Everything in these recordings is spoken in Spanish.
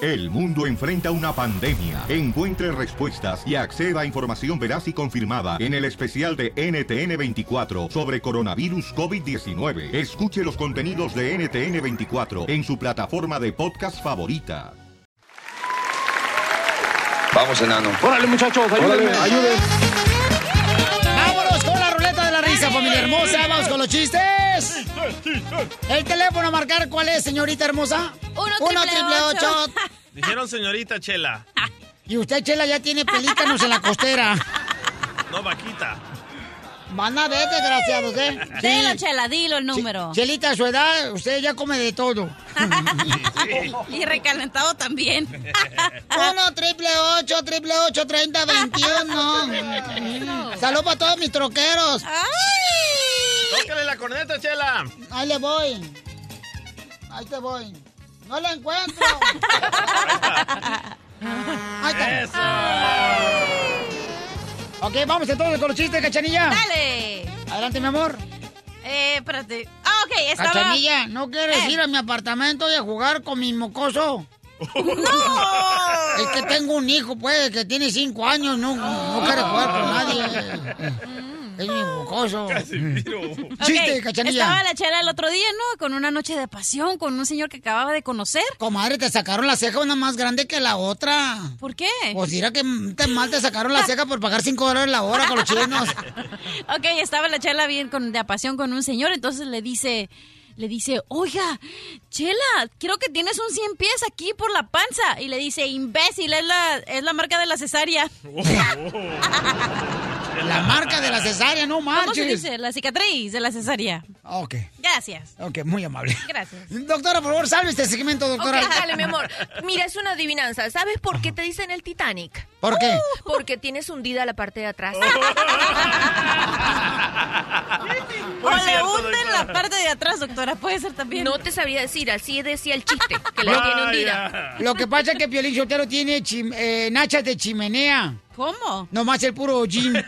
El mundo enfrenta una pandemia. Encuentre respuestas y acceda a información veraz y confirmada en el especial de NTN24 sobre coronavirus COVID-19. Escuche los contenidos de NTN24 en su plataforma de podcast favorita. Vamos, enano. Órale, muchachos, ayúdenme. Órale, ayuden. Vámonos con la ruleta de la risa, familia hermosa. Vamos con los chistes. El teléfono a marcar, ¿cuál es, señorita hermosa? Uno triple ocho. 1-888. Dijeron señorita Chela, Y usted, Chela, ya tiene pelícanos en la costera. no vaquita. Van a ver, desgraciados, ¿eh? Sí. Dilo, Chela, dilo el número. Chelita, a su edad, usted ya come de todo. Y recalentado también. 1 triple 8 triple 8 30 21. Salud para todos mis troqueros. Tócale la corneta, Chela. Ahí le voy. Ahí te voy. No la encuentro. Ahí está. Ok, vamos entonces con los chistes, cachanilla. Dale. Adelante, mi amor. Eh, espérate. Ah, ok, estaba... Cachanilla, ¿no quieres Eh. ir a mi apartamento y a jugar con mi mocoso? ¡No! Es que tengo un hijo, pues, que tiene cinco años, no, no quiere jugar con nadie. Es mi mocoso. Ok, Chiste, cachanilla. Estaba la chela el otro día, ¿no? Con una noche de pasión, con un señor que acababa de conocer. Comadre, te sacaron la ceja una más grande que la otra. ¿Por qué? Pues dirá que te mal te sacaron la ceja por pagar cinco dólares la hora con los chinos. Ok, estaba la chela bien con, de pasión con un señor, entonces le dice, le dice, oiga, chela, creo que tienes un 100 pies aquí por la panza. Y le dice, imbécil, es la, es la marca de la cesárea. La marca de la cesárea, no ¿Cómo se marches. dice? La cicatriz de la cesárea. Ok, Gracias, ok, muy amable. gracias. Doctora, por favor, salve este segmento, Ok, doctora. dale, mi amor. Mira, es una adivinanza. ¿Sabes por qué te dicen el Titanic? Uh, ¿Por qué? Porque tienes hundida la parte de atrás. O Muy le cierto, hunden doctora. la parte de atrás, doctora, puede ser también. No te sabría decir, así decía el chiste, que la tiene hundida. Vaya. Lo que pasa es que Piolín Sotelo tiene chim- eh, nachas de chimenea. ¿Cómo? Nomás el puro jean.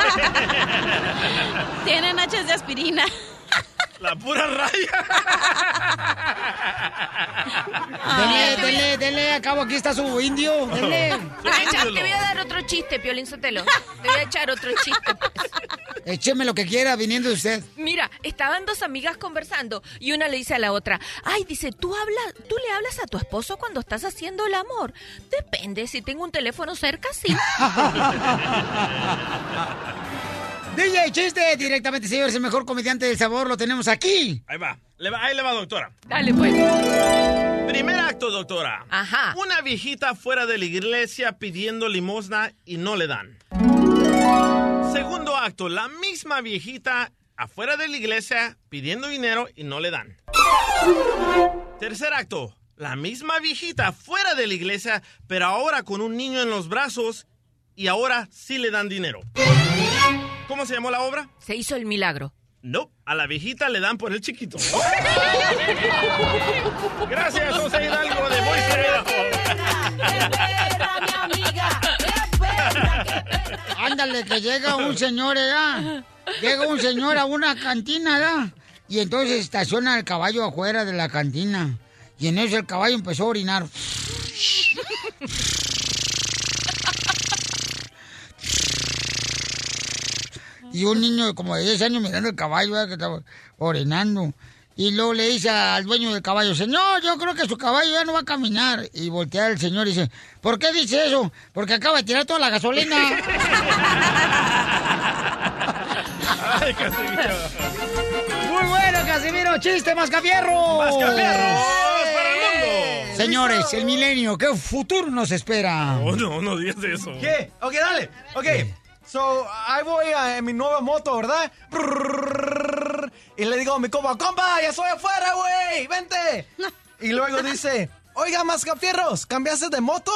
Tienen hachas de aspirina. La pura raya. Dele, dele, dele. Acabo, aquí está su indio. Dele. Te voy a echar- te voy a dar otro chiste, Piolín Sotelo. Te voy a echar otro chiste. pues. Écheme lo que quiera viniendo de usted. Mira, estaban dos amigas conversando y una le dice a la otra, ay, dice, ¿tú, hablas, ¿tú le hablas a tu esposo cuando estás haciendo el amor? Depende, si tengo un teléfono cerca, sí. DJ, chiste directamente, señores. El mejor comediante del sabor lo tenemos aquí. Ahí va. Le va- Ahí le va, doctora. Dale, pues. Primer acto, doctora. Ajá. Una viejita fuera de la iglesia pidiendo limosna y no le dan. Segundo acto, la misma viejita afuera de la iglesia pidiendo dinero y no le dan. Tercer acto, la misma viejita fuera de la iglesia, pero ahora con un niño en los brazos y ahora sí le dan dinero. ¿Cómo se llamó la obra? Se hizo el milagro. No, a la viejita le dan por el chiquito. Gracias, José Hidalgo de Voice Radio. Ándale, que llega un señor, ¿verdad? Llega un señor a una cantina, ¿verdad? Y entonces estaciona el caballo afuera de la cantina. Y en eso el caballo empezó a orinar. Y un niño como de 10 años mirando el caballo, ¿verdad? Que estaba orinando. Y luego le dice al dueño del caballo, señor, yo creo que su caballo ya no va a caminar. Y voltea el señor y dice, ¿por qué dice eso? Porque acaba de tirar toda la gasolina. Ay, Casimiro. Muy bueno, Casimiro. Chiste, Mascafierro. ¡Mascafierros para el mundo! Señores, el milenio, ¿qué futuro nos espera? Oh, no, no digas eso. ¿Qué? Ok, dale. Ok. So, ahí voy a- en mi nueva moto, ¿verdad? Brrrr. Y le digo a mi compa, compa, ya estoy afuera, güey, vente. Y luego dice, oiga, mascafierros, ¿cambiaste de moto?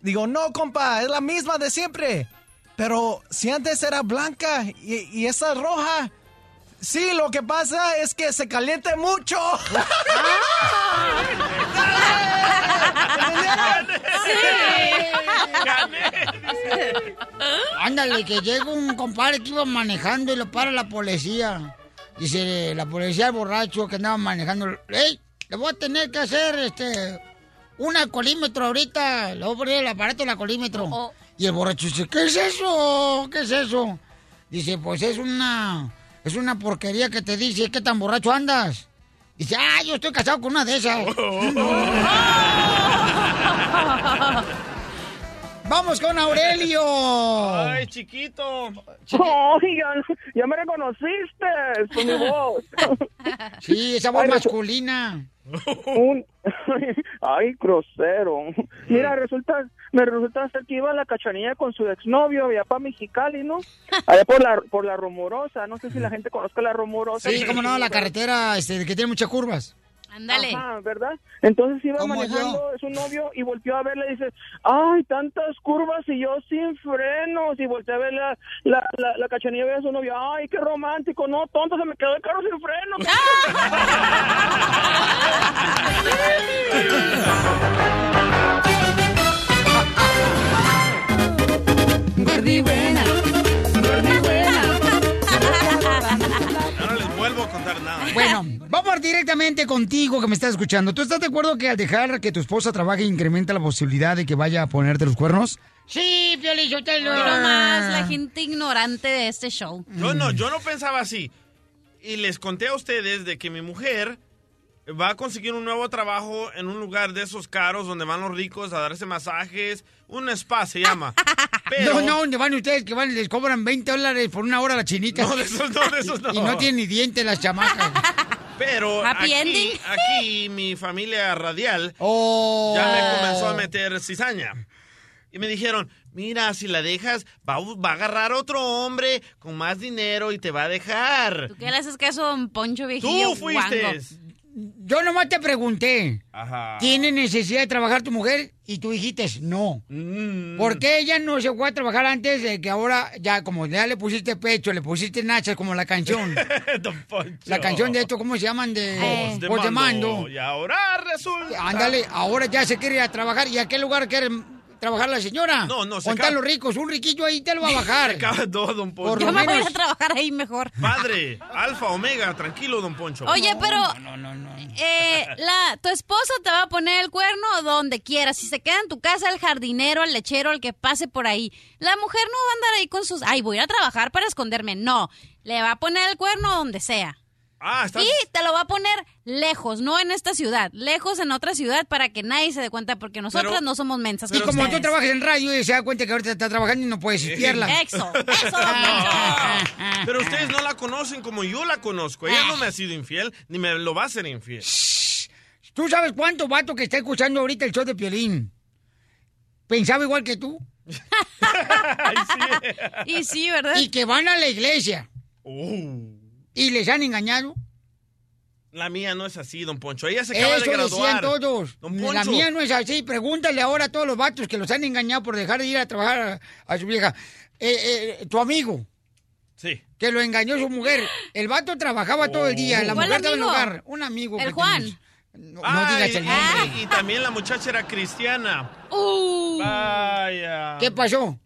Digo, no, compa, es la misma de siempre. Pero si antes era blanca y, y esa es roja. Sí, lo que pasa es que se caliente mucho. Ándale, que llega un compadre que iba manejando y lo para la policía. Dice la policía al borracho que andaba manejando. ¡Ey! Le voy a tener que hacer este una colímetro ahorita. Le voy a poner el aparato de la colímetro. oh. Y el borracho dice, ¿qué es eso? ¿Qué es eso? Dice, pues es una. Es una porquería que te dice qué tan borracho andas. Dice, ah, yo estoy casado con una de esas. Vamos con Oh. Aurelio. Ay, chiquito. Oigan, ya me reconociste con mi voz. Sí, esa voz Ay, resu- masculina. Un- Ay, grosero. Mira, resulta, me resulta ser que iba a la cachanilla con su exnovio allá para Mexicali, ¿no? Allá por la, por la rumorosa. No sé si la gente conozca la rumorosa. Mm. Sí, cómo no, la carretera este, que tiene muchas curvas. Ándale. Ajá, ¿verdad? Entonces iba ¿Cómo manejando su novio y volteó a verla y dice, ay, tantas curvas y yo sin frenos. Y volteó a ver la, la, la, la cachanilla y ve a su novio, ay, qué romántico. No, tonto, se me quedó el carro sin frenos. Ya no les vuelvo a contar nada. Bueno, vamos directamente contigo que me estás escuchando. ¿Tú estás de acuerdo que al dejar que tu esposa trabaje incrementa la posibilidad de que vaya a ponerte los cuernos? Sí, Piolín, yo te lo... Pero más la gente ignorante de este show. Yo no, yo no pensaba así. Y les conté a ustedes de que mi mujer va a conseguir un nuevo trabajo en un lugar de esos caros donde van los ricos a darse masajes. Un spa se llama. Pero, No, no, ¿dónde van ustedes que van y les cobran 20 dólares por una hora a la chinita? No, de esos no, de esos no. Y no tienen ni dientes las chamacas. pero aquí, Happy ending. aquí mi familia radial Oh. ya me comenzó a meter cizaña. Y me dijeron, mira, si la dejas, va, a- va a agarrar otro hombre con más dinero y te va a dejar. ¿Tú qué le haces caso a don Poncho Viejillo? Tú fuiste. guango? Yo nomás te pregunté, Ajá. ¿tiene necesidad de trabajar tu mujer? Y tú dijiste no. Mm. ¿Por qué ella no se fue a trabajar antes de que ahora ya como ya le pusiste pecho, le pusiste nachas como la canción? Don Poncho. La canción de esto, ¿cómo se llaman? De Eh. Pues Voz de Mando. Y ahora resulta. Ándale, ahora ya se quiere ir a trabajar. ¿Y a qué lugar quiere trabajar la señora? No, no, se Con acaba- los ricos, un riquillo ahí te lo va a bajar. Acaba todo, don Poncho. Por Yo lo me voy a ir menos. a trabajar ahí mejor. Padre, alfa, omega, tranquilo, don Poncho. Oye, pero No, no, no. eh, la, tu esposa te va a poner el cuerno donde quiera. Si se queda en tu casa, el jardinero, el lechero, el que pase por ahí. La mujer no va a andar ahí con sus... Ay, voy a ir a trabajar para esconderme. No, le va a poner el cuerno donde sea. Ah, estás. Y te lo va a poner lejos, no en esta ciudad, lejos en otra ciudad para que nadie se dé cuenta porque nosotras Pero- no somos mensas. Y como como tú ustedes. trabajas en radio y se da cuenta que ahorita está trabajando y no puedes espiarla. Eso, eso, don Ah. Poncho. Pero ustedes no la conocen como yo la conozco. Ella no me ha sido infiel, ni me lo va a ser infiel. ¿Tú sabes cuánto vato que está escuchando ahorita el show de Piolín pensaba igual que tú? Y sí, ¿verdad? Y que van a la iglesia Uh, y les han engañado. la mía no es así, don Poncho. Ella se acaba Eso de decían graduar. todos. Don La Poncho. mía no es así. Pregúntale ahora a todos los vatos que los han engañado por dejar de ir a trabajar a, a su vieja. Eh, eh, tu amigo, Sí. que lo engañó su mujer. El vato trabajaba todo el día, la ¿Cuál mujer estaba en el amigo? hogar. Un amigo. ¿El que Juan? tenemos. No, no Ay, digas el nombre. Y, y también la muchacha era cristiana. Uh, Vaya. ¿Qué pasó?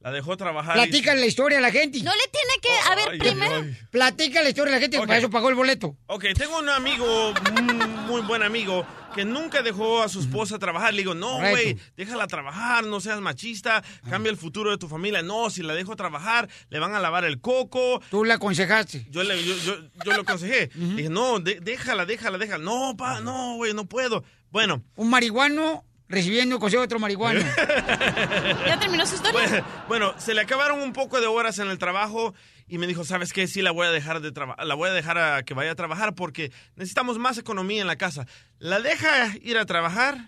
La dejó trabajar. y- Platica la historia a la gente. Oh. no le tiene que... A ver, Ay, primero... ay, ay. Platica la historia a la gente, Ok. para eso pagó el boleto. Ok, tengo un amigo, un muy buen amigo, que nunca dejó a su esposa trabajar. Le digo, no, Correcto. güey, déjala trabajar, no seas machista, cambia el futuro de tu familia. No, si la dejo trabajar, le van a lavar el coco. Tú la aconsejaste. Yo le, yo, yo, yo le aconsejé. Dije, no, de- déjala, déjala, déjala. No, pa, no, güey, no puedo. Bueno, Un marihuano recibiendo consejo de otro marihuano. ¿Ya terminó su historia? Bueno, bueno, se le acabaron un poco de horas en el trabajo y me dijo, ¿sabes qué? Sí, la voy a dejar de traba- la voy a dejar a que vaya a trabajar porque necesitamos más economía en la casa. La deja ir a trabajar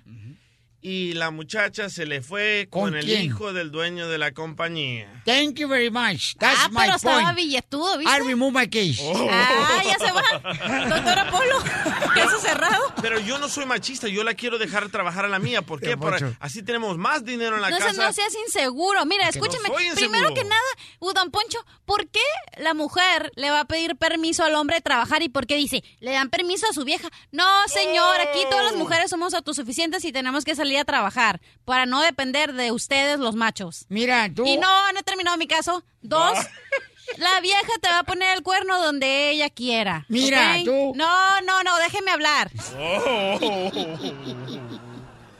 y la muchacha se le fue ¿Con con, el quién? hijo del dueño de la compañía. Thank you very much. That's ah, my pero estaba point. billetudo, I ¿viste? remove my case. Oh. Ah, ya se va. Doctor Apolo, caso cerrado. Pero yo no soy machista, yo la quiero dejar trabajar a la mía. ¿Por qué? Don Para- Poncho. así tenemos más dinero en la No, se- casa. no seas inseguro. Mira, no escúchame. soy inseguro. Primero que nada, uh, don Poncho, ¿por qué la mujer le va a pedir permiso al hombre de trabajar y por qué dice, le dan permiso a su vieja? No, señor, aquí todas las mujeres somos autosuficientes y tenemos que salir a trabajar para no depender de ustedes, los machos. Mira, tú. Y no, no he terminado mi caso. Dos, Ah. la vieja te va a poner el cuerno donde ella quiera. Mira, ¿ok? tú. Oh. No, no, no, déjeme hablar.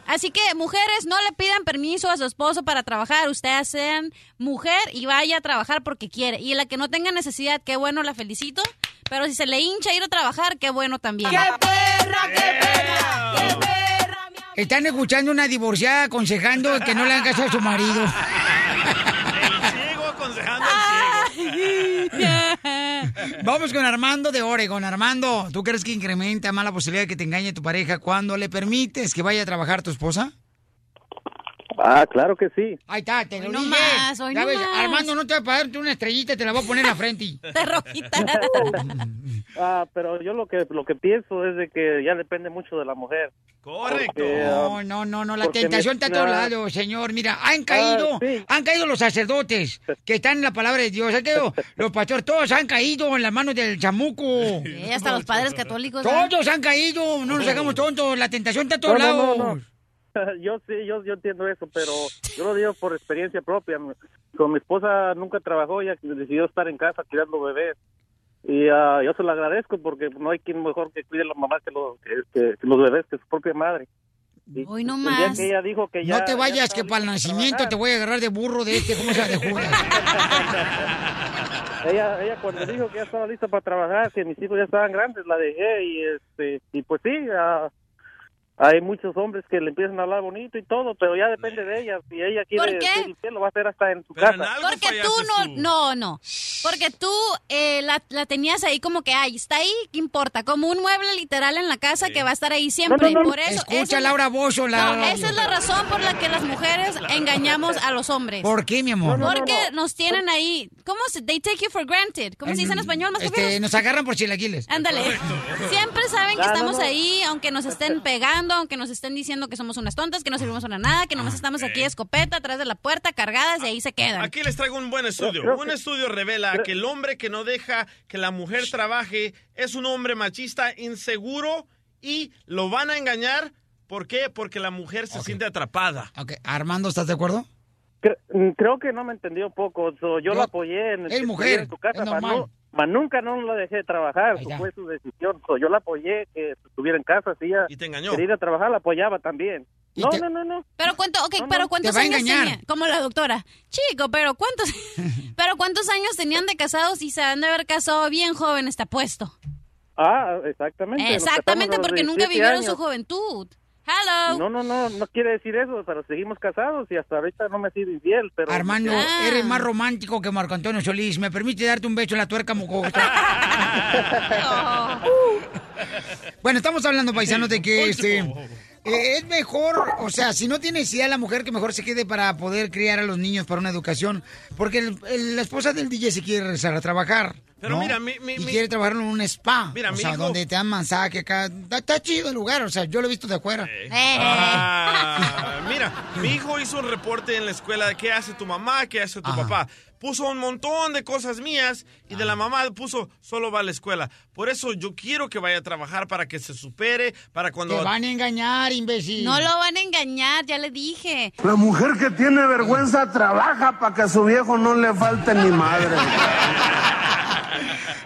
Así que, mujeres, no le pidan permiso a su esposo para trabajar. Ustedes sean mujer y vaya a trabajar porque quiere. Y la que no tenga necesidad, qué bueno, la felicito. Pero si se le hincha ir a trabajar, qué bueno también. Están escuchando una divorciada aconsejando que no le hagan caso a su marido. Ciego aconsejando Ah. al Vamos con Armando de Oregon. Armando, ¿tú crees que incrementa más la posibilidad de que te engañe tu pareja cuando le permites que vaya a trabajar tu esposa? Ah, claro que sí. Ahí está, te lo Hoy no dije. más, hoy Ya no ves, más. Armando, no te voy a pagar tú una estrellita, te la voy a poner a frente. Te rojita. Ah, pero yo lo que lo que pienso es de que ya depende mucho de la mujer. ciego. Correcto. Porque, ah, Oh, No, no, no, no, la Porque tentación está a todos mezcla- lados, señor. Mira, han caído, Ah, sí. han caído los sacerdotes que están en la palabra de Dios. Han caído los pastores, todos han caído en las manos del chamuco. Sí, hasta los padres católicos. ¿eh? Todos han caído, no nos hagamos tontos, la tentación está a todos No, no, lados. no, no. yo sí, yo, yo entiendo eso, pero yo lo digo por experiencia propia. Con mi esposa nunca trabajó, ella decidió estar en casa cuidando bebés. Y ah, yo se lo agradezco porque no hay quien mejor que cuide a la mamá que los, que- que los bebés que su propia madre. Y Hoy no el día más. que ella dijo que ya- No te ya vayas, estaba que para el lista nacimiento trabajar. te voy a agarrar de burro de este, ¿cómo se llama? De Judas. Ella, ella cuando dijo que ya estaba lista para trabajar, que mis hijos ya estaban grandes, la dejé y este y pues sí, ah, hay muchos hombres que le empiezan a hablar bonito y todo, pero ya depende de ella. Si ella quiere ¿Por qué? decir el qué, lo va a hacer hasta en su Pero en casa. algo Porque tú fallaste no, no, no. Porque tú eh, la, la tenías ahí como que, ay, está ahí, ¿qué importa? Como un mueble literal en la casa que va a estar ahí siempre. No, no, y no. por eso. esa Escucha, es- Laura Bozo, No, la... esa es la razón por la que las mujeres engañamos a los hombres. ¿Por qué, mi amor? No, no, Porque nos tienen ahí. ¿Cómo se.? They take you for granted. ¿Cómo se dice en español, más Este, nos agarran por chilaquiles. Ándale. Siempre saben que No, no, estamos no. ahí, aunque nos estén pegando, aunque nos estén diciendo que somos unas tontas, que no servimos para nada, que Ah, nomás estamos aquí escopeta, atrás de la puerta, cargadas y ahí se quedan. Aquí les traigo un buen estudio. Un estudio revela que el hombre que no deja que la mujer trabaje es un hombre machista inseguro y lo van a engañar. ¿Por qué? Porque la mujer se siente atrapada. Ok, Armando, ¿estás de acuerdo? Cre- mm, creo que no me entendió un poco. so, yo No. la apoyé en, Es que mujer, estuviera en su casa, es mas normal. no- mas nunca no la dejé trabajar. Ahí so, está. Fue su decisión. so, yo la apoyé que estuviera en casa. Si ella Y te engañó. quería ir a trabajar, la apoyaba también. Y No, te- no, no, no. Pero cuánto, ok, No, no, pero cuántos te va a años engañar. tenía- como la doctora. Chico, pero cuántos pero cuántos años tenían de casados y se han de haber casado bien joven, está puesto. Ah, exactamente. nos Exactamente, casamos a los porque nunca 17 vivieron su años. juventud. Hello. No, no, no, no quiere decir eso, pero seguimos casados y hasta ahorita no me he sido infiel, pero... Armando, Ah. eres más romántico que Marco Antonio Solís. ¿Me permite darte un beso en la tuerca, mocota? bueno, estamos hablando, paisanos, de que este, eh, es mejor, o sea, si no tiene necesidad la mujer, que mejor se quede para poder criar a los niños para una educación. Porque el- el- la esposa del DJ se quiere regresar a trabajar. Pero ¿no? mira, mi- mi- y mi- quiere trabajar en un spa. Mira, o mi sea, hijo- donde te dan masaje acá. Está, está chido el lugar, o sea, yo lo he visto de afuera. Eh, Ah, mira, mi hijo hizo un reporte en la escuela de qué hace tu mamá, qué hace tu Ajá. papá. Puso un montón de cosas mías y de la mamá puso solo va a la escuela. Por eso yo quiero que vaya a trabajar para que se supere, para cuando... Te van a engañar, imbécil. no lo van a engañar, ya le dije. La mujer que tiene vergüenza trabaja para que a su viejo no le falte ni madre.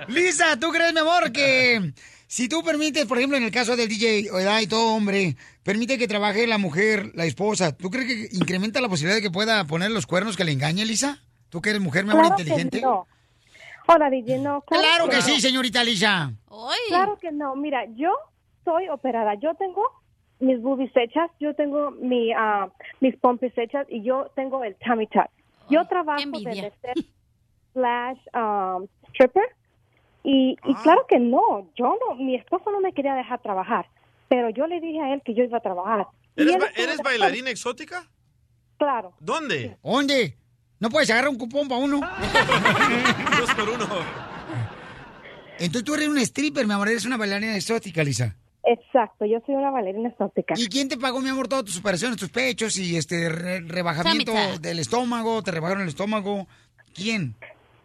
Lisa, ¿tú crees, mi amor, que si tú permites, por ejemplo, en el caso del DJ, o edad y todo hombre, permite que trabaje la mujer, la esposa, ¿tú crees que incrementa la posibilidad de que pueda poner los cuernos que le engañe, Lisa? ¿Tú que eres mujer, mi amor, Claro inteligente? que no. Hola, DJ, no. Claro, Claro que no. sí, señorita Lisa. Hoy. Claro que no. Mira, yo soy operada. Yo tengo mis boobies hechas, yo tengo mi, ah, mis pompis hechas y yo tengo el tummy tuck. Yo trabajo de envidia. mesera slash um, stripper y, y Ah. claro que no. Yo no, mi esposo no me quería dejar trabajar, pero yo le dije a él que yo iba a trabajar. Y ¿Eres, él ba- estuvo eres de acuerdo. bailarina exótica? Claro. ¿Dónde? ¿Dónde? ¿No puedes agarrar un cupón para uno? Dos por uno. Entonces tú eres una stripper, mi amor, eres una bailarina exótica, Lisa. Exacto, yo soy una bailarina exótica. ¿Y quién te pagó, mi amor, todas tus operaciones, tus pechos y este re- rebajamiento Samita. del estómago? ¿Te rebajaron el estómago? ¿Quién?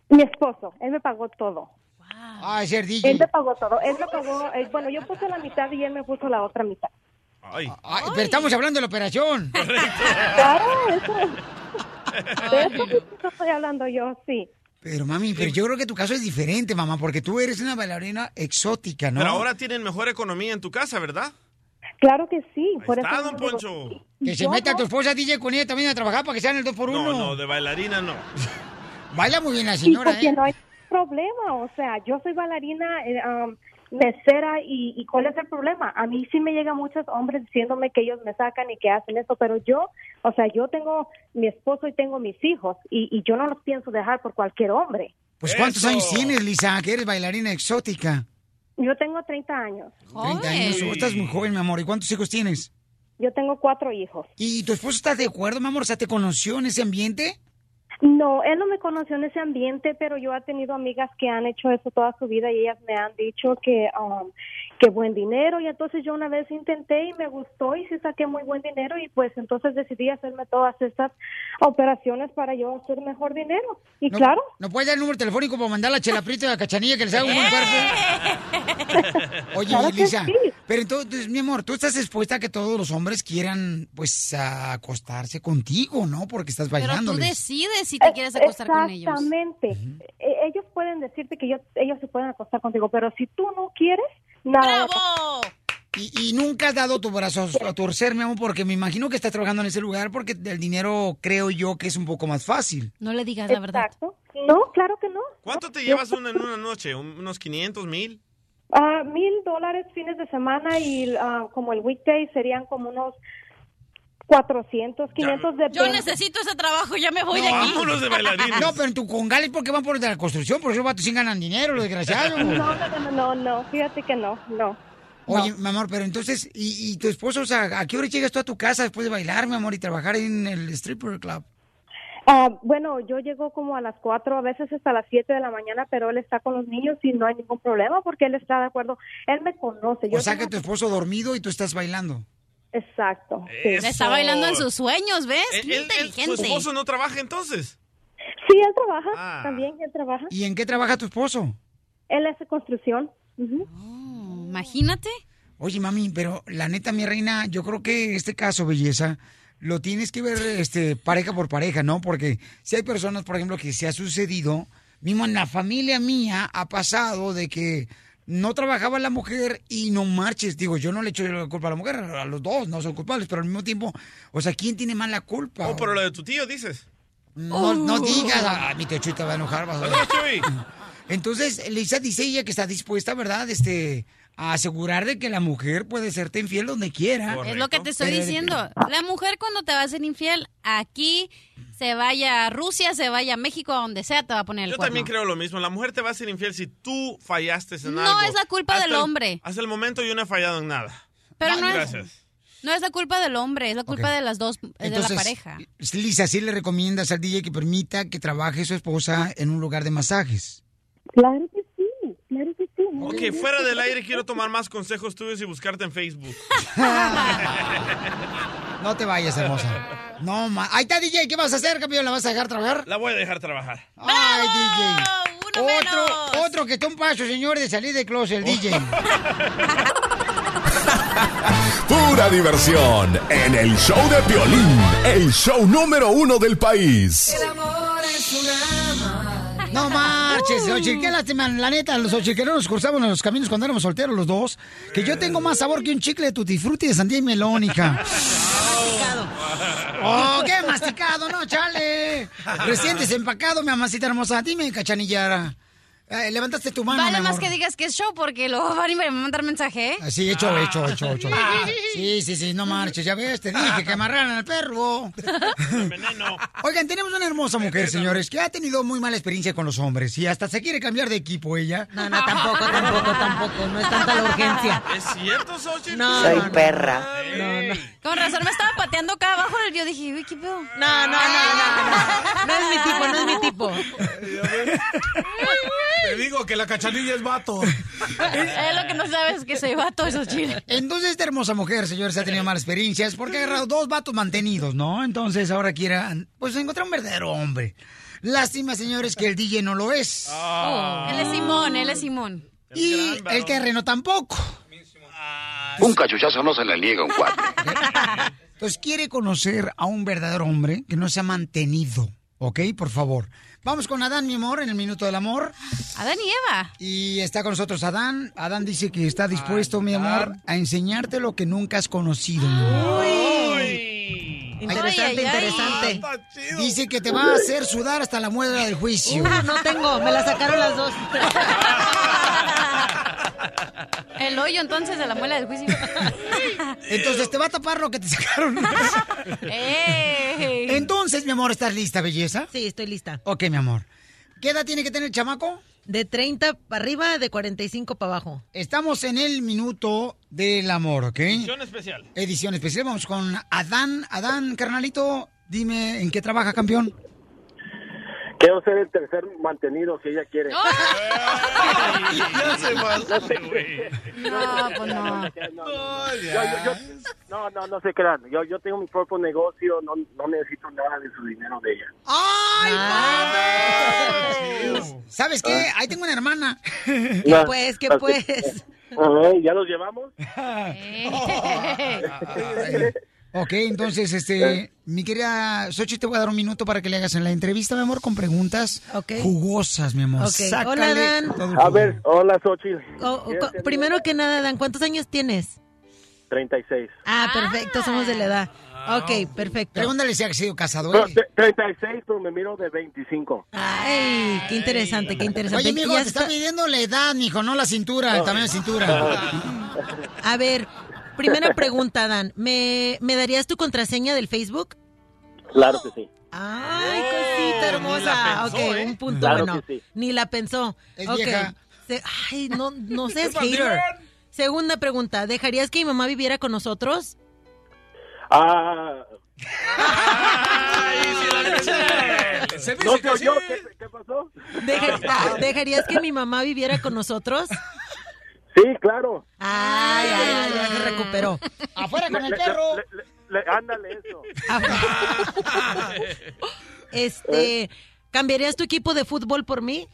Mi esposo, él me pagó todo. Ah, ser DJ. Él me pagó todo. Él me pagó. eh, bueno, yo puse la mitad y él me puso la otra mitad. Ay, Ay, Ah, pero estamos hablando de la operación. Claro, eso. De eso sí que estoy hablando yo, sí. Pero mami, pero yo creo que tu caso es diferente, mamá, porque tú eres una bailarina exótica, ¿no? pero ahora tienen mejor economía en tu casa, ¿verdad? Claro que sí. por está, eso don digo, Poncho. Que se yo meta no- tu esposa DJ con ella también a trabajar para que sean el 2 por 1 No, no, de bailarina no. Baila muy bien la Sí, señora, porque ¿eh? no hay problema, o sea, yo soy bailarina, eh, um, mesera y, y ¿cuál es el problema? A mí sí me llegan muchos hombres diciéndome que ellos me sacan y que hacen eso, pero yo, o sea, yo tengo mi esposo y tengo mis hijos y, y yo no los pienso dejar por cualquier hombre. Pues ¿cuántos Eso. años tienes, Lisa? Que eres bailarina exótica. Yo tengo 30 años, 30 años. Oh, estás muy joven, mi amor. ¿Y cuántos hijos tienes? yo tengo cuatro hijos. ¿Y tu esposo está de acuerdo, mi amor? O sea, ¿te conoció en ese ambiente? No, él no me conoció en ese ambiente, pero yo he tenido amigas que han hecho eso toda su vida y ellas me han dicho que, um, que buen dinero y entonces yo una vez intenté y me gustó y sí saqué muy buen dinero y pues entonces decidí hacerme todas estas operaciones para yo hacer mejor dinero. Y No- claro, ¿No puedes dar el número telefónico para mandar la chelaprita y la cachanilla que les haga un buen cuerpo? Oye, ¡Eh! Claro que Lisa, sí. pero entonces, mi amor, tú estás expuesta a que todos los hombres quieran, pues, a acostarse contigo, ¿no? Porque estás Pero tú bailándoles. decides si te quieres acostar con ellos. Eh, Exactamente. E- Ellos pueden decirte que yo, ellos se pueden acostar contigo, pero si tú no quieres, nada. va a ¡Bravo! Y, y nunca has dado tu brazo a a torcer, mi amor, porque me imagino que estás trabajando en ese lugar porque el dinero creo yo que es un poco más fácil. No le digas la pasar. verdad. Exacto. No, claro que no. ¿Cuánto te Yo- llevas una- en una noche? ¿Un- ¿Unos 500, 1000? Ah, mil dólares fines de semana y ah, como el weekday serían como unos 400, 500 de Yo necesito ese trabajo, ya me voy de aquí. Vámonos de bailarines. No, pero en tu congal es porque van por la construcción, por eso vatos sin ganan dinero, los desgraciados. No, no, no, no, no, fíjate que no, no. Oye, mi amor, pero entonces, ¿y, y tu esposo, o sea, a qué hora llegas tú a tu casa después de bailar, mi amor, y trabajar en el stripper club? Ah, bueno, yo llego como a las 4, a veces hasta las 7 de la mañana, pero él está con los niños y no hay ningún problema porque él está de acuerdo. Él me conoce. Yo O sea, que tengo- tu esposo dormido y tú estás bailando. Exacto. Sí. Eso. Está bailando en sus sueños, ¿ves? ¿El- Qué el- el- Eh, ¿Su inteligente. esposo no trabaja entonces? Sí, él trabaja, Ah. también él trabaja. ¿Y en qué trabaja tu esposo? Él hace construcción. Ujú. Oh, imagínate. Oye, mami, pero la neta, mi reina, yo creo que este caso, belleza, lo tienes que ver este, pareja por pareja, ¿no? Porque si hay personas, por ejemplo, que se ha sucedido, mismo en la familia mía ha pasado de que no trabajaba la mujer y no marches. Digo, yo no le echo la culpa a la mujer, a los dos no son culpables, pero al mismo tiempo, o sea, ¿quién tiene más la culpa? Oh, pero lo de tu tío, dices. No, Oh. no digas, a mi tío Chuy te va a enojar, vas a ver. Saludos, Chuy. Entonces, Lisa dice ella que está dispuesta, ¿verdad? Este, a asegurar de que la mujer puede serte infiel donde quiera. Correcto. Es lo que te estoy Pero- diciendo. La mujer cuando te va a ser infiel, aquí se vaya a Rusia, se vaya a México, a donde sea, te va a poner el Yo cuerno. también creo lo mismo. La mujer te va a ser infiel si tú fallaste en No algo. es la culpa del el- hombre. hasta el momento yo no he fallado en nada. Pero no es, Gracias. no es la culpa del hombre, es la culpa Ok. de las dos, eh, de la pareja. Lisa, ¿sí le recomiendas al DJ que permita que trabaje su esposa en un lugar de masajes? Claro que sí, claro que sí. Ok, fuera del aire quiero tomar más consejos tuyos y buscarte en Facebook. No te vayas, hermosa. No, ma... Ahí está, DJ, ¿qué vas a hacer, campeón? ¿La vas a dejar trabajar? La voy a dejar trabajar. ¡Ay, DJ! Otro, ¡Uno menos! otro que está un paso, señor, de salir de closet, el DJ. Pura diversión en el show de violín, el show número uno del país. No marches, oye, qué lástima, la neta, los ochiqueros nos cruzamos en los caminos cuando éramos solteros los dos, que yo tengo más sabor que un chicle de tutti frutti de sandía y melónica. ¡Oh, qué masticado, no, chale! Recién desempacado, mi amacita hermosa, dime, cachanillara, eh, levantaste tu mano, Vale mi más amor. que digas que es show porque luego van y me van a mandar mensaje. ¿eh? Ah, Sí, hecho, hecho, hecho, hecho. Ah, Sí, sí, sí, no marches, ya ves, te dije que amarraran al perro. Veneno. Oigan, tenemos una hermosa mujer, señores, que ha tenido muy mala experiencia con los hombres y hasta se quiere cambiar de equipo ella. No, no, tampoco, tampoco, tampoco. No es tanta la urgencia. ¿Es cierto, Xochitl? Eh, No, Ey. no, Soy no. perra. Con razón me estaba pateando acá abajo del yo dije, uy, qué pedo. No, no, no, no. No es mi tipo, no es mi tipo. Te digo que la cachanilla es vato. Es lo que no sabes que se va todo eso chile. Entonces, esta hermosa mujer, señores, ha tenido malas experiencias porque ha agarrado dos vatos mantenidos, ¿no? Entonces, ahora quiera, pues, encontrar un verdadero hombre. Lástima, señores, que el DJ no lo es. Oh, Oh, Él es Simón, él es Simón. y gran el varón. terreno tampoco. Un cachuchazo no se le niega a un cuate. Entonces, quiere conocer a un verdadero hombre que no se ha mantenido. ¿ok? Por favor. Vamos con Adán, mi amor, en el Minuto del Amor. Adán y Eva. Y está con nosotros Adán. Adán dice que está dispuesto, mi amor, a enseñarte lo que nunca has conocido. mi amor. Interesante, Ay, ay, ay. interesante. Dice que te va a hacer sudar hasta la muela del juicio. Uh, no tengo, me la sacaron las dos. El hoyo entonces de la muela del juicio. Entonces te va a tapar lo que te sacaron. Eh. Entonces, mi amor, ¿estás lista, belleza? Sí, estoy lista. Ok, mi amor. ¿Qué edad tiene que tener el chamaco? De 30 para arriba, de 45 para abajo. Estamos en el minuto del amor, ¿ok? Edición especial. Edición especial. Vamos con Adán. Adán, carnalito, dime en qué trabaja, campeón. Quiero ser el tercer mantenido si ella quiere. Ya se pasó, güey. No, pues no. Yo- yo- yo- No, no, no se crean. Yo, yo tengo mi propio negocio, no, no necesito nada de su dinero de ella. ¡Ay, mames! ¿Sabes qué? Ahí tengo una hermana. No, pues, así- Ajá, ¿Ya los llevamos? Ok, entonces, este, mi querida Sochi, te voy a dar un minuto para que le hagas en la entrevista, mi amor, con preguntas jugosas, mi amor. Ok, Sácale hola, Adán. todo el A jugo. ver, hola, Xochitl. O- o- co- Oh, primero que nada, Dan, ¿cuántos años tienes? 36. Ah, perfecto, somos de la edad. Ok, perfecto. Pregúntale si ha sido casado. Pero te- 36, pero me miro de 25. Ah. Ay, qué interesante, qué interesante. Oye, mijo, Y te hasta- está midiendo la edad, mijo, no la cintura, el tamaño de cintura. A ver, primera pregunta, Dan. ¿Me, ¿Me darías tu contraseña del Facebook? Claro que sí. Ay, cosita hermosa. pensó, ok, ¿eh? un punto Claro bueno. que sí. Ni la pensó. Es Ok. vieja. Se- ay, no, no sé, es ¡Qué hater. bandera! Segunda pregunta, ¿dejarías que mi mamá viviera con nosotros? Ah. no te oyó, ¿qué, qué pasó? Deja- ¿Dejarías que mi mamá viviera con nosotros? Sí, claro. Ay, ay, ay, ya se recuperó. ¡Afuera con el perro! Le- ándale eso. Eh. Este, ¿cambiarías tu equipo de fútbol por mí?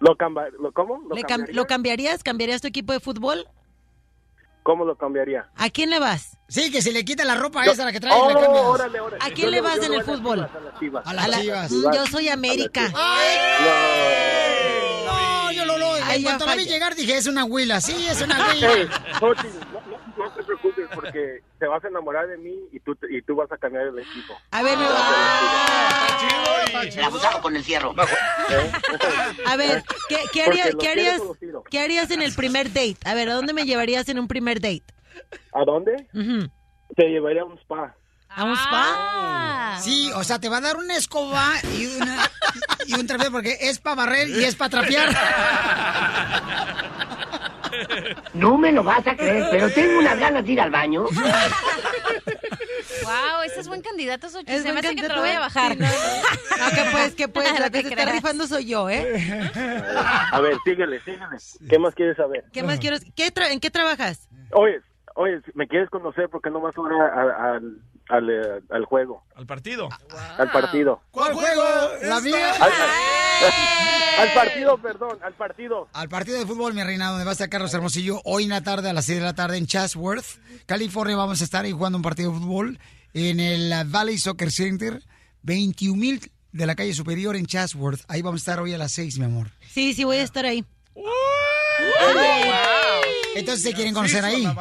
¿Lo camba- lo, ¿Cómo? ¿Lo, ¿Le cam- cambiaría? ¿Lo cambiarías? ¿Cambiarías tu equipo de fútbol? ¿Cómo lo cambiaría? ¿A quién le vas? Sí, que se le quita la ropa Yo- esa, la que trae, la Oh, cambias. órale, órale. ¿A Yo quién le le- vas yo en le el voy a las fútbol? Chivas, a las Chivas. A las Chivas. Mm, Yo soy América. No, yo lo lo. Ay, En ya cuanto la vi fallé. llegar dije, es una huila, sí, es una Hey, huila. Jochi, no, no- no te preocupes porque te vas a enamorar de mí y tú, te- y tú vas a cambiar el equipo. A ver, mi- Abusado con el fierro. a ver, ¿qué, Porque qué haría- lo qué quiero harías, con los tiros. qué harías en el primer date? A ver, ¿a dónde me llevarías en un primer date? ¿A dónde? Te llevaría a un spa. ¿A un Ah, spa? Sí, o sea, te va a dar una escoba y, una, y un trapeador porque es para barrer y es para trapear. No me lo vas a creer, pero tengo unas ganas de ir al baño. Wow, ese es buen candidato, Sochi. Es Se me buen hace que te candidato. lo voy ¿eh? a bajar. Sí, no, no. No, que pues, que pues, No la te que se está creas. rifando soy yo, ¿eh? A ver, síguele, síguele. ¿Qué más quieres saber? ¿Qué más quiero? ¿Qué tra- ¿En qué trabajas? Oye, oye, si me quieres conocer porque no vas ahora a- al, al, eh, al juego, Al partido. al partido. ¿Cuál juego? La mía. Al, al partido, perdón, al partido. Al partido de fútbol, mi reina, donde va a estar Carlos Hermosillo, hoy en la tarde a las 6 de la tarde en Chatsworth, California, vamos a estar ahí jugando un partido de fútbol en el Valley Soccer Center, 21.000 de la calle superior en Chatsworth. Ahí vamos a estar hoy a las 6, mi amor. Sí, sí, voy a estar ahí. Entonces se quieren conocer ahí. Eh.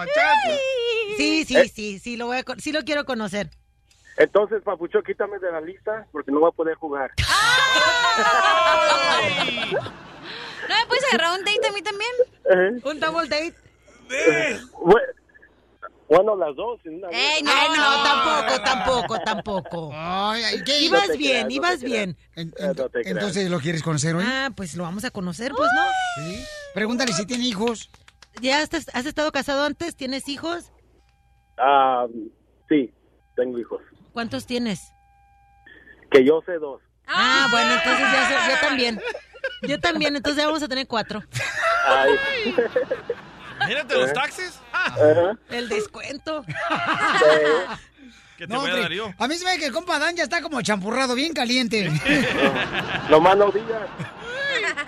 Sí, sí, sí, sí, lo voy a, con- sí lo quiero conocer. Entonces, Papucho, quítame de la lista porque no voy a poder jugar. ¿No me puedes agarrar un date a mí también? Eh, ¿Un double date? bue- Bueno, las dos. en una vez. ¡Ey, no, Ay, no, no! tampoco, tampoco, tampoco. Ay, ¿qué? No Ibas te bien, creas, no ibas te bien. Entonces, ¿lo quieres conocer hoy? Ah, pues lo vamos a conocer, pues, ¿no? Sí. Pregúntale si tiene hijos. ¿Ya estás- has estado casado antes? ¿Tienes hijos? Ah, sí, tengo hijos. ¿Cuántos tienes? Que yo sé dos. Ah, bueno, entonces ya, so- yo también. Yo también, entonces ya vamos a tener cuatro. Ay. Mírate los taxis. Ah, Ajá. El descuento. que te No, voy a hombre, dar yo. a mí se me ve que el compa Dan ya está como champurrado, bien caliente. Nomás no digas.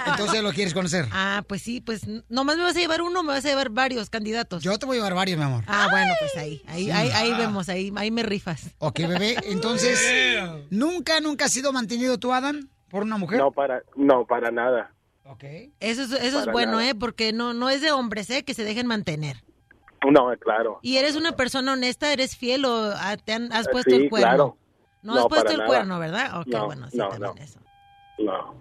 Entonces lo quieres conocer. Ah, pues sí, pues nomás me vas a llevar uno, me vas a llevar varios candidatos. Yo te voy a llevar varios, mi amor. Ah, bueno, pues ahí, ahí, Sí. ahí, ahí Ah. vemos, ahí, ahí me rifas. Ok, bebé. Entonces, Eh. ¿nunca, nunca has sido mantenido tú, Adam, por una mujer? No, para, no, para nada. Eso es, eso es Para bueno, nada. ¿eh? Porque no, no es de hombres, ¿eh? Que se dejen mantener. No, claro. ¿Y eres una persona honesta? ¿Eres fiel o ah, te han- has Eh, puesto sí, el cuerno? claro. No, has No, puesto para el nada. cuerno, ¿verdad? Ok, No, bueno, sí, no, también no. eso. No.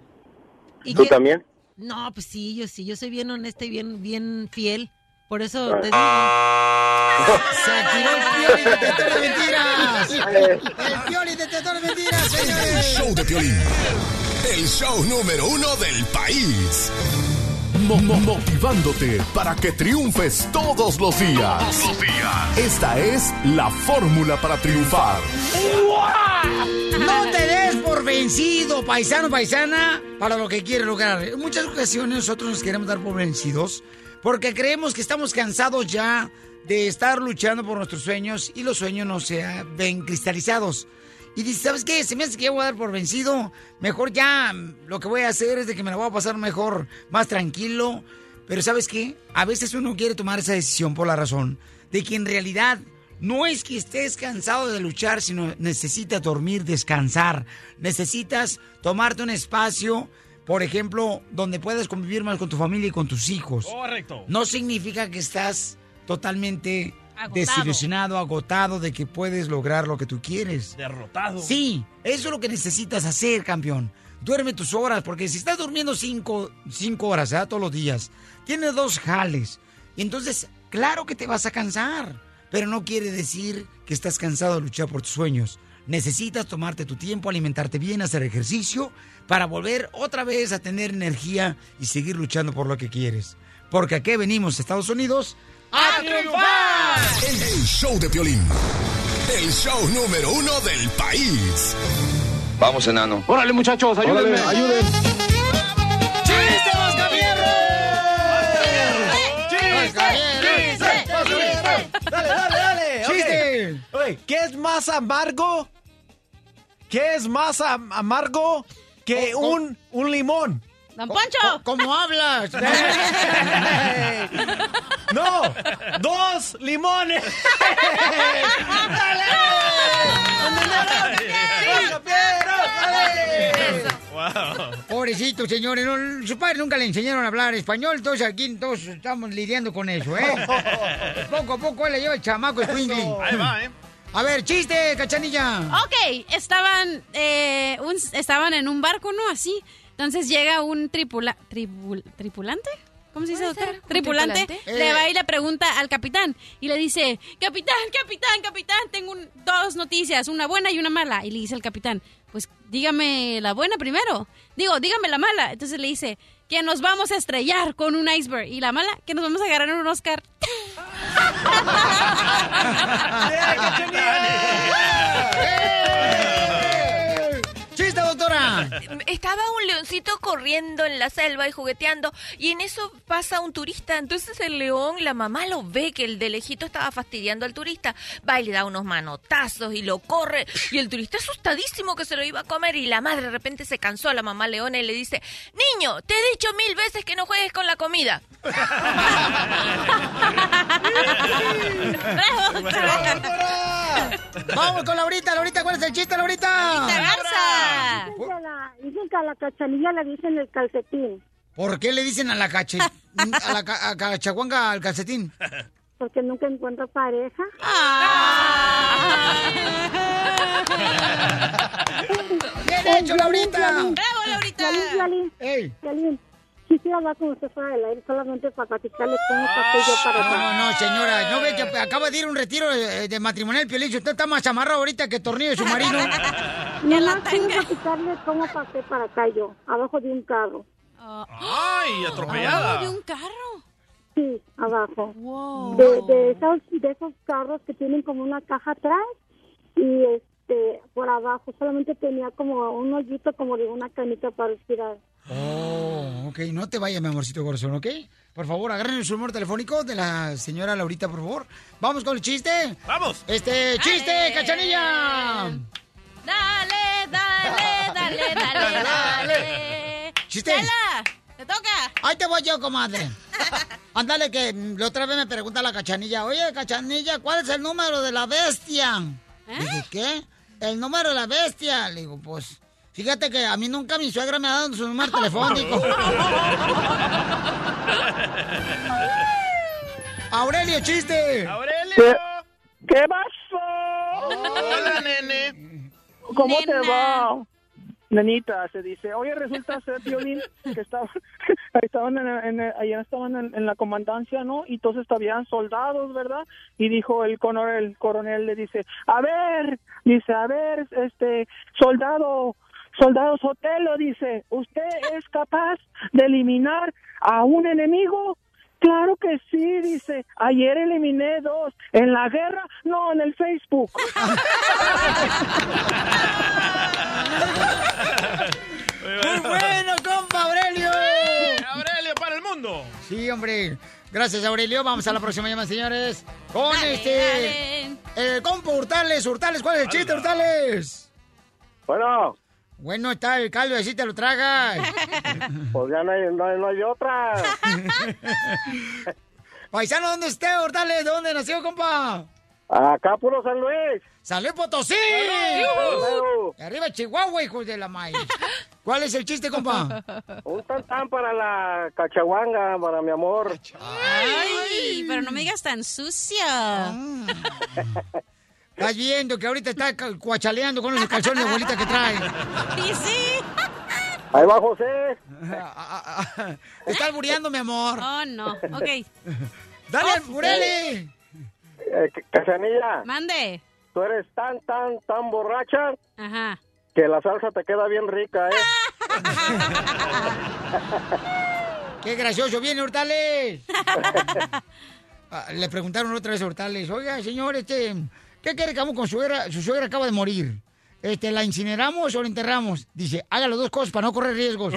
¿Y ¿Tú qué- también? No, pues sí, yo sí, yo soy bien honesta y bien, bien fiel. Por Ah. eso te digo. ¡Detector de mentiras! ¡El Pioli detector de mentiras, El señores! show de Piolín. El show número uno del país. Mo- mo- Motivándote para que triunfes todos los días. Esta es la fórmula para triunfar. No te des por vencido, paisano, paisana, para lo que quieres lograr. En muchas ocasiones nosotros nos queremos dar por vencidos porque creemos que estamos cansados ya de estar luchando por nuestros sueños y los sueños no se ven cristalizados. Y dices, ¿sabes qué? Se me hace que ya voy a dar por vencido. Mejor ya mm, lo que voy a hacer es de que me la voy a pasar mejor, más tranquilo. Pero ¿sabes qué? A veces uno quiere tomar esa decisión por la razón de que en realidad no es que estés cansado de luchar, sino necesitas dormir, descansar. Necesitas tomarte un espacio, por ejemplo, donde puedas convivir más con tu familia y con tus hijos. Correcto. No significa que estás totalmente Agotado. desilusionado, agotado de que puedes lograr lo que tú quieres. Derrotado. Sí, eso es lo que necesitas hacer, campeón. Duerme tus horas, porque si estás durmiendo cinco, cinco horas ¿verdad? todos los días, tienes dos jales. Y entonces, claro que te vas a cansar, pero no quiere decir que estás cansado de luchar por tus sueños. Necesitas tomarte tu tiempo, alimentarte bien, hacer ejercicio, para volver otra vez a tener energía y seguir luchando por lo que quieres. Porque aquí venimos, Estados Unidos, ¡A triunfar! El, el show de Piolín. El show número uno del país. Vamos, enano. Órale, muchachos, ayúdenme. ayúdenme. ¡Chiste, Mascafierro! ¡Chiste! ¡Chiste! Dale, dale, dale. ¡Chiste! Oye, ¿qué es más amargo? ¿Qué es más am- amargo Oh, que un, un limón? ¡Don Poncho! ¿Cómo hablas? ¡No! ¡Dos limones! Pobrecito, señores. no, sus padres nunca le enseñaron a hablar español. Entonces aquí todos estamos lidiando con eso, ¿eh? Poco a poco él le lleva el chamaco Swingley. Ahí va, ¿eh? A ver, chiste, cachanilla. Ok, estaban, eh, un- estaban en un barco, ¿no? Así. Entonces llega un tripula, tribul- tripulante. ¿Cómo se dice, doctora? ¿Un Tripulante. tripulante? Le Eh. va y le pregunta al capitán. Y le dice, capitán, capitán, capitán, tengo un- dos noticias, una buena y una mala. Y le dice el capitán, pues dígame la buena primero. Digo, dígame la mala. Entonces le dice, que nos vamos a estrellar con un iceberg. Y la mala, que nos vamos a agarrar un Oscar. ¡Chiste, doctora! Estaba un leoncito corriendo en la selva y jugueteando y en eso pasa un turista. Entonces el león, la mamá lo ve que el de lejito estaba fastidiando al turista. Va y le da unos manotazos y lo corre. Y el turista asustadísimo que se lo iba a comer y la madre de repente se cansó la mamá leona y le dice, niño, te he dicho mil veces que no juegues con la comida. Vamos con Laurita, Laurita, ¿cuál es el chiste, Laurita? Dicen que a la- Dicen que a la cachanilla le dicen el calcetín, ¿Por qué le dicen a la cache, a la ca- a cachaguanga al calcetín? porque nunca encuentra pareja. ¡Bien hecho, Laurita! ¡Bravo, Laurita! Violín, Violín, Violín, quisiera hablar con usted fuera del aire solamente para platicarle cómo pasé yo para Ah, No, acá. no, no, señora, ¿no ve que acaba de ir a un retiro eh, de, de matrimonial, Piolín? Usted está más amarrado ahorita que tornillo de submarino. Nada más quiero platicarle cómo pasé para acá yo, abajo de un carro. ¡Ay, atropellada! ¿De un carro? Sí, abajo. De, de esos, de esos carros que tienen como una caja atrás y este por abajo solamente tenía como un hoyito como de una canita para tirar. Oh, ok, no te vayas, mi amorcito corazón, ¿ok? Por favor, agarren el número telefónico de la señora Laurita, por favor. Vamos con el chiste. ¡Vamos! Este, chiste, cachanilla. Dale, dale, dale, dale, dale. Chiste. Chela, ¡Te toca! Ahí te voy yo, comadre. Ándale, que mm, la otra vez me pregunta la cachanilla, oye, cachanilla, ¿cuál es el número de la bestia? Dije, ¿qué? El número de la bestia. Le digo, pues, fíjate que a mí nunca mi suegra me ha dado su número telefónico. Aurelio, chiste. ¿Qué, qué pasó? Hola, nene. ¿Cómo te va? Nenita, se dice. Oye, resulta ser, Violín, que estaba- ahí estaban, en, en- ayer estaban en, en la comandancia, ¿no? Y entonces habían soldados, ¿verdad? Y dijo el coronel, el coronel le dice, a ver, dice, a ver, este, soldado, soldado Sotelo, dice, ¿usted es capaz de eliminar a un enemigo? Claro que sí, dice. Ayer eliminé dos. ¿En la guerra? No, en el Facebook. Muy bueno, compa Aurelio. Aurelio, para el mundo. Sí, hombre. Gracias, Aurelio. Vamos a la próxima llamada, señores. Con Dale, este. El compa Hurtales, Hurtales, ¿cuál es el chiste, Hurtales? Bueno. Bueno, está el caldo, así te lo tragas. Pues ya no hay, no hay- no hay otra. Paisano, ¿dónde está Hurtales? ¿Dónde nació, compa? Acá puro San Luis. ¡San Luis Potosí! ¡Salud! Y Arriba Chihuahua, hijos de la maíz. ¿Cuál es el chiste, compa? Un tantán para la cachahuanga, para mi amor. ¡Ay! Pero no me digas tan sucia. Estás viendo que ahorita está ca- cuachaleando con los calzones de abuelita que trae. Y sí. Ahí va José. Te está albureando, mi amor. Oh, no. Ok. ¡Dale, Oh, Bureli! Eh, C- Cachanilla, Mande. tú eres tan, tan, tan borracha Ajá. que la salsa te queda bien rica, ¿eh? ¡Qué gracioso viene Hurtales! Ah, Le preguntaron otra vez a Hurtales, oiga, señor, este, ¿qué quiere que hagamos con su suegra? Su suegra acaba de morir. Este, ¿La incineramos o la enterramos? Dice, haga las dos cosas para no correr riesgos.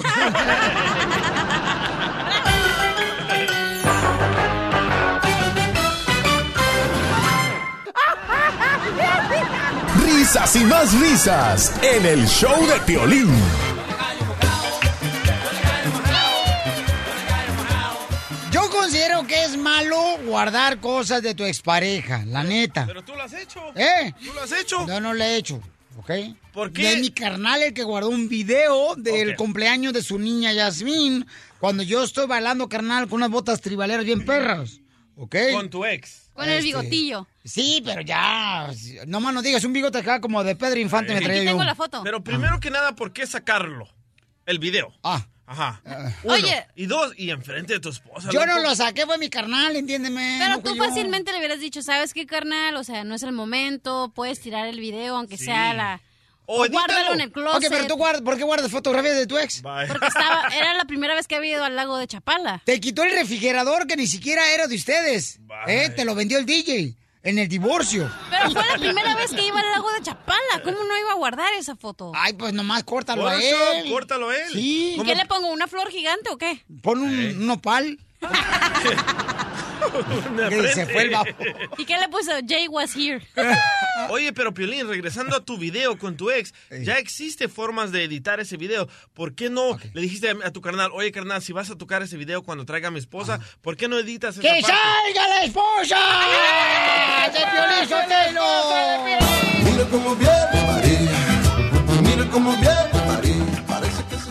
Risas y más risas en el show de Piolín. Yo considero que es malo guardar cosas de tu expareja, la neta. Pero tú lo has hecho. ¿Eh? ¿Tú lo has hecho? Yo no lo he hecho, ¿ok? ¿Por qué? Y Es mi carnal el que guardó un video del cumpleaños de su niña Yasmín, cuando yo estoy bailando, carnal, con unas botas tribaleras bien perras, ¿ok? Este, Con tu ex. Con el bigotillo. Sí, pero ya, nomás no digas, un bigote acá como de Pedro Infante me traía yo. foto. Pero primero que nada, ¿por qué sacarlo? El video. Ah. Ajá. Oye. Oye. Y dos, y enfrente de tu esposa. Yo no loco. lo saqué, fue mi carnal, entiéndeme. Pero no fui tú yo. fácilmente le hubieras dicho, ¿sabes qué, carnal? O sea, no es el momento, puedes tirar el video, aunque Sí. sea la... O, guárdalo en el closet. Ok, pero tú guardas, ¿por qué guardas fotografías de tu ex? Porque estaba, era la primera vez que había ido al lago de Chapala. Te quitó el refrigerador que ni siquiera era de ustedes. ¿eh? Te lo vendió el DJ en el divorcio. Pero fue la primera vez que iba al lago de Chapala. ¿Cómo no iba a guardar esa foto? Ay, pues nomás córtalo Por a eso, él. córtalo a él. Eh. Sí. ¿Qué le pongo? ¿Una flor gigante o qué? Pon un, un opal. Que se fue el vapo. ¿Y qué le puso? Jay was here. Oye, pero Piolín, regresando a tu video con tu ex, ya existe formas de editar ese video. ¿Por qué no le dijiste a, a tu carnal, oye carnal, si vas a tocar ese video cuando traiga a mi esposa, ¿por qué no editas esa ¡Que parte? salga la esposa! ¡De Piolín Sotelo! Mira cómo viene María. Mira cómo viene María.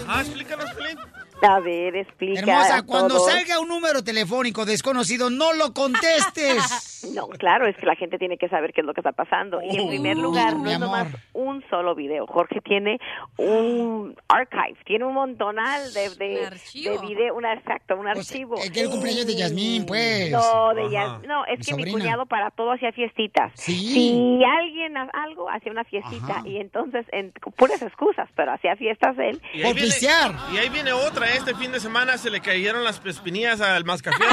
Ah, explícanos, Piolín. A ver, explica. Hermosa, a cuando todos. salga un número telefónico desconocido, no lo contestes. No, claro, es que la gente tiene que saber qué es lo que está pasando. Y Oh, en primer lugar, no mi es nomás amor. un solo video. Jorge tiene un archive, tiene un montonal de, de, de video, un exacto, un archivo. Es que el cumpleaños de Yasmín, pues. No, de Ajá. Yas- no, es Mi que mi sobrina. cuñado para todo hacía fiestitas. Sí. Si alguien ha- algo hacía una fiestita y entonces en, con puras excusas, pero hacía fiestas él. Y ahí viene- Y ahí viene otra, este fin de semana se le cayeron las pespinillas al mascafé.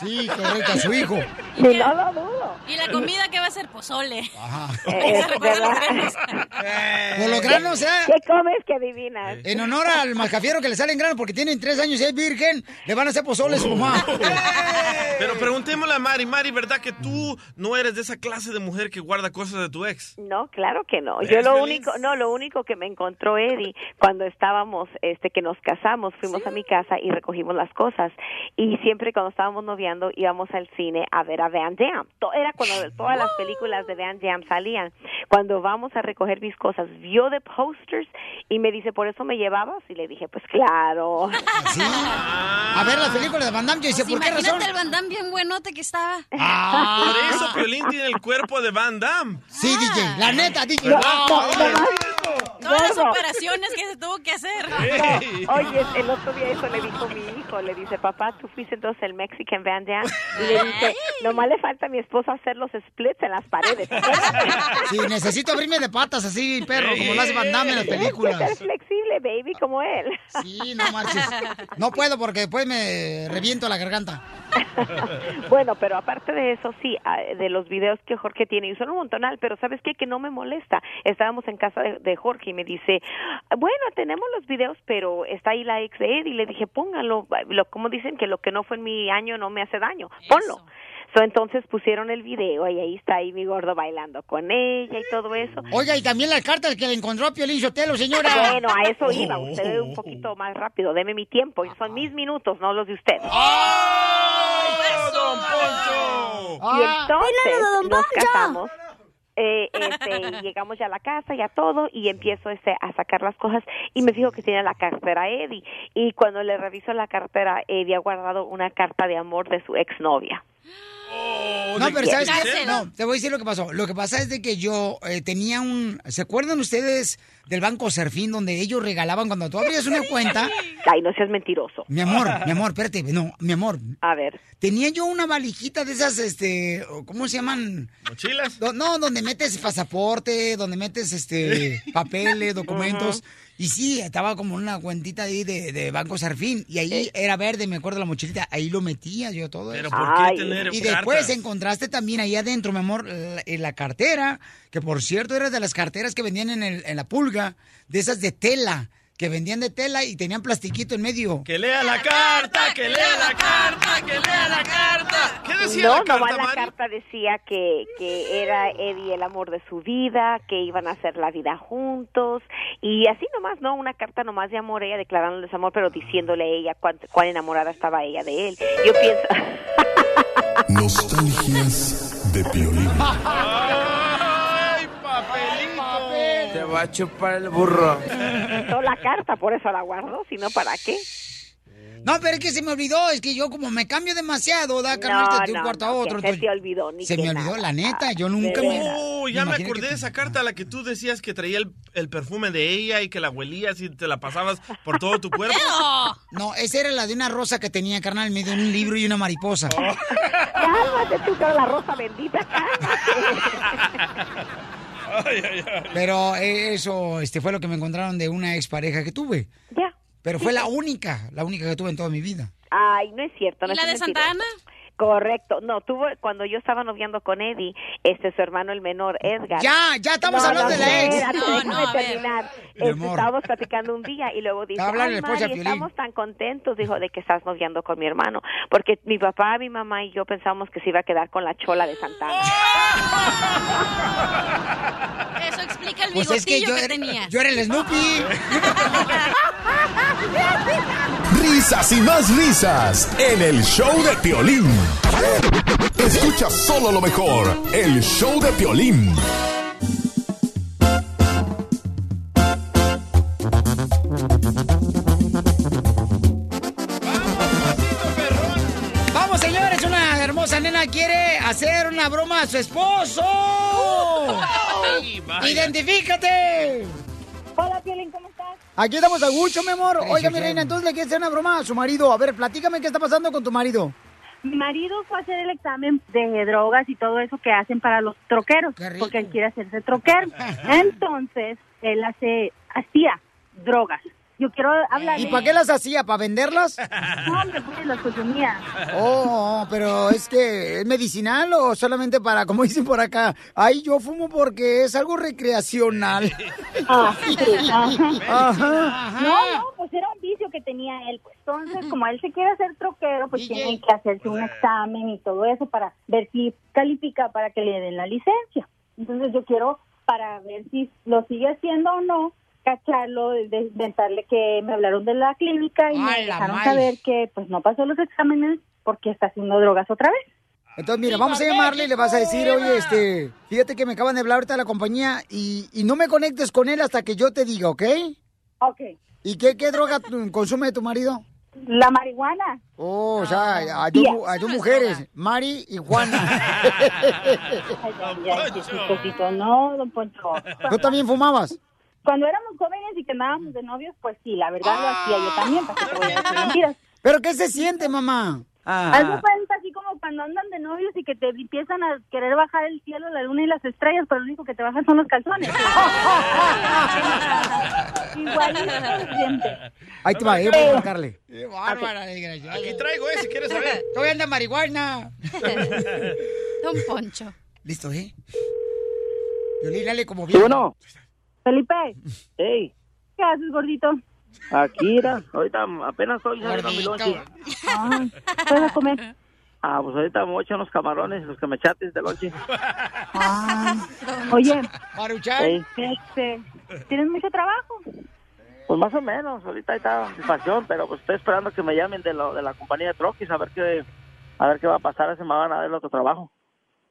Sí, correcto, a su hijo. Y no lo dudo. Y la comida que va a ser pozole. Ah. Eh, Es verdad. Por los granos, ¿eh? ¿Qué comes que adivinas? En honor al mascafiero que le salen granos porque tienen tres años y es virgen, le van a hacer pozole a su mamá. Pero preguntémosle a Mari, Mari, ¿verdad que tú no eres de esa clase de mujer que guarda cosas de tu ex? No, claro que no. ¿Ves, Yo lo Piolín? único, no, lo único que me encontró Eddie cuando estábamos, este, que nos casamos, fuimos a mi casa y recogimos las cosas. Y siempre cuando estábamos noviando íbamos al cine a ver a Van Damme. To- era cuando todas las películas de Van Damme salían. Cuando vamos a recoger mis cosas, vio de posters y me dice, ¿por eso me llevabas? Y le dije, pues claro. A ver las películas de Van Damme, yo dice, Pues ¿por qué imagínate razón? Ah, el bandán bien buenote que estaba. Ah. Por eso Piolín tiene el cuerpo de Van Damme. Sí, DJ, la neta, DJ. ¿Verdad? Todas las Gordo. operaciones que se tuvo que hacer. No, oye, el otro día eso le dijo mi hijo, le dice, papá, tú fuiste entonces el Mexican Van Damme. Y le dice, nomás le falta a mi esposo hacer los splits en las paredes. Sí, necesito abrirme de patas así, perro, como lo hace Van Damme en las Tienes que películas. ser flexible, baby, como él. Sí, no marches. No puedo porque después me reviento la garganta. Bueno, pero aparte de eso, sí, ah, de los videos que Jorge tiene, y son un montonal, pero ¿sabes qué? Que no me molesta. Estábamos en casa de, de Jorge y me dice, bueno, tenemos los videos, pero está ahí la ex de Ed, y le dije, póngalo, lo, como dicen que lo que no fue en mi año no me hace daño, ponlo. So, entonces pusieron el video y ahí está ahí mi gordo bailando con ella y todo eso. Oiga, y también las cartas que le encontró a Piolín Sotelo, señora. Bueno, a eso iba. Usted Oh. un poquito más rápido. Deme mi tiempo. Son mis minutos, no los de usted. Y Ah. entonces nos casamos. Eh, este, y llegamos ya a la casa y a todo y empiezo este a sacar las cosas y me fijo que tiene la cartera Eddie y cuando le reviso la cartera Eddie ha guardado una carta de amor de su exnovia. No, ¿de pero qué? ¿sabes qué? Cárcel. No, te voy a decir lo que pasó. Lo que pasa es de que yo eh, tenía un... ¿Se acuerdan ustedes del Banco Serfín donde ellos regalaban cuando tú abrías una cuenta? Ay, no seas mentiroso. Mi amor, mi amor, espérate. No, mi amor. A ver. Tenía yo una valijita de esas, este... ¿Cómo se llaman? ¿Mochilas? no, donde metes pasaporte, donde metes, este... papeles, documentos. Y sí, estaba como una cuentita ahí de, de Banco Serfín. Y ahí Eh. era verde, me acuerdo la mochilita. Ahí lo metía yo todo Pero eso. ¿por qué Ay. tener Y después cartas? Pues, encontraste también ahí adentro, mi amor, la, en la cartera, que por cierto era de las carteras que vendían en, el- en la pulga, de esas de tela, que vendían de tela y tenían plastiquito en medio. Que lea la carta, que lea la carta, que lea la carta. ¿Qué decía no, la carta, nomás la Mari? carta decía que, que era Eddie el amor de su vida, que iban a hacer la vida juntos y así nomás, ¿no? Una carta nomás de amor, ella declarándole su amor, pero diciéndole a ella cuán, cuán enamorada estaba ella de él. Yo pienso... Nostalgias de Piolín. ¡Ay, papelito! Te va a chupar el burro. No la carta, por eso la guardo, sino para qué. No, pero es que se me olvidó, es que yo como me cambio demasiado, da carnal de un cuarto a que otro. se entonces- te olvidó, ni se que me olvidó, nada. la neta, yo nunca me... Oh, ya me imaginé que acordé de esa carta la que tú decías que traía el, el perfume de ella y que la huelías y te la pasabas por todo tu cuerpo. No, esa era la de una rosa que tenía, carnal, me dio un libro y una mariposa. Cálmate tú, cara, la rosa bendita. Pero eh, eso este, fue lo que me encontraron de una expareja que tuve. Ya. Pero fue la única, la única que tuve en toda mi vida. Ay, no es cierto. No ¿Y la seas de mentiroso. Santa Correcto. No, tuvo, cuando yo estaba noviando con Eddie, este, su hermano el menor, Edgar. Ya, ya estamos hablando de la ex. espérate, No, déjame no, a ver. terminar. Mi Este, amor. estábamos platicando un día y luego dice, Estaba hablando "Ay, la esposa Mari, de Piolín". estamos tan contentos, dijo, de que estás noviando con mi hermano. Porque mi papá, mi mamá y yo pensábamos que se iba a quedar con la chola de Santana. Eso explica el Pues bigotillo es que que, yo era, tenía. yo era el Snoopy. Risas y más risas en el show de Piolín. Escucha solo lo mejor, el show de Piolín. Vamos, señores, una hermosa nena quiere hacer una broma a su esposo. vaya. ¡Identifícate! Hola, Piolín, ¿cómo estás? Aquí estamos a Gucho, mi amor. Preciosa. Oiga, mi reina, entonces le quiere hacer una broma a su marido. A ver, platícame qué está pasando con tu marido. Mi marido fue a hacer el examen de drogas y todo eso que hacen para los troqueros, porque él quiere hacerse troquero. Entonces, él hace, hacía drogas. Yo quiero hablar. ¿Y para qué las hacía? ¿Para venderlas? No, me puse las consumía. Oh, oh, pero es que ¿es medicinal o solamente para, como dicen por acá, ay, yo fumo porque es algo recreacional? Ah, sí, ah. Ajá. No, no, pues era un vicio que tenía él. Pues. Entonces, como él se quiere hacer troquero, pues tiene que hacerse un examen y todo eso para ver si califica para que le den la licencia. Entonces, yo quiero, para ver si lo sigue haciendo o no, cacharlo, de- inventarle que me hablaron de la clínica y me Ay, la dejaron mal. saber que pues no pasó los exámenes porque está haciendo drogas otra vez. Entonces, mira, vamos a llamarle y le vas a decir, oye, este, fíjate que me acaban de hablar ahorita de la compañía y, y no me conectes con él hasta que yo te diga, ¿ok? Ok. ¿Y qué, qué droga tu- consume tu marido? La marihuana. Ah, Oh, o sea, hay, hay Sí, dos, eso hay dos no es mujeres, Mari y Juana. Ay, ay, ay, qué chistosito, no, don Poncho. ¿Tú también fumabas? Cuando éramos jóvenes y que andábamos de novios, pues sí, la verdad lo hacía yo también, para que te voy a decir mentiras. ¿Pero qué se siente, mamá? Haz Ah. de cuenta así como cuando andan de novios y que te empiezan a querer bajar el cielo, la luna y las estrellas, pero lo único que te bajan son los calzones. Ah. Igualito siempre. Ahí te va, eh, voy a marcarle. Qué bárbara, Aquí traigo ese, ¿quieres saber? Todavía anda marihuana. Don Poncho. Listo, ¿eh? Violín, dale como bien. bueno. Felipe. Hey, ¿Qué haces, gordito? aquí era. Ahorita apenas estoy saliendo a mi lonche. Ay, ¿Puedo comer? Ah, pues ahorita me echan los camarones, los camachates de lonche. Ah, Oye, Ey. este, ¿tienes mucho trabajo? Pues más o menos, ahorita ahí está satisfacción, pero pues estoy esperando que me llamen de, lo, de la compañía de troquis a ver qué a ver qué va a pasar, a ver si me van a dar el otro trabajo.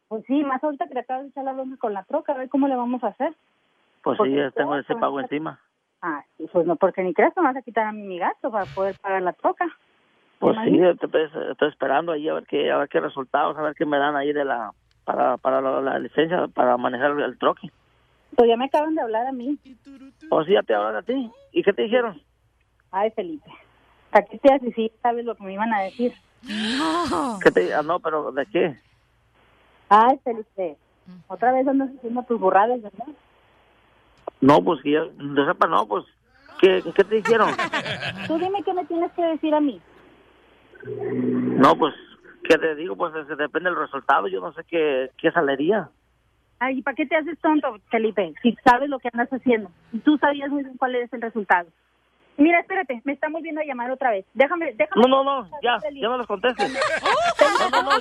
Pues sí, más ahorita que le acabas de echar la lona con la troca, a ver cómo le vamos a hacer. Pues Pues sí, sí, ya tengo ese claro. pago encima. Ah, sí, pues no, porque ni creas que me vas a quitar a mí mi gasto para poder pagar la troca. Pues sí, Imagínate. estoy, estoy esperando ahí a ver qué a ver qué resultados, a ver qué me dan ahí de la para para la, la licencia para manejar el troqui. Pues ya me acaban de hablar a mí. Pues sí, ya te hablan a ti. ¿Y qué te dijeron? Ay, Felipe, ¿para qué te haces si sabes lo que me iban a decir? ¿Qué te, ah, no, pero ¿de qué? Ay, Felipe, otra vez andas haciendo tus burradas, ¿verdad? No, pues que yo no sepa, no, pues ¿qué, qué te dijeron? Tú dime qué me tienes que decir a mí. No, pues ¿qué te digo? Pues es que depende del resultado, yo no sé qué qué salería. Ay, ¿para qué te haces tonto, Felipe? Si sabes lo que andas haciendo. Y tú sabías muy bien cuál es el resultado. Mira, espérate, me están volviendo a llamar otra vez. Déjame, déjame. No, no, no, ya, ya me los contestes. No, no, no,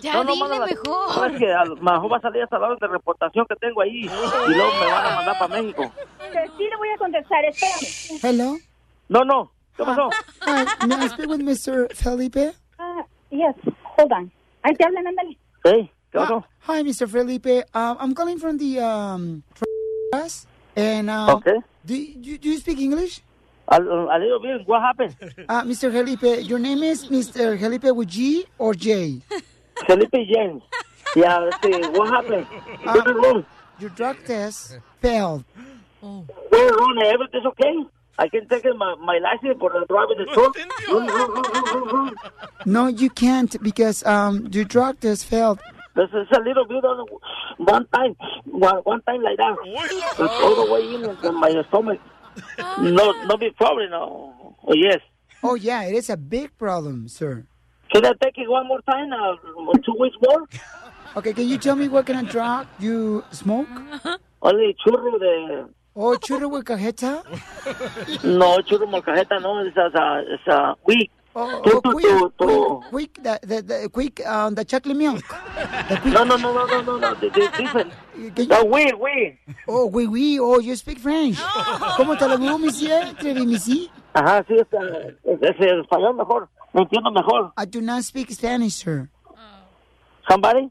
Ya no, no, dile mándala. mejor. Es que a lo mejor va a salir hasta la orden de reportación que tengo ahí y luego me van a mandar para México. Sí le voy a contestar, espérame. Hello. No, no, ¿qué pasó? Hi, may I speak with Mr. Felipe? Ah, yes, hold on. Ahí te hablan, ándale. Hey, ¿qué pasó? Ah, hi, Mr. Felipe. Um, I'm calling from the um from us, and um, Okay. do, you, do you speak English? A, a little bit, what happened? Uh, Mr. Felipe, your name is Mr. Felipe with G or J? Felipe James. Yeah, let's see, Ah, este, what happened? Ah, What is wrong? Your drug test failed. Where wrong? Everything's okay? I can take my, my license for driving the truck. Run, run, run, run, run, run. No, you can't because um your drug test failed. This is a little bit on one time, one, one time like that. It's all the way in, in my stomach. No, no big problem. No. Oh, yes. Oh yeah, it is a big problem, sir. Should I take it one more time? Uh, two weeks more? Okay, can you tell me what kind of drug you smoke? Only churro de. Oh, churro with cajeta? No, churro molcajeta, no. It's a, it's a, it's a week. Oh, Tú, oh, tú, quick, tú, tú. quick, quick, the, the, the quick, um, the chocolate milk. No, no, no, no, no, no, no. It's different. No, we, we. Oh, oui, oui, oh, you speak French. ¿Cómo te lo digo, monsieur? Trevi, monsieur? Ajá, sí, es, eh, es el español mejor. Me entiendo mejor. I do not speak Spanish, sir. Somebody?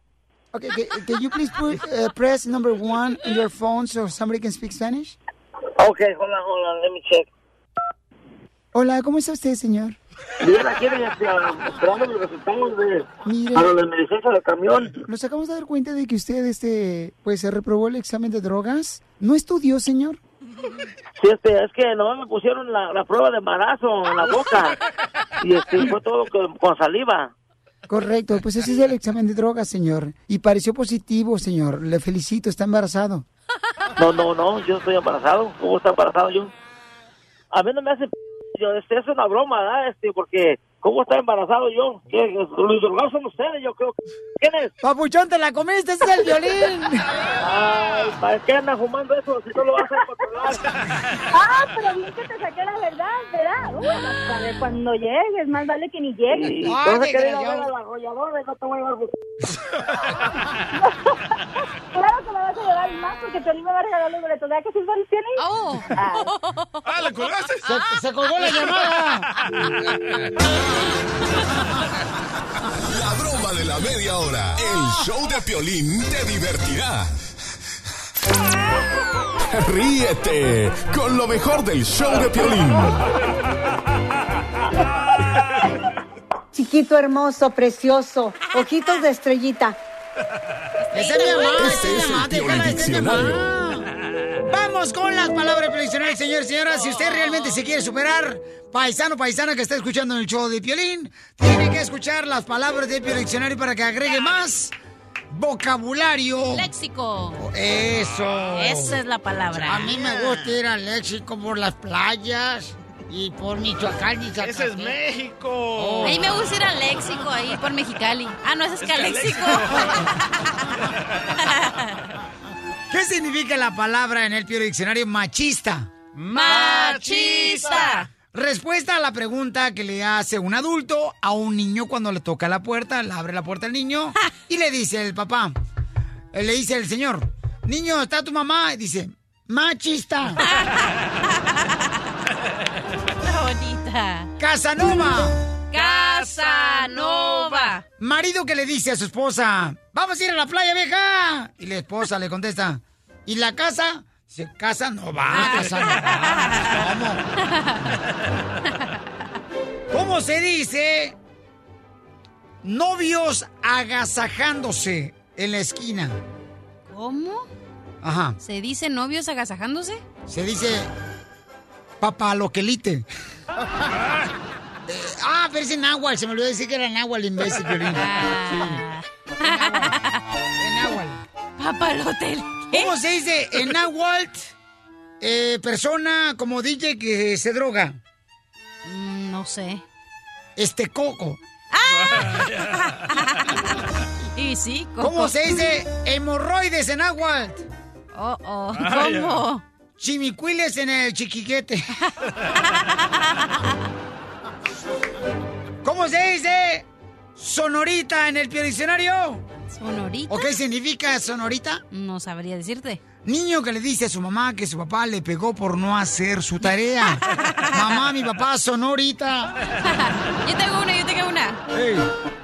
Okay, ca- can, you please put, uh, press number one on your phone so somebody can speak Spanish? Okay, hold on, hold on. Let me check. Hola, ¿cómo está usted, señor? Mira, quiere ya está esperando los resultados de. Mire. Para la licencia del camión. Nos acabamos de dar cuenta de que usted, este, pues, se reprobó el examen de drogas. ¿No estudió, señor? Sí, este, es que no me pusieron la, la prueba de embarazo en la boca. Y este, fue todo con, con saliva. Correcto, pues ese es el examen de drogas, señor. Y pareció positivo, señor. Le felicito, está embarazado. No, no, no, yo estoy embarazado. ¿Cómo está embarazado yo? a mí no me hace... p- Yo, este, es una broma, ¿verdad? Este, porque... ¿Cómo está embarazado yo? ¿Qué, los drogados son ustedes, yo creo. ¿Quién es? Papuchón, te la comiste, ese es el violín. Ay, ¿para qué andas fumando eso si no lo vas a Ah, pero bien que te saqué la verdad, ¿verdad? Uh, Uy, vas a ver cuando llegues, más vale que ni llegues. Ah, Entonces, qué ¿qué digo? desgraciado. arrolladora no te voy a llevar. claro que me vas a llevar más porque Piolín me va a regalar los boletos. ¿Verdad que sí, Piolín? ¡Oh! ¡Ah, la colgaste! Se, se colgó la llamada. La broma de la media hora. El show de Piolín te divertirá. Ríete con lo mejor del show de Piolín. Chiquito hermoso, precioso, ojitos de estrellita. Esa es mi mamá, esa es mi mamá, Piolín déjala, esa es mi mamá. Diccionario. Vamos con las palabras previsionales, señor y señora. Si usted realmente se quiere superar, paisano, paisana que está escuchando en el show de Piolín, tiene que escuchar las palabras de Piolín Diccionario para que agregue más vocabulario. Léxico. Oh. Eso. Esa es la palabra. A mí me gusta ir al léxico por las playas y por Michoacán Oh. y Zacatecas. Ese es México. A mí me gusta ir al léxico ahí por Mexicali. Ah, no, ese es Caléxico. ¿Qué significa la palabra en el Piolín Diccionario machista? Machista. Respuesta a la pregunta que le hace un adulto a un niño cuando le toca la puerta, le abre la puerta al niño y le dice el papá, eh, le dice el señor, niño, ¿está tu mamá? Y dice, machista. Está bonita. Casanova. Casanova. Marido que le dice a su esposa, vamos a ir a la playa vieja. Y la esposa le contesta, ¿y la casa? Dice, casa no va, Ah. casa no va. ¿Cómo? ¿Cómo se dice novios agasajándose en la esquina? ¿Cómo? Ajá. ¿Se dice novios agasajándose? Se dice papaloquelite. Eh, ah, pero es en náhuatl. Se me olvidó decir que era en náhuatl, imbécil, Piolín. Sí. En náhuatl. Papalotel. ¿Cómo se dice en náhuatl eh, persona como DJ que se droga? Mm, No sé. Este coco. Ah. Y sí, coco. ¿Cómo se dice hemorroides en náhuatl? Oh, oh. ¿Cómo? Chimicuiles en el chiquiquete. ¿Cómo se dice sonorita en el diccionario? ¿Sonorita? ¿O qué significa sonorita? No sabría decirte. Niño que le dice a su mamá que su papá le pegó por no hacer su tarea. mamá, mi papá, sonorita. Yo tengo una, yo tengo una. Ey.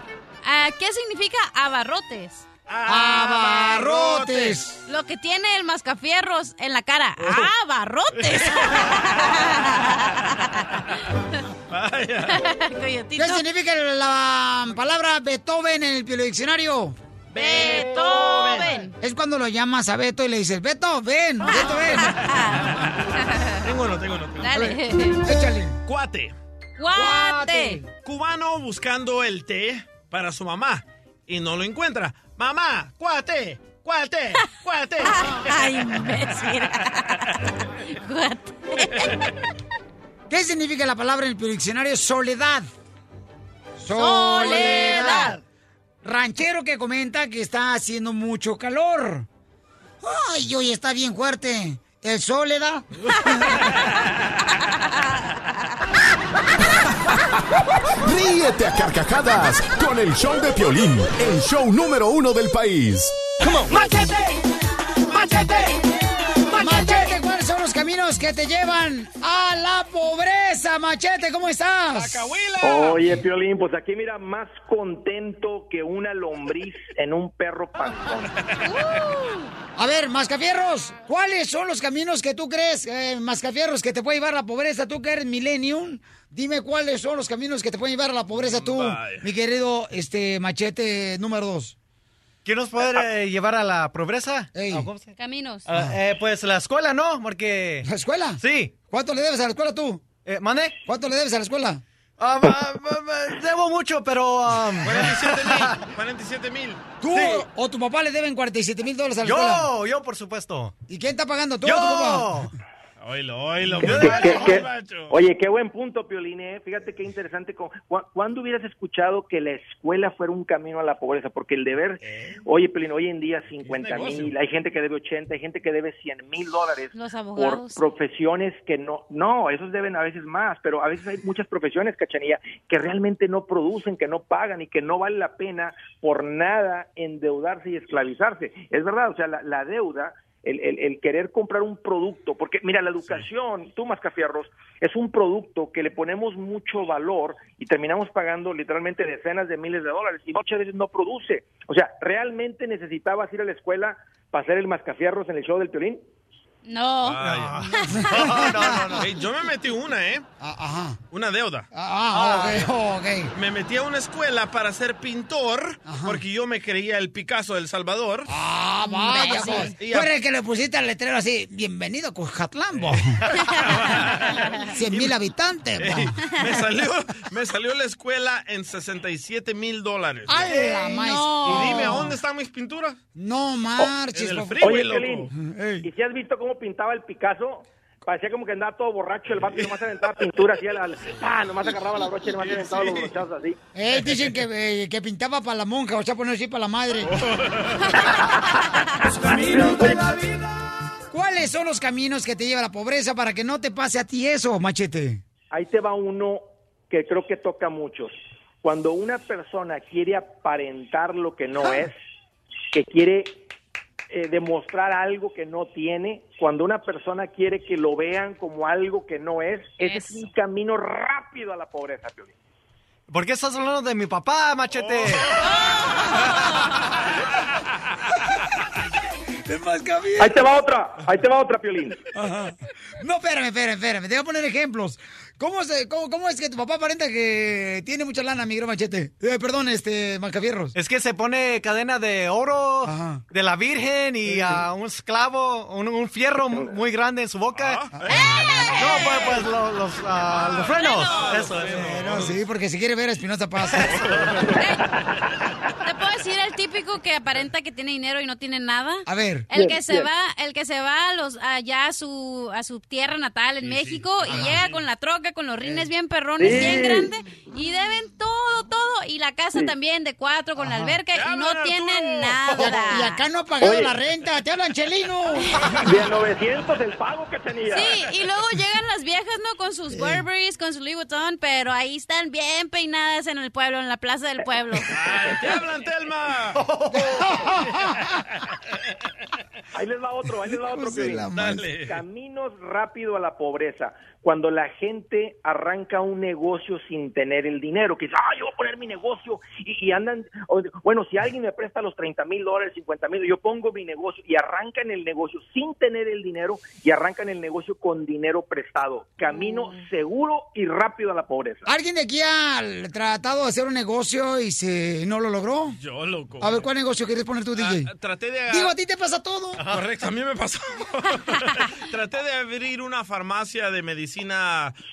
Ah, ¿Qué significa abarrotes? Abarrotes. Oh. Lo que tiene el mascafierros en la cara. Ah, ¡Abarrotes! Coyotito. ¿Qué significa la palabra Beethoven en el diccionario? Beethoven. Ah. Es cuando lo llamas a Beto y le dices, Beto, ven, Beto, ven. Tengo uno, tengo uno. tengo uno. Dale. Échale. Cuate. Guate. Cubano buscando el té para su mamá y no lo encuentra. Mamá, cuate, cuate, cuate. Ay, imbécil. Guate. ¿Qué significa la palabra en el diccionario soledad? Soledad. Ranchero que comenta que está haciendo mucho calor. Ay, hoy está bien fuerte. El soledad. Ríete a carcajadas con el show de Piolín, el show número uno del país. ¡Machete! ¡Machete! ¡Machete! ¿Cuáles son los caminos que te llevan a la pobreza, Machete? ¿Cómo estás? Oye, Piolín, pues aquí mira, más contento que una lombriz en un perro panzón. A ver, Mascafierros, ¿cuáles son los caminos que tú crees, eh, Mascafierros, que te puede llevar a la pobreza? Tú que eres millennium, dime cuáles son los caminos que te pueden llevar a la pobreza tú, Vaya. mi querido este Machete número dos. ¿Qué nos puede eh, llevar a la pobreza? ¿O cómo se- Caminos. Ah, eh, pues la escuela, ¿no? Porque... ¿La escuela? Sí. ¿Cuánto le debes a la escuela tú? Eh, ¿Mande? ¿Cuánto le debes a la escuela? Ah, ah, ah, ah, debo mucho, pero... ah, 47 mil. ¿Tú o tu papá le deben 47 mil dólares a la escuela? yo, yo, por supuesto. ¿Y quién está pagando? ¿Tú o tu papá? ¡Yo! Oilo, oilo. Que- pues, que- vale, que- macho. oye, qué buen punto, Piolín. ¿eh? Fíjate qué interesante. co- cu- ¿Cuándo hubieras escuchado que la escuela fuera un camino a la pobreza? Porque el deber, oye, Piolín, hoy en día 50 negocio. mil, hay gente que debe 80, hay gente que debe 100 mil dólares Los por abogados. profesiones que no, no, esos deben a veces más, pero a veces hay muchas profesiones, cachanilla, que realmente no producen, que no pagan y que no vale la pena por nada endeudarse y esclavizarse. Es verdad, o sea, la, la deuda, el, el- el querer comprar un producto, porque mira, la educación, tú mascafierros, es un producto que le ponemos mucho valor y terminamos pagando literalmente decenas de miles de dólares y muchas veces no produce. O sea, ¿realmente necesitabas ir a la escuela para hacer el mascafierros en el show del Piolín? No. Ah. No, no, no. Ey, yo me metí una, ¿eh? Ajá. Una deuda. Ah, ok, Me metí a una escuela para ser pintor porque yo me creía el Picasso del Salvador. Ah, vaya, pues. Y Tú a- eres el que le pusiste al letrero así, bienvenido a Cuscatlambo. Cien mil habitantes, po. Ey, me, salió, me salió la escuela en 67 mil dólares. ¡A la maíz! Y dime, ¿a dónde están mis pinturas? No marches, En el por freeway, Oye, loco. Piolín, ¿y si has visto cómo pintaba el Picasso? Parecía como que andaba todo borracho el vato y nomás aventaba pintura así, al, al- ah, nomás agarraba la brocha y nomás aventaba los brochazos así. Eh, dicen que, eh, que pintaba para la monja, o sea, poner así para la madre. ¿Cuáles son los caminos que te lleva a la pobreza para que no te pase a ti eso, machete? Ahí te va uno que creo que toca a muchos. Cuando una persona quiere aparentar lo que no es, que quiere eh, demostrar algo que no tiene, cuando una persona quiere que lo vean como algo que no es, ese es un camino rápido a la pobreza, Piolín. ¿Por qué estás hablando de mi papá, machete? Ahí te va otra, ahí te va otra, Piolín. No, espérame, espérame, espérame. Te voy a poner ejemplos. ¿Cómo, se- cómo, cómo es que tu papá aparenta que tiene mucha lana, mi gran machete? Eh, perdón, este, Macafierros. Es que se pone cadena de oro de la Virgen y a un esclavo, un, un fierro muy grande en su boca. Ah, eh. No, pues, pues, lo- los, ah, los frenos. Eso, eso. Pero sí, porque si quiere ver a Espinosa Paz. ¿Te puedo decir el típico que aparenta que tiene dinero y no tiene nada? A ver. El Bien, que se bien. va, el que se va a los allá a su a su tierra natal en México y llega con la troca, con los rines bien perrones, Sí. bien grandes y deben todo todo y la casa Sí. también de cuatro con la alberca y no Y tienen nada. ac- y acá no ha pagado Oye. la renta. Te hablan, Chelino. De a 900 el pago, cachanilla. Sí, y luego llegan las viejas, ¿no? Con sus Burberrys, con su Louis Vuitton, pero ahí están bien peinadas en el pueblo, en la plaza del pueblo. ¡Te hablan, Telma! Ahí les va otro, ahí les va otro. Hijos de Piolín. la madre. Caminos rápido a la pobreza. Cuando la gente arranca un negocio sin tener el dinero, que dice, ah, yo voy a poner mi negocio y, y andan, o- bueno, si alguien me presta los 30 mil dólares, 50 mil, yo pongo mi negocio y arrancan el negocio sin tener el dinero y arrancan el negocio con dinero prestado. Camino Mm. seguro y rápido a la pobreza. ¿Alguien de aquí ha tratado de hacer un negocio y se no lo logró? Yo, loco. A ver, ¿cuál negocio quieres poner tú, DJ? Traté de... Digo, a ti te pasa todo. Ajá. Correcto, a mí me pasó. Traté de abrir una farmacia de medicina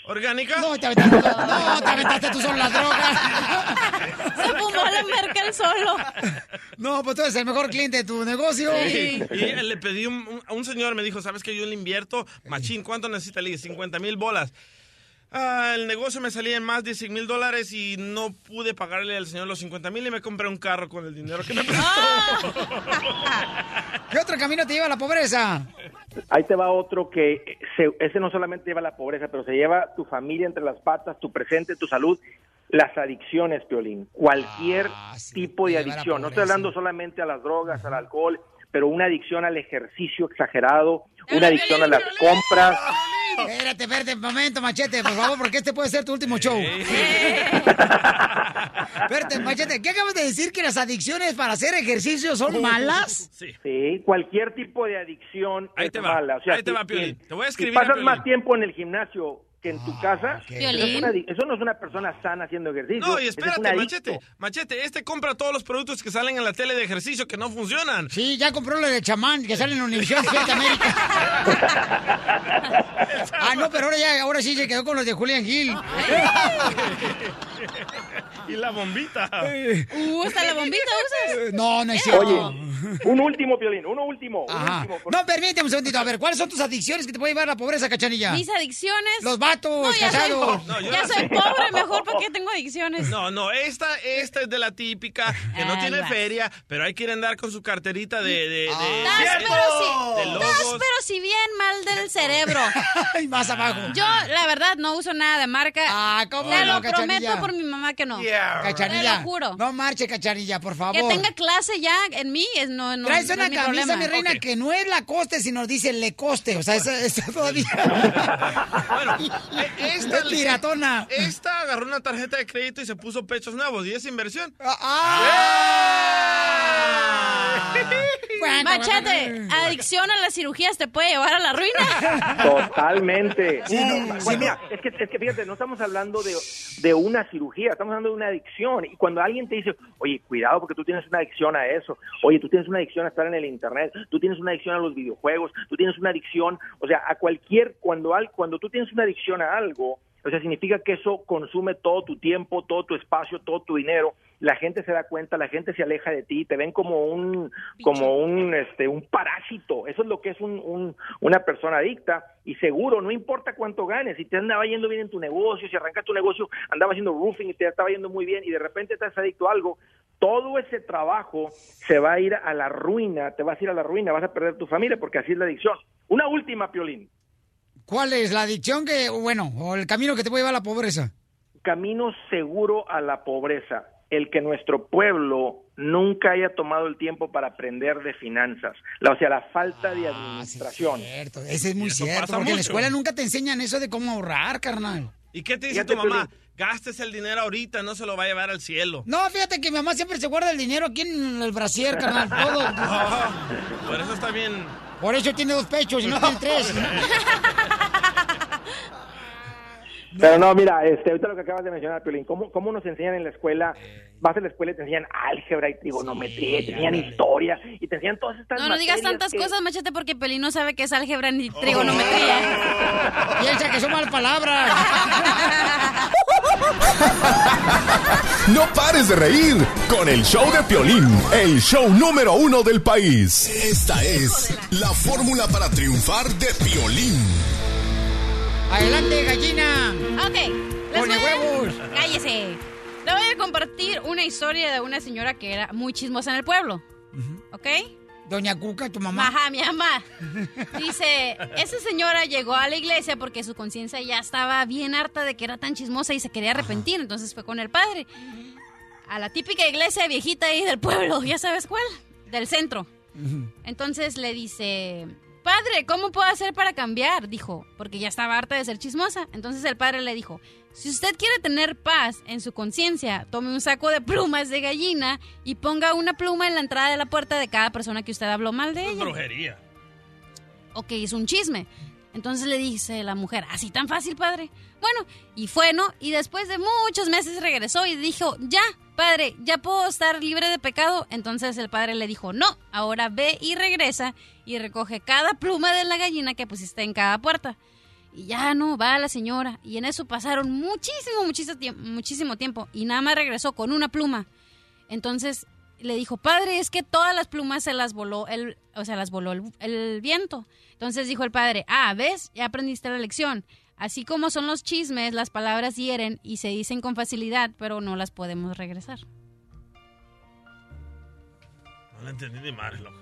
orgánica. No, te aventaste, no, te aventaste tú solo las drogas. Se fumó la merca el solo. No, pues tú eres el mejor cliente de tu negocio. Y le pedí un- un- a un señor, me dijo, ¿sabes que yo le invierto? Machín, ¿cuánto necesita? Le dije, 50 mil bolas. Ah, el negocio me salía en más de 100 mil dólares y no pude pagarle al señor los 50 mil y me compré un carro con el dinero que me prestó. ¿Qué otro camino te lleva a la pobreza? Ahí te va otro que se- ese no solamente lleva la pobreza, pero se lleva tu familia entre las patas, tu presente, tu salud, las adicciones, Piolín. Cualquier Ah, tipo de la adicción. No estoy pobreza. hablando solamente a las drogas, al alcohol, pero una adicción al ejercicio exagerado, una adicción a las compras. Espérate, espérate, un momento, machete, por favor, porque este puede ser tu último show. Espérate, machete, ¿qué acabas de decir que las adicciones para hacer ejercicio Oh. son malas? Sí. cualquier tipo de adicción Ahí es te va, mala. O sea, ahí te si- va, Piolín. si- Te voy a si escribir a pasas Piolín. Ah, más tiempo en el gimnasio que en tu casa, eso, es Piolín. una adic- eso no es una persona sana haciendo ejercicio. No, y ese es un espérate, adicto. machete, machete, este compra todos los productos que salen en la tele de ejercicio que no funcionan. Sí, ya compró la de chamán que sale en Univisión de América. Ah, no, pero ahora ya, ahora sí se quedó con los de Julián Gil. y la bombita. Uh, hasta la bombita usas. Eh, No, no es cierto. Oye, Un último, Piolín, uno último. un Ajá. último. No, permíteme un segundito. A ver, ¿cuáles son tus adicciones que te puede llevar a la pobreza, cachanilla? Mis adicciones. Los vatos, No, ya soy, casados. No, yo ya no soy sé. pobre, mejor porque tengo adicciones. No, no, esta, esta es de la típica, que no Ahí tiene va. feria, pero hay que andar con su carterita de... de, de- de Estás, pero si, logos. estás, pero si bien mal del cerebro. Y más abajo. Yo, la verdad, no uso nada de marca. Ah, ¿cómo Te no, lo Cachanilla? prometo por mi mamá que no. Cachanilla. Te lo juro. No marche, cachanilla, por favor. Que tenga clase ya en mí, es, no, no Traes no una es mi camisa, problema. mi reina, que no es la coste, sino dice le coste. O sea, esa, esa todavía. eh, Esta, Es piratona. Esta agarró una tarjeta de crédito y se puso pechos nuevos. ¿Y es inversión? Ah, ¡Ah! Machete, adicción a las cirugías te puede llevar a la ruina. Totalmente. Sí, no, Bueno, sí, no. mira, es que, es que fíjate, no estamos hablando de, de una cirugía, estamos hablando de una adicción. Y cuando alguien te dice, oye, cuidado porque tú tienes una adicción a eso, oye, tú tienes una adicción a estar en el Internet, tú tienes una adicción a los videojuegos, tú tienes una adicción, o sea, a cualquier, cuando, al, cuando tú tienes una adicción a algo, o sea, significa que eso consume todo tu tiempo, todo tu espacio, todo tu dinero. La gente se da cuenta, la gente se aleja de ti, te ven como un, como un, este, un parásito. Eso es lo que es un, un- una persona adicta. Y seguro, no importa cuánto ganes, si te andaba yendo bien en tu negocio, si arrancaste tu negocio, andaba haciendo roofing y te estaba yendo muy bien y de repente estás adicto a algo, todo ese trabajo se va a ir a la ruina, te vas a ir a la ruina, vas a perder tu familia porque así es la adicción. Una última, Piolín. ¿Cuál es la adicción que, bueno, o el camino que te puede llevar a la pobreza? camino seguro a la pobreza, el que nuestro pueblo nunca haya tomado el tiempo para aprender de finanzas, la, o sea, la falta de administración. Ese es muy Ah, cierto, pasa porque en la mucho. escuela nunca te enseñan eso de cómo ahorrar, carnal. ¿Y qué te dice Fíjate, tu mamá? Gastes el dinero ahorita, no se lo va a llevar al cielo. No, fíjate que mi mamá siempre se guarda el dinero aquí en el brasier, carnal, todo. Ah, por eso está bien. Por eso tiene dos pechos y no tiene tres. Pero no, mira, este, ahorita lo que acabas de mencionar, Piolín, ¿cómo, cómo nos enseñan en la escuela? Vas a la escuela y te enseñan álgebra y trigonometría, y te enseñan historia y te enseñan todas estas No, no digas materias tantas que- cosas, Machete, porque Pelín no sabe que es álgebra ni trigonometría. Oh. Piensa que son malas palabras. No pares de reír con el show de Piolín, el show número uno del país. Esta es la fórmula para triunfar de Piolín. Adelante, gallina. Ok. les Pone voy a- huevos. Cállese. Le voy a compartir una historia de una señora que era muy chismosa en el pueblo. ¿Ok? Doña Cuca, tu mamá. Ajá, mi mamá. Dice, esa señora llegó a la iglesia porque su conciencia ya estaba bien harta de que era tan chismosa y se quería arrepentir, entonces fue con el padre. A la típica iglesia viejita ahí del pueblo, ya sabes cuál, del centro. Entonces le dice, padre, ¿cómo puedo hacer para cambiar? Dijo, porque ya estaba harta de ser chismosa. Entonces el padre le dijo, si usted quiere tener paz en su conciencia, tome un saco de plumas de gallina y ponga una pluma en la entrada de la puerta de cada persona que usted habló mal de ella. Brujería. Ok, es un chisme. Entonces le dice la mujer, así tan fácil, padre. Bueno, y fue, ¿no? Y después de muchos meses regresó y dijo, ya, padre, ya puedo estar libre de pecado. Entonces el padre le dijo, no, ahora ve y regresa y recoge cada pluma de la gallina que pusiste en cada puerta. Y ya no, va la señora. Y en eso pasaron muchísimo, muchísimo, tiemp- muchísimo tiempo. Y nada más regresó con una pluma. Entonces le dijo, padre, es que todas las plumas se las voló, el, o sea, las voló el, el viento. Entonces dijo el padre, ah, ¿ves? Ya aprendiste la lección. Así como son los chismes, las palabras hieren y se dicen con facilidad, pero no las podemos regresar. No la entendí ni madre, loco.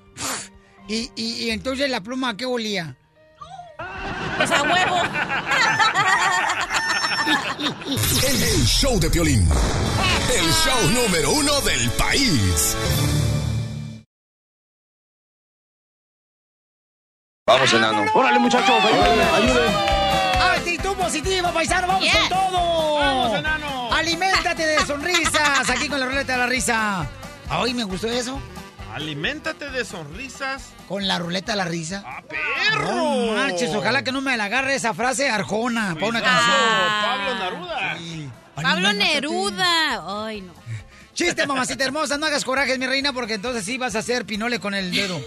Y, y, y entonces la pluma, ¿a ¿qué olía? Pues a huevo. El, el show de Piolín, el show número uno del país. Vamos, enano. Órale, muchachos, ayúdenme, ayúdenme. Actitud positiva, paisano, vamos con todo. Vamos, enano. Aliméntate de sonrisas aquí con la ruleta de la risa. Ay, me gustó eso. Aliméntate de sonrisas. Con la ruleta de la risa. ¡Ah, perro! No marches, ojalá que no me la agarre esa frase arjona para una canción. Pablo Naruda. Pablo Neruda. Ay, no. Chiste, mamacita hermosa, no hagas corajes, mi reina, porque entonces sí vas a hacer pinole con el dedo.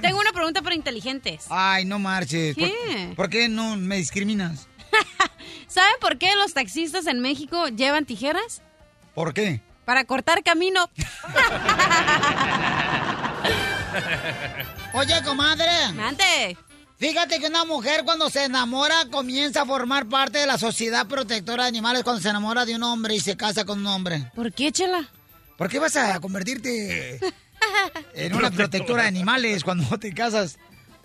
Tengo una pregunta para inteligentes. Ay, no marches. ¿Por- ¿Qué? ¿Por, qué no me discriminas? ¿Saben por qué los taxistas en México llevan tijeras? ¿Por qué? Para cortar camino. Oye, comadre. Mande. Fíjate que una mujer cuando se enamora comienza a formar parte de la sociedad protectora de animales cuando se enamora de un hombre y se casa con un hombre. ¿Por qué, Chela? ¿Por qué vas a convertirte en una protectora de animales cuando te casas?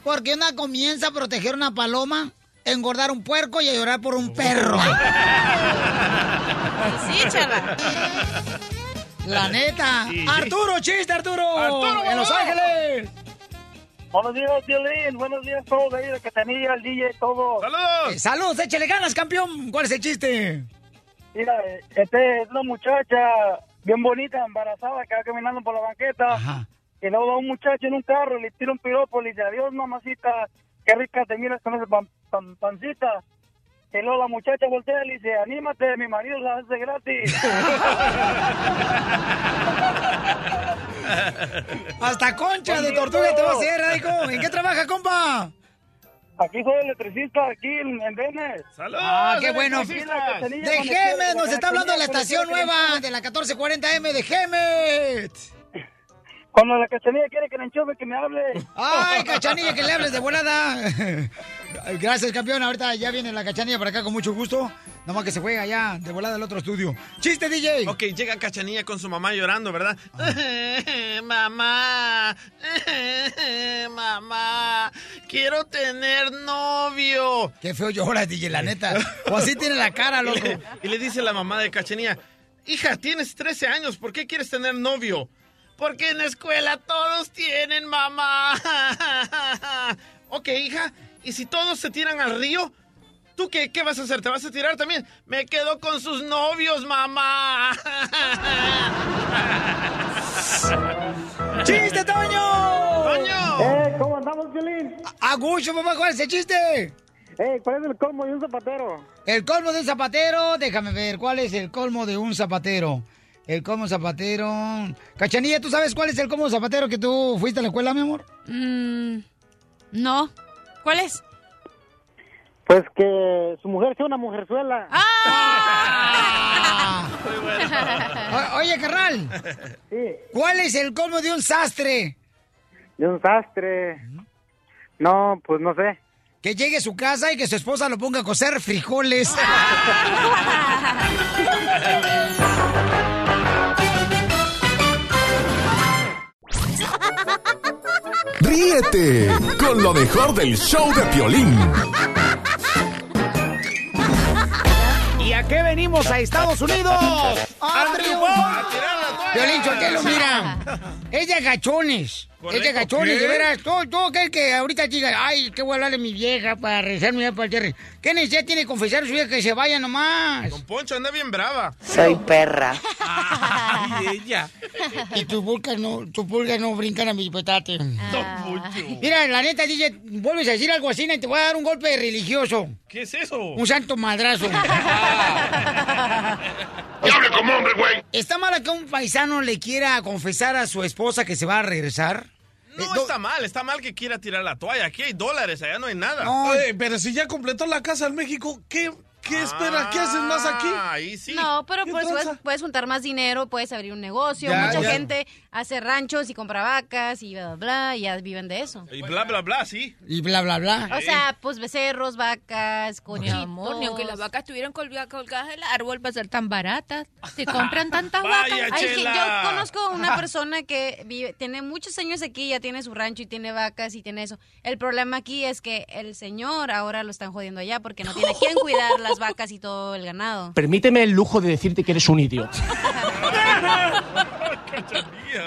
Porque una comienza a proteger una paloma, engordar un puerco y a llorar por un perro. Sí, Chela. La neta. Sí. Arturo, chiste, Arturo. en Los Ángeles. Buenos días, Violín. Buenos días a todos ahí de Catanilla, al DJ, todo. Eh, saludos, échale ganas, campeón. ¿Cuál es el chiste? Mira, eh, este es una muchacha bien bonita, embarazada, que va caminando por la banqueta. Y luego va un muchacho en un carro, le tira un piropo, le dice, adiós, mamacita, qué rica te miras con esa pan- pan- pancita. Y luego la muchacha voltea y le dice, anímate, mi marido la hace gratis. Hasta concha de tortuga te va a hacer, Raico. ¿En qué trabaja, compa? Aquí soy electricista, aquí en, en Venes. Ah, qué bueno. De Gemes, nos está hablando la estación nueva de la 1440M de Gemes. Cuando la cachanilla quiere que la enchufe, que me hable. Ay, cachanilla, que le hables de volada. Gracias, campeón. Ahorita ya viene la cachanilla para acá con mucho gusto. Nomás que se juega allá de volada al otro estudio. ¡Chiste, DJ! Ok, llega Cachanilla con su mamá llorando, ¿verdad? mamá, mamá, quiero tener novio. Qué feo llora, DJ, la neta. O así tiene la cara, loco. Y le, y le dice la mamá de Cachanilla, hija, tienes 13 años, ¿por qué quieres tener novio? Porque en la escuela todos tienen mamá. ok, hija, ¿y si todos se tiran al río? ¿Tú qué, qué vas a hacer? ¿Te vas a tirar también? Me quedo con sus novios, mamá. ¡Chiste, Toño! ¡Toño! Eh, ¿cómo andamos, Violín? ¡Agucho, papá, cuál es el chiste! Eh, ¿cuál es el colmo de un zapatero? El colmo de un zapatero, déjame ver, ¿cuál es el colmo de un zapatero? El colmo de un zapatero. Cachanilla, ¿tú sabes cuál es el colmo de zapatero que tú fuiste a la escuela, mi amor? no. ¿Cuál es? Pues que su mujer sea una mujerzuela. O- oye, carnal. ¿Cuál es el colmo de un sastre? De un sastre. No, pues no sé. Que llegue a su casa y que su esposa lo ponga a cocer frijoles. Ríete con lo mejor del show de Piolín. ¿Y a qué venimos a Estados Unidos? ¡A triunfar! Violín Sotelo, mira. Es de agachones. Es de Correcto, agachones, ¿qué? de veras. Todo, todo aquel que ahorita diga, ay, qué voy a hablar de mi vieja para rezar mi vida para el tierra. ¿Qué necesidad tiene de confesar a su vieja que se vaya nomás? Don Poncho anda bien brava. Soy perra. Ay, ella. Y tus pulgas no, tus pulgas no brincan a mi petate. Don Poncho. Mira, la neta, DJ, vuelves a decir algo así y te voy a dar un golpe religioso. ¿Qué es eso? Un santo madrazo. ¡Hable como hombre, güey! ¿Está mal que un paisano le quiera confesar a su esposa que se va a regresar? Eh, No, está mal, está mal que quiera tirar la toalla. Aquí hay dólares, allá no hay nada. Oye, pero si ya completó la casa en México, ¿qué, qué esperas? ¿Qué haces más aquí? Ah, Ahí sí. No, pero ¿Qué pues tranza? puedes, puedes juntar más dinero, puedes abrir un negocio. Ya, Mucha ya. gente hace ranchos y compra vacas y bla, bla, bla, y ya viven de eso. Y bla, bla, bla, sí. Y bla, bla, bla. O sea, pues becerros, vacas, conejitos. amor, ni aunque las vacas estuvieran colga- colgadas del árbol para ser tan baratas. Se compran tantas vacas. Ay, que Chela. yo conozco una persona que vive- tiene muchos años aquí, ya tiene su rancho y tiene vacas y tiene eso. El problema aquí es que el señor ahora lo están jodiendo allá porque no tiene quien cuidar las vacas y todo el ganado. Permíteme el lujo de decirte que eres un idiota.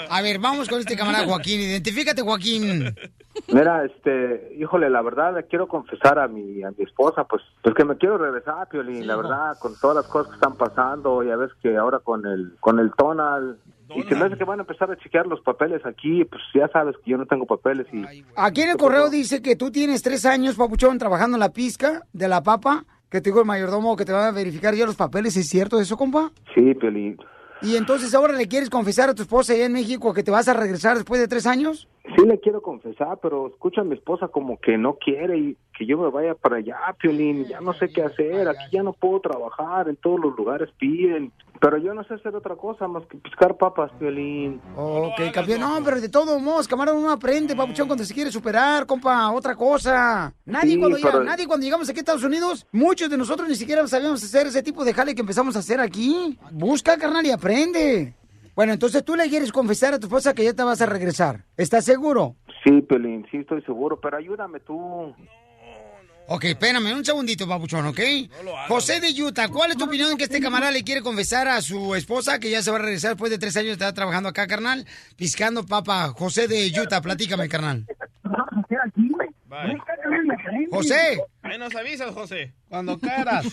A ver, vamos con este camarada Joaquín. Identifícate, Joaquín. Mira, este, híjole, la verdad le quiero confesar a mi, a mi esposa, pues, pues que me quiero regresar, Piolín, la verdad, con todas las cosas que están pasando, ya ves que ahora con el, con el Tonal, y se me hace que van a empezar a chequear los papeles aquí, pues ya sabes que yo no tengo papeles y Aquí en el correo dice que tú tienes tres años, papuchón, trabajando en la pizca de la papa, que te dijo el mayordomo que te van a verificar ya los papeles. ¿Es cierto eso, compa? sí, Piolín, Y entonces ahora le quieres confesar a tu esposa allá en México que te vas a regresar después de tres años. sí le quiero confesar, pero escucha a mi esposa como que no quiere y que yo me vaya para allá, Piolín, ya no sé qué hacer, aquí ya no puedo trabajar, en todos los lugares piden, Pero yo no sé hacer otra cosa más que piscar papas, Piolín. Ok, campeón. No, pero de todos modos, camarón, uno aprende, papuchón, cuando se quiere superar, compa, otra cosa. Nadie, Sí, cuando llega- pero- nadie cuando llegamos aquí a Estados Unidos, muchos de nosotros ni siquiera sabíamos hacer ese tipo de jale que empezamos a hacer aquí. Busca, carnal, y aprende. Bueno, entonces tú le quieres confesar a tu esposa que ya te vas a regresar. ¿Estás seguro? Sí, Piolín, sí estoy seguro, pero ayúdame tú. Ok, espérame un segundito, papuchón, ¿ok? José de Utah, ¿cuál es tu opinión que este camarada le quiere confesar a su esposa que ya se va a regresar después de tres años de estar trabajando acá, carnal? Piscando papa. José de Utah, platícame, carnal. José. Ahí nos avisas, José. Cuando caras.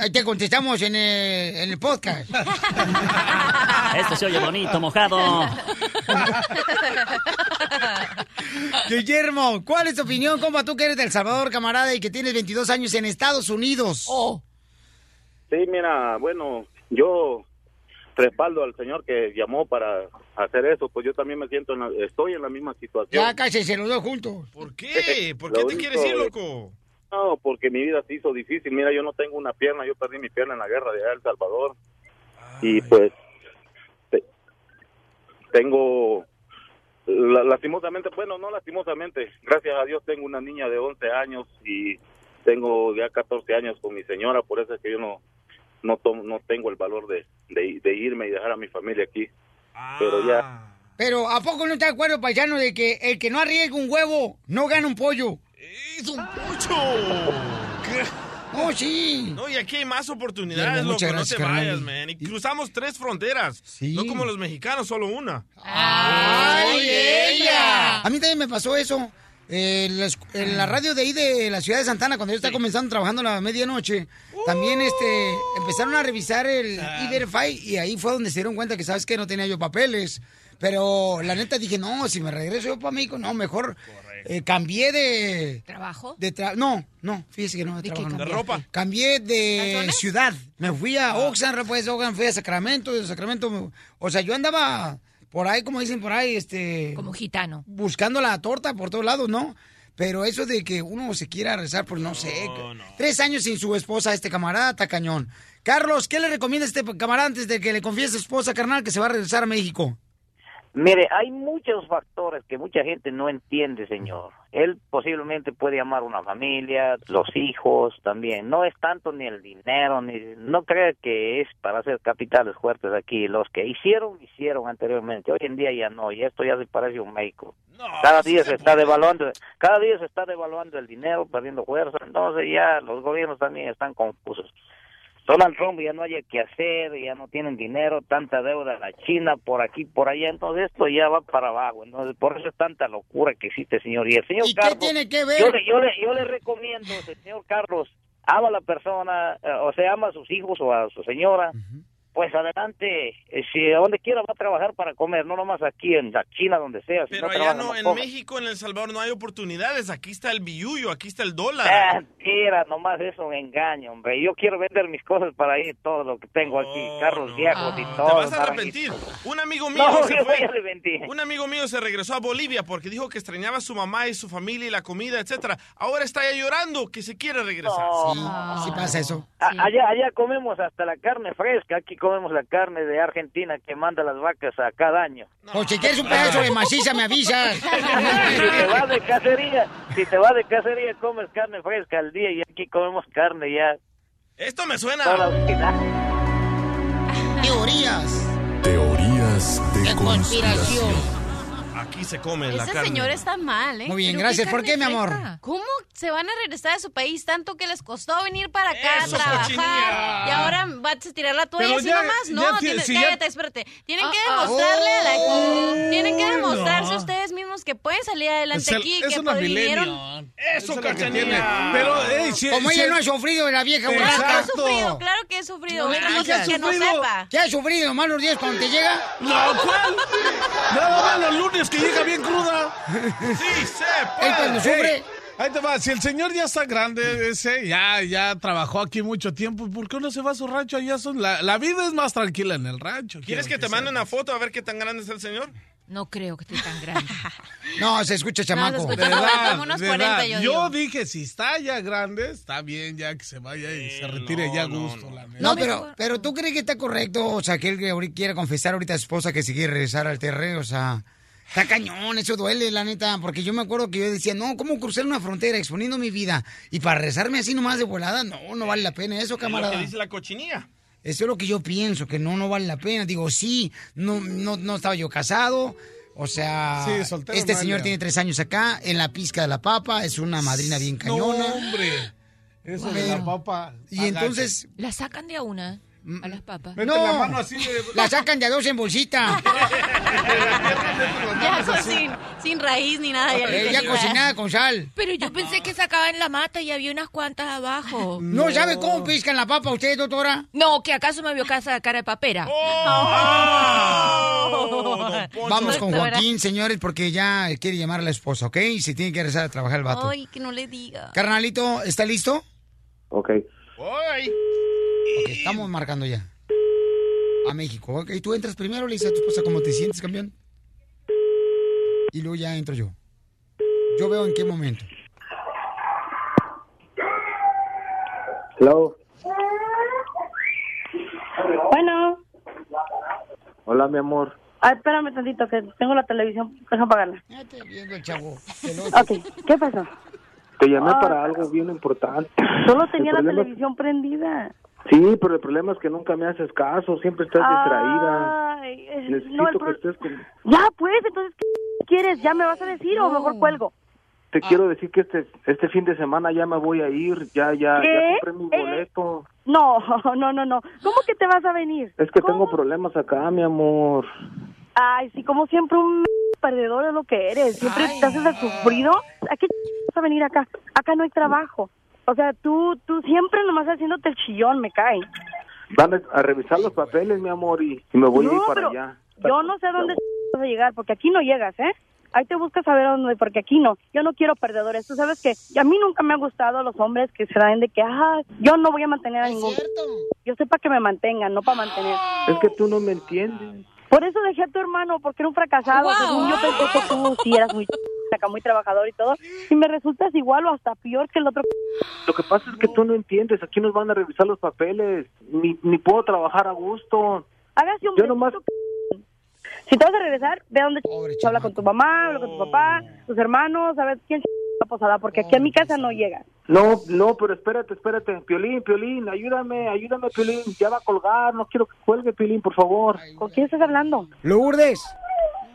Ahí te contestamos en el, en el podcast. Esto se oye bonito, mojado. Guillermo, ¿cuál es tu opinión, compa? Tú que eres del Salvador, camarada, y que tienes 22 años en Estados Unidos. Sí, mira, bueno, yo respaldo al señor que llamó para hacer eso, pues yo también me siento, en la- estoy en la misma situación. Ya cállense los dos juntos. ¿Por qué? ¿Por qué Lo te único quieres ir, es- loco? No, porque mi vida se hizo difícil. Mira, yo no tengo una pierna, yo perdí mi pierna en la guerra de El Salvador. Ah. Y pues te- tengo, la- lastimosamente, bueno, no lastimosamente, gracias a Dios tengo una niña de 11 años y tengo ya 14 años con mi señora, por eso es que yo no no, tom- no tengo el valor de, de, de irme y dejar a mi familia aquí. Pero ya, Pero ¿a poco no está de acuerdo, paisano, de que el que no arriesga un huevo no gana un pollo? ¡Es un ¿Qué? ¡Oh, sí! No, y aquí hay más oportunidades, Guillermo, loco. muchas No te gracias, carnal. vayas, man. Y cruzamos tres fronteras. No como los mexicanos, solo una. ¡Ay, ella! A mí también me pasó eso. Eh, en la escu- en la radio de ahí de la ciudad de Santana, cuando yo estaba comenzando trabajando a la medianoche, también este empezaron a revisar el E-Verify y ahí fue donde se dieron cuenta que, ¿sabes que No tenía yo papeles. Pero la neta dije, no, si me regreso yo para México, no, mejor eh, cambié de... ¿Trabajo? De tra- no, no, fíjese que no, de, ¿De qué trabajo no. cambiaste? Ah. ¿De ropa? Cambié de ciudad. Me fui a Oxnard, después de Oxnard fui a Sacramento, de Sacramento, me- o sea, yo andaba por ahí, como dicen por ahí, este... Como gitano. Buscando la torta por todos lados, ¿no? Pero eso de que uno se quiera rezar, por no, sé. Tres años sin su esposa, este camarada, está cañón. Carlos, ¿qué le recomienda a este camarada antes de que le confíe a su esposa, carnal, que se va a regresar a México? Mire, hay muchos factores que mucha gente no entiende, señor. Él posiblemente puede amar una familia, los hijos también. No es tanto ni el dinero, ni no crea que es para hacer capitales fuertes aquí. Los que hicieron, hicieron anteriormente. Hoy en día ya no, y esto ya se parece un México. cada día se está devaluando, cada día se está devaluando el dinero, perdiendo fuerza. Entonces ya los gobiernos también están confusos. Donald Trump ya no haya que hacer, ya no tienen dinero, tanta deuda a la China por aquí, por allá, entonces esto ya va para abajo, entonces por eso es tanta locura que existe, señor. Y el señor Carlos, tiene que ver? Yo, le, yo, le, yo le recomiendo, señor Carlos, ama a la persona, eh, o sea, ama a sus hijos o a su señora, pues adelante, eh, si a donde quiera va a trabajar para comer, no nomás aquí en la China, donde sea. si Pero allá trabaja, no, nomás en coma. México, en El Salvador, no hay oportunidades. Aquí está el billuyo, aquí está el Ah, dólar. Mentira, nomás es un engaño, hombre. Yo quiero vender mis cosas para ir todo lo que tengo aquí, carros viejos Ah, y todo. Oh, Te vas a naranjitas. arrepentir. Un amigo mío No, se yo fue. me arrepentí. Un amigo mío se regresó a Bolivia porque dijo que extrañaba a su mamá y su familia y la comida, etcétera. Ahora está ya llorando que se quiere regresar. Sí Ah. pasa eso. A- Ah, Allá, allá comemos hasta la carne fresca, aquí comemos la carne de Argentina que manda las vacas a cada año. O si quieres un pedazo de maciza, me avisas. si te vas de cacería, si te vas de cacería comes carne fresca al día y aquí comemos carne ya. Esto me suena. Teorías. Teorías de conspiración. conspiración. Aquí se come la Ese carne. señor está mal, ¿eh? Muy bien, Pero gracias. ¿Por carne qué, mi amor? fresca? ¿Cómo se van a regresar a su país tanto que les costó venir para acá Eso, a trabajar? cochinilla. Y ahora vas a tirar la toalla Pero así ya- nomás. ya No, ti- tiene- si ya- cállate, espérate. Tienen que Ah, ah. demostrarle a la Oh, Tienen que no. demostrarse ustedes mismos que pueden salir adelante Es el- aquí, es que una pod- vinieron- millennial. Eso, eh, es lo que Cachanilla. tiene. Pero, hey, si, Como si- ella no ha sufrido, la vieja Claro que he borracha. sufrido, claro que he sufrido. No, Otra ¿qué cosa has que no sufrido? sepa. ¿Qué has sufrido? ¿Malos días cuando te llega? No, ¿cuál? Nada más los lunes que llega bien cruda. Sí, se puede. Él cuando sufre. Ahí te va, si el señor ya está grande, ese ya, ya trabajó aquí mucho tiempo, ¿por qué no se va a su rancho allá? Son la, la vida es más tranquila en el rancho. ¿Quieres que te mande una foto a ver qué tan grande es el señor? No creo que esté tan grande. No, se escucha, chamaco. escucha como- edad, como unos de 40, edad. yo digo. dije, si está ya grande, está bien ya que se vaya y se retire ya a gusto. la neta. No, pero, pero tú crees que está correcto, o sea, que él que ahorita quiere confesar ahorita a su esposa que si quiere regresar al terreno, o sea, está cañón, eso duele, la neta, porque yo me acuerdo que yo decía, no, ¿cómo cruzar una frontera exponiendo mi vida? Y para regresarme así nomás de volada, no, no vale la pena eso, Es lo que camarada. dice la cochinilla. Eso es lo que yo pienso, que no, no vale la pena. Digo, sí, no, no, no estaba yo casado. O sea, Sí, soltero este no señor había. tiene tres años acá, en la pizca de la papa, es una madrina bien No, cañona. hombre. Eso de la Bueno. papa. Y entonces- La sacan de a una a las papas. Mete la mano así eh, de- la sacan de a dos en bolsita. Ya con sin, sin raíz ni nada. Eh, ya cocinada con sal. Pero yo pensé que sacaban la mata y había unas cuantas abajo. No, sabe cómo piscan la papa usted, doctora. No, que acaso me vio casa cara de papera. Ah. Oh. Vamos con Joaquín, señores, porque ya quiere llamar a la esposa, ¿ok? Y se tiene que regresar a trabajar el vato. Ay, que no le diga. Carnalito, ¿está listo? Ok. Ok, estamos marcando ya. A México. ok. tú entras primero, le dices a tu esposa cómo te sientes, campeón. Y luego ya entro yo. Yo veo en qué momento. Hello. Bueno, Hola, mi amor. ay, espérame tantito que tengo la televisión, deja apagarla. Viendo el chavo. Ok, ¿qué pasó? Te llamé Ah. para algo bien importante. Solo tenía El la problema- televisión prendida. Sí, pero el problema es que nunca me haces caso, siempre estás distraída. Ay, eh, Necesito no, el que pro- estés con... Ya, pues, entonces, ¿qué quieres? ¿Ya me vas a decir o mejor cuelgo? Te quiero decir que este este fin de semana ya me voy a ir, ya ya ¿Qué? Eh, ya compré mi boleto. No, no, no, no. ¿Cómo que te vas a venir? Es que tengo problemas acá, mi amor. Ay, sí, como siempre, un perdedor es lo que eres. Siempre te haces el sufrido. ¿A qué ch- vas a venir acá? Acá no hay trabajo. O sea, tú, tú siempre nomás haciéndote el chillón, me cae. Van a, a revisar los papeles, mi amor, y, y me voy a ir No, para pero allá. Yo no sé dónde vas a llegar, porque aquí no llegas, ¿eh? Ahí te buscas a ver dónde, porque aquí no. Yo no quiero perdedores. Tú sabes que a mí nunca me han gustado los hombres que se dan de que, ah, yo no voy a mantener a ningún. Yo sé para que me mantengan, no para mantener. Es que tú no me entiendes. Por eso dejé a tu hermano, porque era un fracasado. Según yo pensé que tú sí eras muy acá, muy trabajador y todo. Y me resultas igual o hasta peor que el otro. Lo que pasa es que tú no entiendes. Aquí nos van a revisar los papeles. Ni, ni puedo trabajar a gusto. Hágase un Yo nomás... Si te vas a regresar, ve a dónde ch- habla con tu mamá, habla con tu papá, tus hermanos, a ver quién ch- la posada, porque aquí a mi casa no llega. No, no, pero espérate, espérate. Piolín, Piolín, ayúdame, ayúdame, Piolín. Ya va a colgar. No quiero que cuelgue, Piolín, por favor. ¿Con quién estás hablando? Lourdes.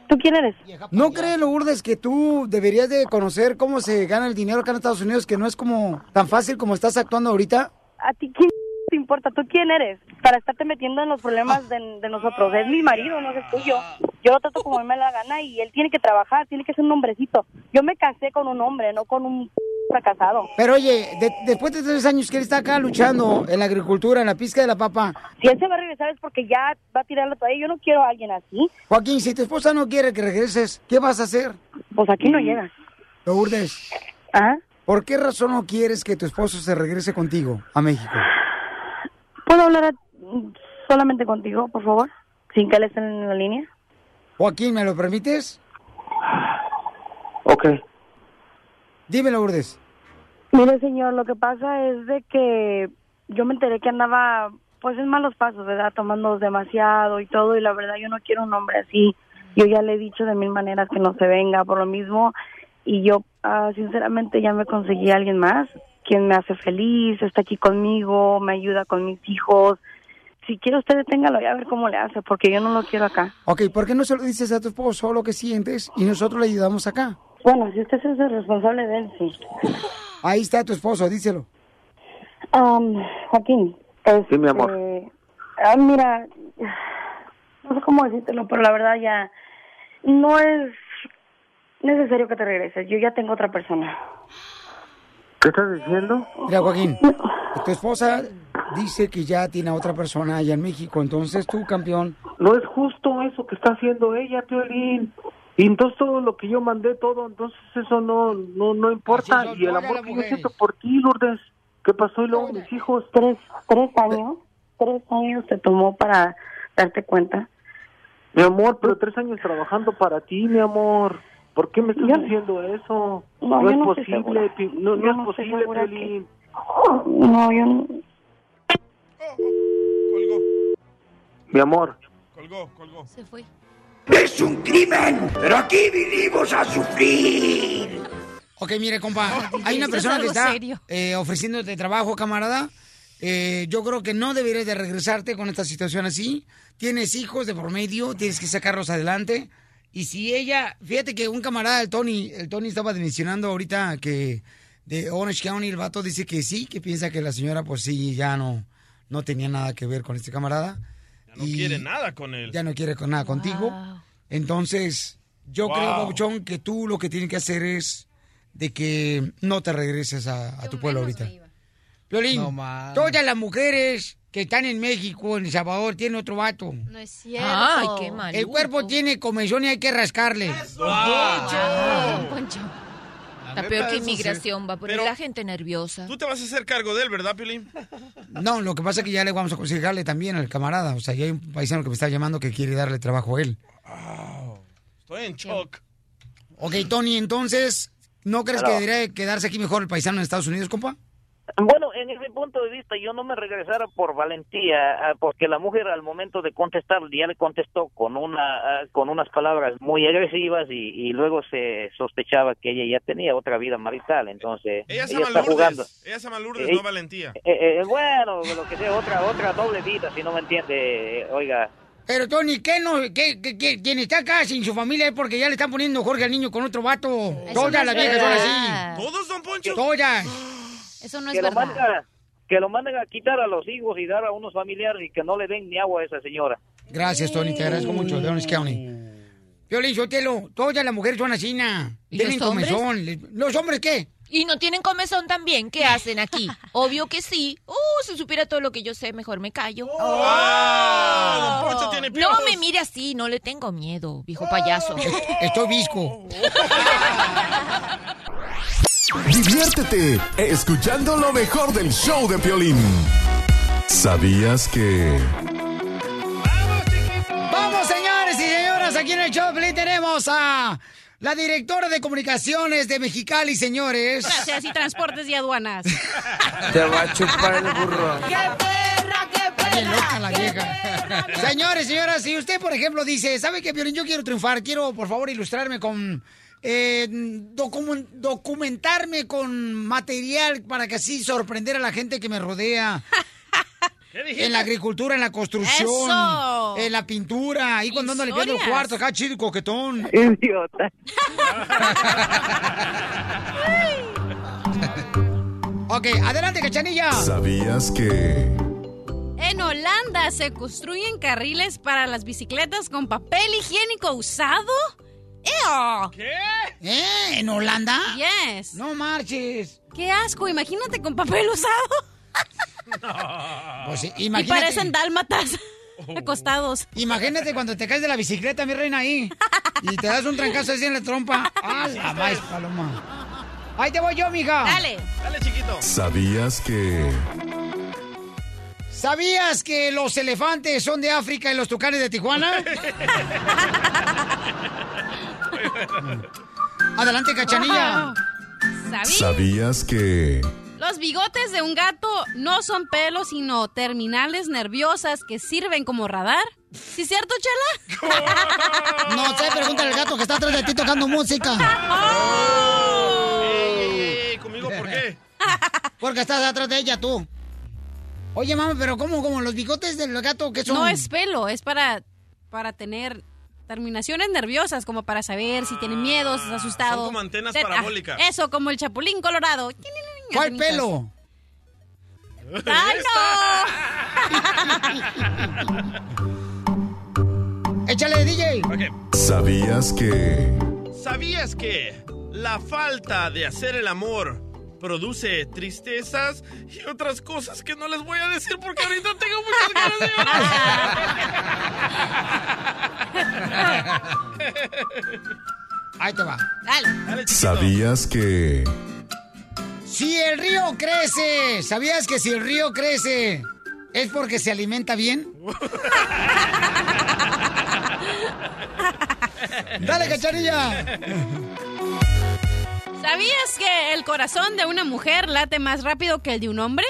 ¿Tú quién eres? ¿No crees, Lourdes, que tú deberías de conocer cómo se gana el dinero acá en Estados Unidos, que no es como tan fácil como estás actuando ahorita? ¿A ti quién te importa? ¿Tú quién eres? Para estarte metiendo en los problemas de, de nosotros. Es mi marido, no es el tuyo. Yo lo trato como a mí me la gana y él tiene que trabajar, tiene que ser un hombrecito. Yo me casé con un hombre, no con un fracasado. Pero oye, de- después de tres años que él está acá luchando en la agricultura, en la pizca de la papa, Si él se va a regresar es porque ya va a tirar la toalla. Yo no quiero a alguien así. Joaquín, si tu esposa no quiere que regreses, ¿qué vas a hacer? Pues aquí Mm. no llega. Lourdes. ¿Ah? ¿Por qué razón no quieres que tu esposo se regrese contigo a México? ¿Puedo hablar a- solamente contigo, por favor? Sin que él esté en la línea. Joaquín, ¿me lo permites? Ok. Dime, Lourdes. Mire, señor, lo que pasa es de que yo me enteré que andaba, pues en malos pasos, ¿verdad? Tomando demasiado y todo, y la verdad yo no quiero un hombre así. Yo ya le he dicho de mil maneras que no se venga por lo mismo, y yo, ah, sinceramente, ya me conseguí a alguien más, quien me hace feliz, está aquí conmigo, me ayuda con mis hijos. Si quiere usted deténgalo y a ver cómo le hace, porque yo no lo quiero acá. Ok, ¿por qué no se lo dices a tu esposo lo que sientes y nosotros le ayudamos acá? Bueno, si usted es el responsable de él, sí. Ahí está tu esposo, díselo. Um, Joaquín. Sí, mi amor. Eh, ah, mira, no sé cómo decírtelo, pero la verdad ya no es necesario que te regreses. Yo ya tengo otra persona. ¿Qué estás diciendo? Mira, Joaquín, tu esposa dice que ya tiene a otra persona allá en México, entonces tú, campeón. No es justo eso que está haciendo ella, Piolín. Y entonces todo lo que yo mandé, todo, entonces eso no no no importa. son Y el todas amor las que yo mujeres. siento por ti, Lourdes. ¿Qué pasó? Y luego mis hijos. Tres, tres años, tres años te tomó para darte cuenta Mi amor, pero tres años trabajando para ti, mi amor. ¿Por qué me estás diciendo eso? No, No, yo es no estoy posible, segura. Pi- no, no Yo es no estoy posible, segura Piolín. No, yo no. Mi amor, Colgó, colgó. Se fue. ¡Es un crimen! ¡Pero aquí vinimos a sufrir! Ok, mire, compa, hay una esto es persona que Ah, algo está serio. eh, ofreciéndote trabajo, camarada. Eh, yo creo que no deberías de regresarte con esta situación así. Tienes hijos de por medio, tienes que sacarlos adelante. Y si ella, fíjate que un camarada, el Tony, el Tony estaba mencionando ahorita que de Orange County el vato dice que sí, que piensa que la señora pues sí, ya no, no tenía nada que ver con este camarada. No quiere nada con él. Ya no quiere con nada contigo. Entonces, yo Wow. creo, Babuchón, que tú lo que tienes que hacer es de que no te regreses a, a tu pueblo ahorita. Violín, No mames. todas las mujeres que están en México, en El Salvador, tienen otro vato. No es cierto. Ay, qué El cuerpo tiene comezón y hay que rascarle. Ah. Oh, Está neta, peor que eso sí. inmigración, va a poner Pero- la gente nerviosa. Tú te vas a hacer cargo de él, ¿verdad, Piolín? No, lo que pasa es que ya le vamos a aconsejarle también al camarada. O sea, ya hay un paisano que me está llamando que quiere darle trabajo a él. Estoy en shock. Ok, Tony, entonces, ¿no crees Aló. que debería quedarse aquí mejor el paisano en Estados Unidos, compa? Bueno, en ese punto de vista, yo no me regresara por valentía, ah, porque la mujer al momento de contestar ya le contestó con una ah, con unas palabras muy agresivas y, y luego se sospechaba que ella ya tenía otra vida marital, entonces Ella se ella llama está jugando. Lourdes. Ella se llama Lourdes, Ey. no Valentía. Eh, eh, bueno, lo que sea, otra otra doble vida, si no me entiende, eh, oiga. Pero, Tony, ¿qué no, qué, qué- qué- quien está acá sin su familia es porque ya le están poniendo Jorge al niño con otro vato. Todas no las es viejas son verdad. así. ¿Todos, don Poncho? Todas. Eso no que lo manden a- que lo manden a quitar a los hijos y dar a unos familiares y que no le den ni agua a esa señora. Gracias, Tony, te agradezco mucho, de Orange County. Violín, Sotelo, todas las mujeres son así, na. ¿Y Tienen los hombres? comezón. Les- ¿Los hombres qué? Y no tienen comezón también, ¿qué hacen aquí? Obvio que sí. Uh, si supiera todo lo que yo sé, mejor me callo. Ah, don Poncho tiene no piojos. me mire así, no le tengo miedo, viejo payaso. Estoy visco. Diviértete escuchando lo mejor del show de Piolín. ¿Sabías que... Vamos, señores y señoras, aquí en el show de Pelín tenemos a la directora de comunicaciones de Mexicali, señores. Gracias y transportes y aduanas. Te va a chupar el burro. Qué loca la vieja. Señores, señoras, si usted, por ejemplo, dice, ¿sabe qué, Piolín? Yo quiero triunfar, quiero, por favor, ilustrarme con... eh, documen- documentarme con material para que así sorprender a la gente que me rodea. En la agricultura, en la construcción, Eso. en la pintura, ahí cuando ando limpiando el Historias. cuarto, acá chido y coquetón. Idiota. ok, adelante, cachanilla. ¿Sabías que... En Holanda se construyen carriles para las bicicletas con papel higiénico usado. ¡Eo! ¿Qué? ¿Eh? ¿En Holanda? Yes. No marches. Qué asco, imagínate con papel usado. Pues sí, Y imagínate. parecen dálmatas acostados. Imagínate cuando te caes de la bicicleta, mi reina, ahí. Y te das un trancazo así en la trompa. ¡Ah, la más, paloma! Ahí te voy yo, mija. Dale. Dale, chiquito. ¿Sabías que... ¿Sabías que los elefantes son de África y los tucanes de Tijuana? Mm. Adelante, cachanilla. ¿Sabí? ¿Sabías que... Los bigotes de un gato no son pelos, sino terminales nerviosas que sirven como radar. ¿Sí es cierto, Chela? No sé, pregúntale al gato que está atrás de ti tocando música. ¿Conmigo por qué? Porque estás atrás de ella tú. Oye, mami, pero ¿cómo? ¿Cómo los bigotes del gato que son? No es pelo, es para, para tener terminaciones nerviosas, como para saber si tienen miedo, si está asustado. Ah, son como antenas Etcétera. parabólicas. Eso, como el chapulín colorado. ¿Cuál Antenitas. pelo? ¡Ay, Échale, DJ. ¿Sabías que... ¿Sabías que la falta de hacer el amor produce tristezas y otras cosas que no les voy a decir porque ahorita tengo muchas ganas de Ahí te va. Dale. ¿Sabías que... Si el río crece, ¿sabías que si el río crece es porque se alimenta bien? Dale, cacharilla. ¿Sabías que el corazón de una mujer late más rápido que el de un hombre?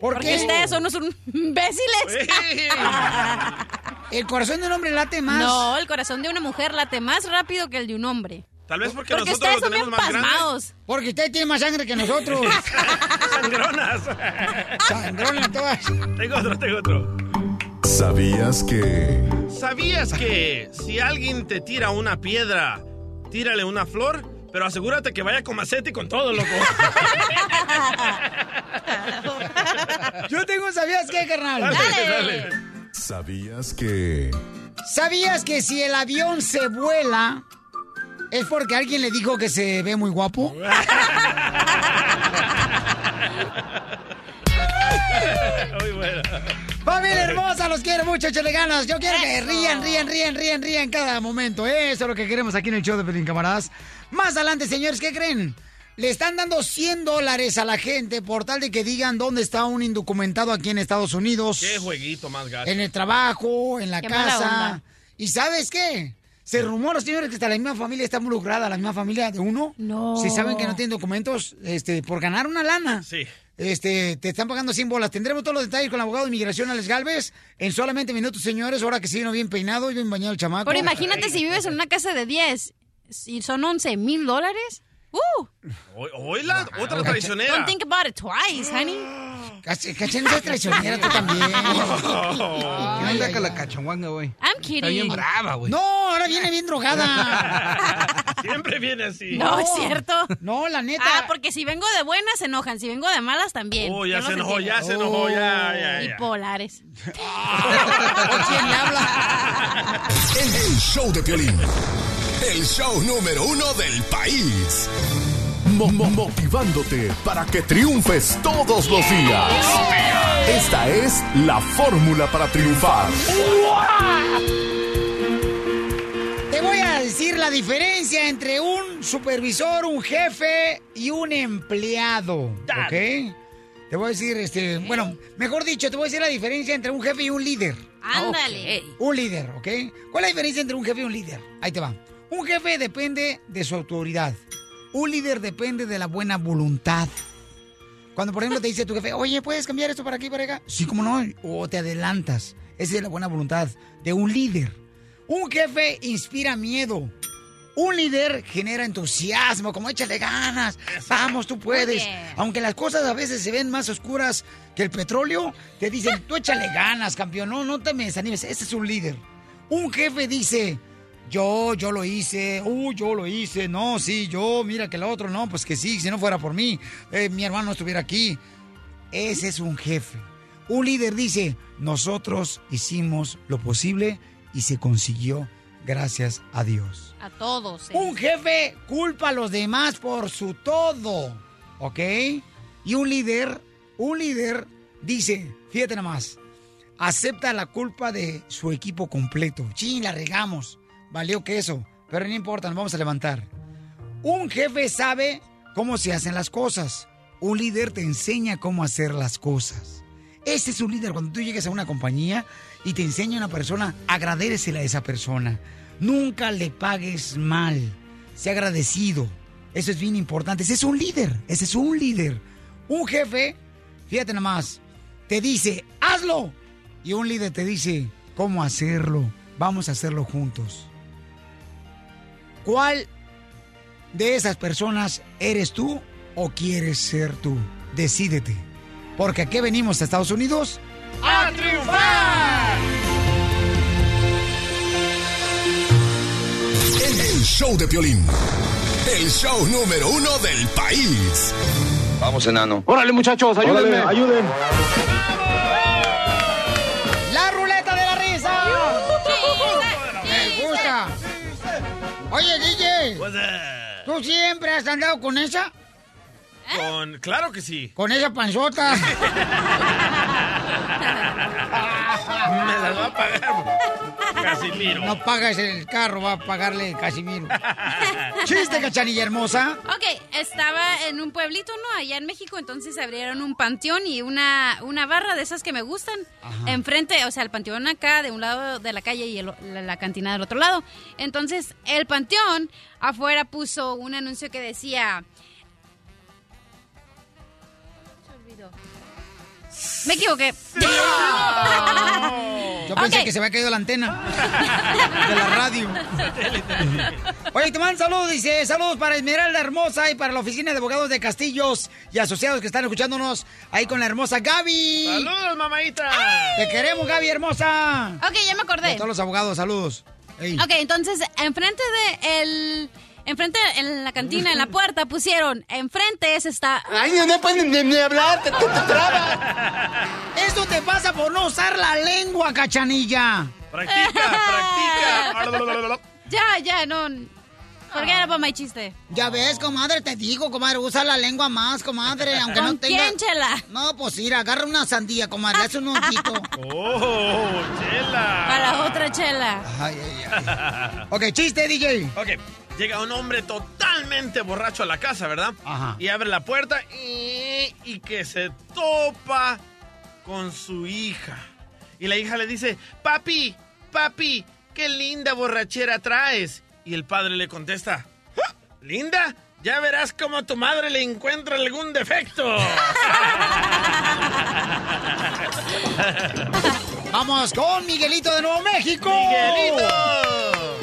¿Por Porque qué? ustedes son unos imbéciles. ¿El corazón de un hombre late más? No, el corazón de una mujer late más rápido que el de un hombre. Tal vez porque, Porque nosotros ustedes lo son bien tenemos más grande. pasmados. Porque usted tiene más sangre que nosotros. Sangronas. Sangronas todas. Tengo otro, tengo otro. ¿Sabías que... ¿Sabías que si alguien te tira una piedra, tírale una flor? Pero asegúrate que vaya con macete y con todo, loco. Yo tengo, ¿sabías qué, carnal? ¿Sabías que... ¿Sabías que si el avión se vuela es porque alguien le dijo que se ve muy guapo? Muy bueno. Familia hermosa, los quiero mucho, échale ganas. Yo quiero que rían, rían, rían, rían, rían cada momento. Eso es lo que queremos aquí en el show de Pelín Camaradas. Más adelante, señores, ¿qué creen? Le están dando 100 dólares a la gente por tal de que digan dónde está un indocumentado aquí en Estados Unidos. Qué jueguito más gacho. En el trabajo, en la Qué mala casa. onda. ¿Y sabes qué? Se rumora, señores, que hasta la misma familia está involucrada, la misma familia de uno. No. Si saben que no tienen documentos, este, por ganar una lana. Sí. Este, te están pagando 100 bolas. Tendremos todos los detalles con el abogado de inmigración, Alex Galvez, en solamente minutos, señores. Ahora que se vino bien peinado y bien bañado el Ah, chamaco. Pero imagínate si vives en una casa de 10 y son 11 mil dólares. ¡Uh! Hoy, hoy la otra traicionera. Don't think about it twice, honey. Cacha- Cacha, no seas traicionera tú también. ¿Qué onda con la cachanguanga, güey? I'm Está bien kidding. brava, güey. No, ahora viene bien drogada. Siempre viene así. No, es cierto. No, la neta. Ah, porque si vengo de buenas se enojan, si vengo de malas también. Oh, ya Yo se los enojó, ya entiendo. se enojó, ya, Oh, ya, ya. Bipolares. El, el show de Piolín. El show número uno del país. Mo- mo- motivándote para que triunfes todos los días. Esta es la fórmula para triunfar. Te voy a decir la diferencia entre un supervisor, un jefe y un empleado. ¿Ok? Te voy a decir, este, bueno, mejor dicho, te voy a decir la diferencia entre un jefe y un líder. Ándale. Ok. Un líder, ¿ok? ¿Cuál es la diferencia entre un jefe y un líder? Ahí te va. Un jefe depende de su autoridad. Un líder depende de la buena voluntad. Cuando, por ejemplo, te dice tu jefe, oye, ¿puedes cambiar esto para aquí, para acá? Sí, cómo no. O te adelantas. Esa es la buena voluntad de un líder. Un jefe inspira miedo. Un líder genera entusiasmo, como échale ganas. Vamos, tú puedes. Aunque las cosas a veces se ven más oscuras que el petróleo, te dicen, tú échale ganas, campeón. No, no te me desanimes. Ese es un líder. Un jefe dice, yo, yo lo hice, uh, yo lo hice, no, sí, yo, mira que el otro, no, pues que sí, si no fuera por mí, eh, mi hermano no estuviera aquí. Ese es un jefe. Un líder dice, nosotros hicimos lo posible y se consiguió gracias a Dios. A todos. eh. Un jefe culpa a los demás por su todo, ¿ok? Y un líder, un líder dice, fíjate nada más, acepta la culpa de su equipo completo. Sí, la regamos, valió que eso, pero no importa, nos vamos a levantar. Un jefe sabe cómo se hacen las cosas. Un líder te enseña cómo hacer las cosas. Ese es un líder. Cuando tú llegas a una compañía y te enseña a una persona, agradecele a esa persona. Nunca le pagues mal. Sé agradecido. Eso es bien importante. Ese es un líder. Ese es un líder. Un jefe, fíjate nomás, te dice, hazlo. Y un líder te dice, ¿cómo hacerlo? Vamos a hacerlo juntos. ¿Cuál de esas personas eres tú o quieres ser tú? Decídete. Porque aquí venimos a Estados Unidos. ¡A triunfar! El, el show de Piolín. El show número uno del país. Vamos, enano. Órale, muchachos, ayúdenme. ayuden. ¡La ruleta de la risa! ¡Me gusta! Oye, DJ. ¿Tú siempre has andado con esa? Con, claro que sí. Con esa panzota. Me las va a pagar. Casimiro. No pagas el carro, va a pagarle Casimiro. Chiste, cachanilla hermosa. Ok, estaba en un pueblito, ¿no? Allá en México, entonces abrieron un panteón y una, una barra de esas que me gustan. Ajá. Enfrente, o sea, el panteón acá, de un lado de la calle y el o- la, la cantina del otro lado. Entonces, el panteón afuera puso un anuncio que decía... Se olvidó. Me equivoqué. Yo pensé Ok. que se había caído la antena de la radio. Oye, te mandan saludos, dice, saludos para Esmeralda Hermosa y para la oficina de abogados de Castillos y asociados que están escuchándonos ahí con la hermosa Gaby. ¡Saludos, mamadita! Te queremos, Gaby hermosa. Ok, ya me acordé. Y a todos los abogados, saludos. Ey. Ok, entonces, enfrente de el... Enfrente, en la cantina, en la puerta, pusieron, enfrente es esta... Ay, no, no pueden ni, hablar, te, Esto te pasa por no usar la lengua, cachanilla. ya, ya, no. Porque era para mi chiste. Ya ves, comadre, te digo, comadre, usa la lengua más, comadre, aunque no ¿Con tenga... quién, Chela? No, pues ir, agarra una sandía, comadre, haz un hoyito. ¡Oh, chela! Para la otra chela. Ok, chiste, DJ. Ok, llega un hombre totalmente borracho a la casa, ¿verdad? Ajá. Y abre la puerta y, y que se topa con su hija. Y la hija le dice, papi, papi, qué linda borrachera traes. Y el padre le contesta, "¿Ah, linda, ya verás cómo a tu madre le encuentra algún defecto. Vamos con Miguelito de Nuevo México. ¡Miguelito!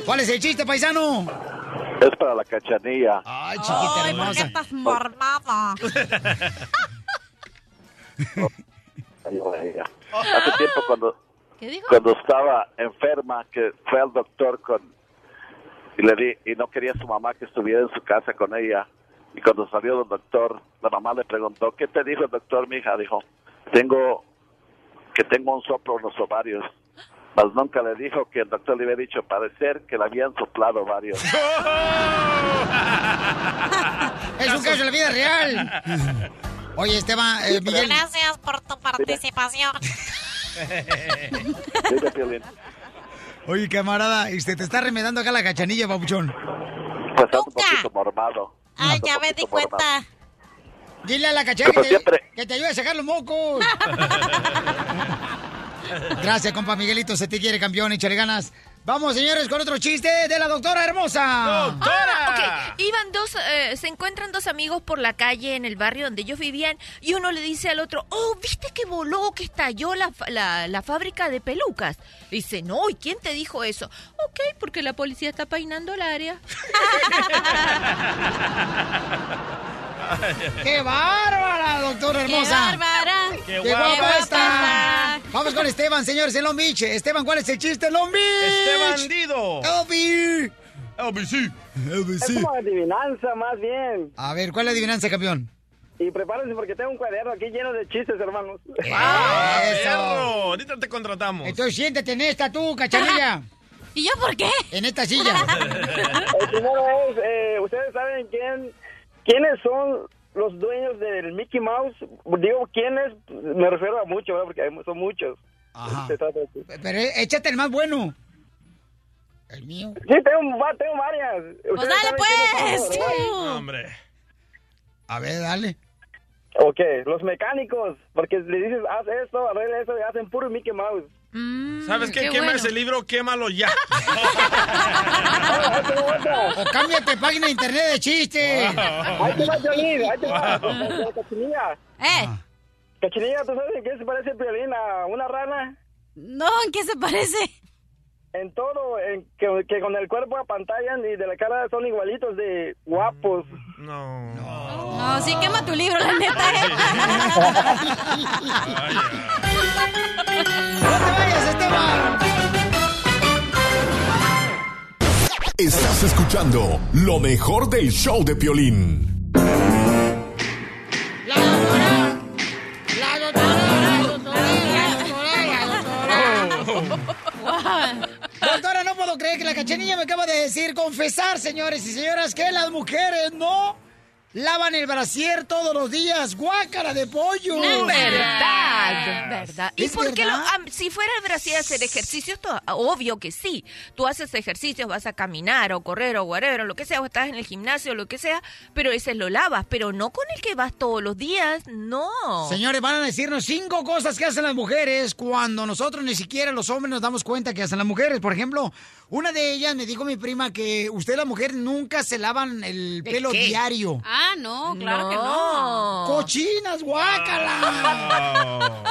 ¿Cuál es el chiste, paisano? Es para la cachanilla. Ay, chiquita Ay, ¿por qué hermosa. estás mormada? Ay, vaya. Hace tiempo cuando, ¿Qué dijo? cuando estaba enferma que fue al doctor con y le di y no quería su mamá que estuviera en su casa con ella y cuando salió del doctor la mamá le preguntó qué te dijo el doctor mija dijo tengo que tengo un soplo en los ovarios mas nunca le dijo que el doctor le había dicho parecer que le habían soplado varios Es un caso de la vida real. Oye, Esteban, eh, Miguel. Gracias por tu participación. Oye, camarada, este, te está remedando acá la cachanilla, papuchón. pues ando un poquito mormado Ay, ya me di cuenta. Dile a la cachanilla Como que, siempre. que te ayude a sacar los mocos. Gracias, compa Miguelito. Se te quiere, campeón. Échale ganas. Vamos, señores, con otro chiste de la doctora hermosa. Ah, ok. Iban dos, eh, se encuentran dos amigos por la calle en el barrio donde ellos vivían y uno le dice al otro, oh, ¿viste que voló, que estalló la, fa- la- la fábrica de pelucas? Dice, no, ¿y quién te dijo eso? Ok, porque la policía está peinando el área. ¡Qué bárbara, doctora Qué hermosa! bárbara. ¡Qué, Qué guapa, guapa está! Vamos con Esteban, señores, en Long Beach. Esteban, ¿cuál es el chiste en Long Beach? Este bandido. ¡Elvi! LBC. Es como adivinanza, más bien. A ver, ¿cuál es la adivinanza, campeón? Y prepárense porque tengo un cuaderno aquí lleno de chistes, hermanos. ¡Ah, Eso. perro! Ahorita te contratamos. Eh. Entonces siéntate en esta tú, cachanilla. ¿Y yo por qué? En esta silla. El primero es, eh, ¿ustedes saben quién, quiénes son los dueños del Mickey Mouse? Digo, ¿quiénes? Me refiero a muchos, ¿verdad? Porque hay mu- son muchos. Ajá. Se trata de- Pero eh, échate el más bueno. El mío. Pues Sí, tengo, va- tengo varias. Ustedes Pues dale, saben quiénes son, pues, ¿verdad? tú. Hombre. A ver, dale. Ok, los mecánicos, porque le dices, haz esto, arregla esto, y hacen puro Mickey Mouse. ¿Sabes qué? qué Quema bueno. ese libro, quémalo ya. O cámbiate página de internet de chistes. Ahí te va, Piolín, ahí te va. Cachinilla. ¿Eh? Cachinilla, ¿tú sabes en qué se parece el Piolín a una rana? No, ¿en qué se parece? En todo, en que, que con el cuerpo apantallan y de la cara son igualitos de guapos. No. No, sí, quema tu libro, la neta. ¿eh? Estás escuchando lo mejor del show de Piolín. La doctora, la doctora, la doctora. Doctora, no puedo creer que la cachanilla me acaba de decir, confesar, señores y señoras, que las mujeres no lavan el brasier todos los días. ¡Guácara de pollo! No es verdad. verdad, verdad. ¿Y ¿Es por qué lo, verdad? am- si fuera a Brasil a hacer ejercicios, to- obvio que sí. Tú haces ejercicios, vas a caminar o correr o whatever, o lo que sea, o estás en el gimnasio o lo que sea, pero ese lo lavas, pero no con el que vas todos los días, no. Señores, van a decirnos cinco cosas que hacen las mujeres cuando nosotros ni siquiera los hombres nos damos cuenta que hacen las mujeres. Por ejemplo, una de ellas me dijo mi prima que usted las mujeres nunca se lavan el ¿De pelo qué? diario. Ah, no, claro que No. no. Cochinas, guácala.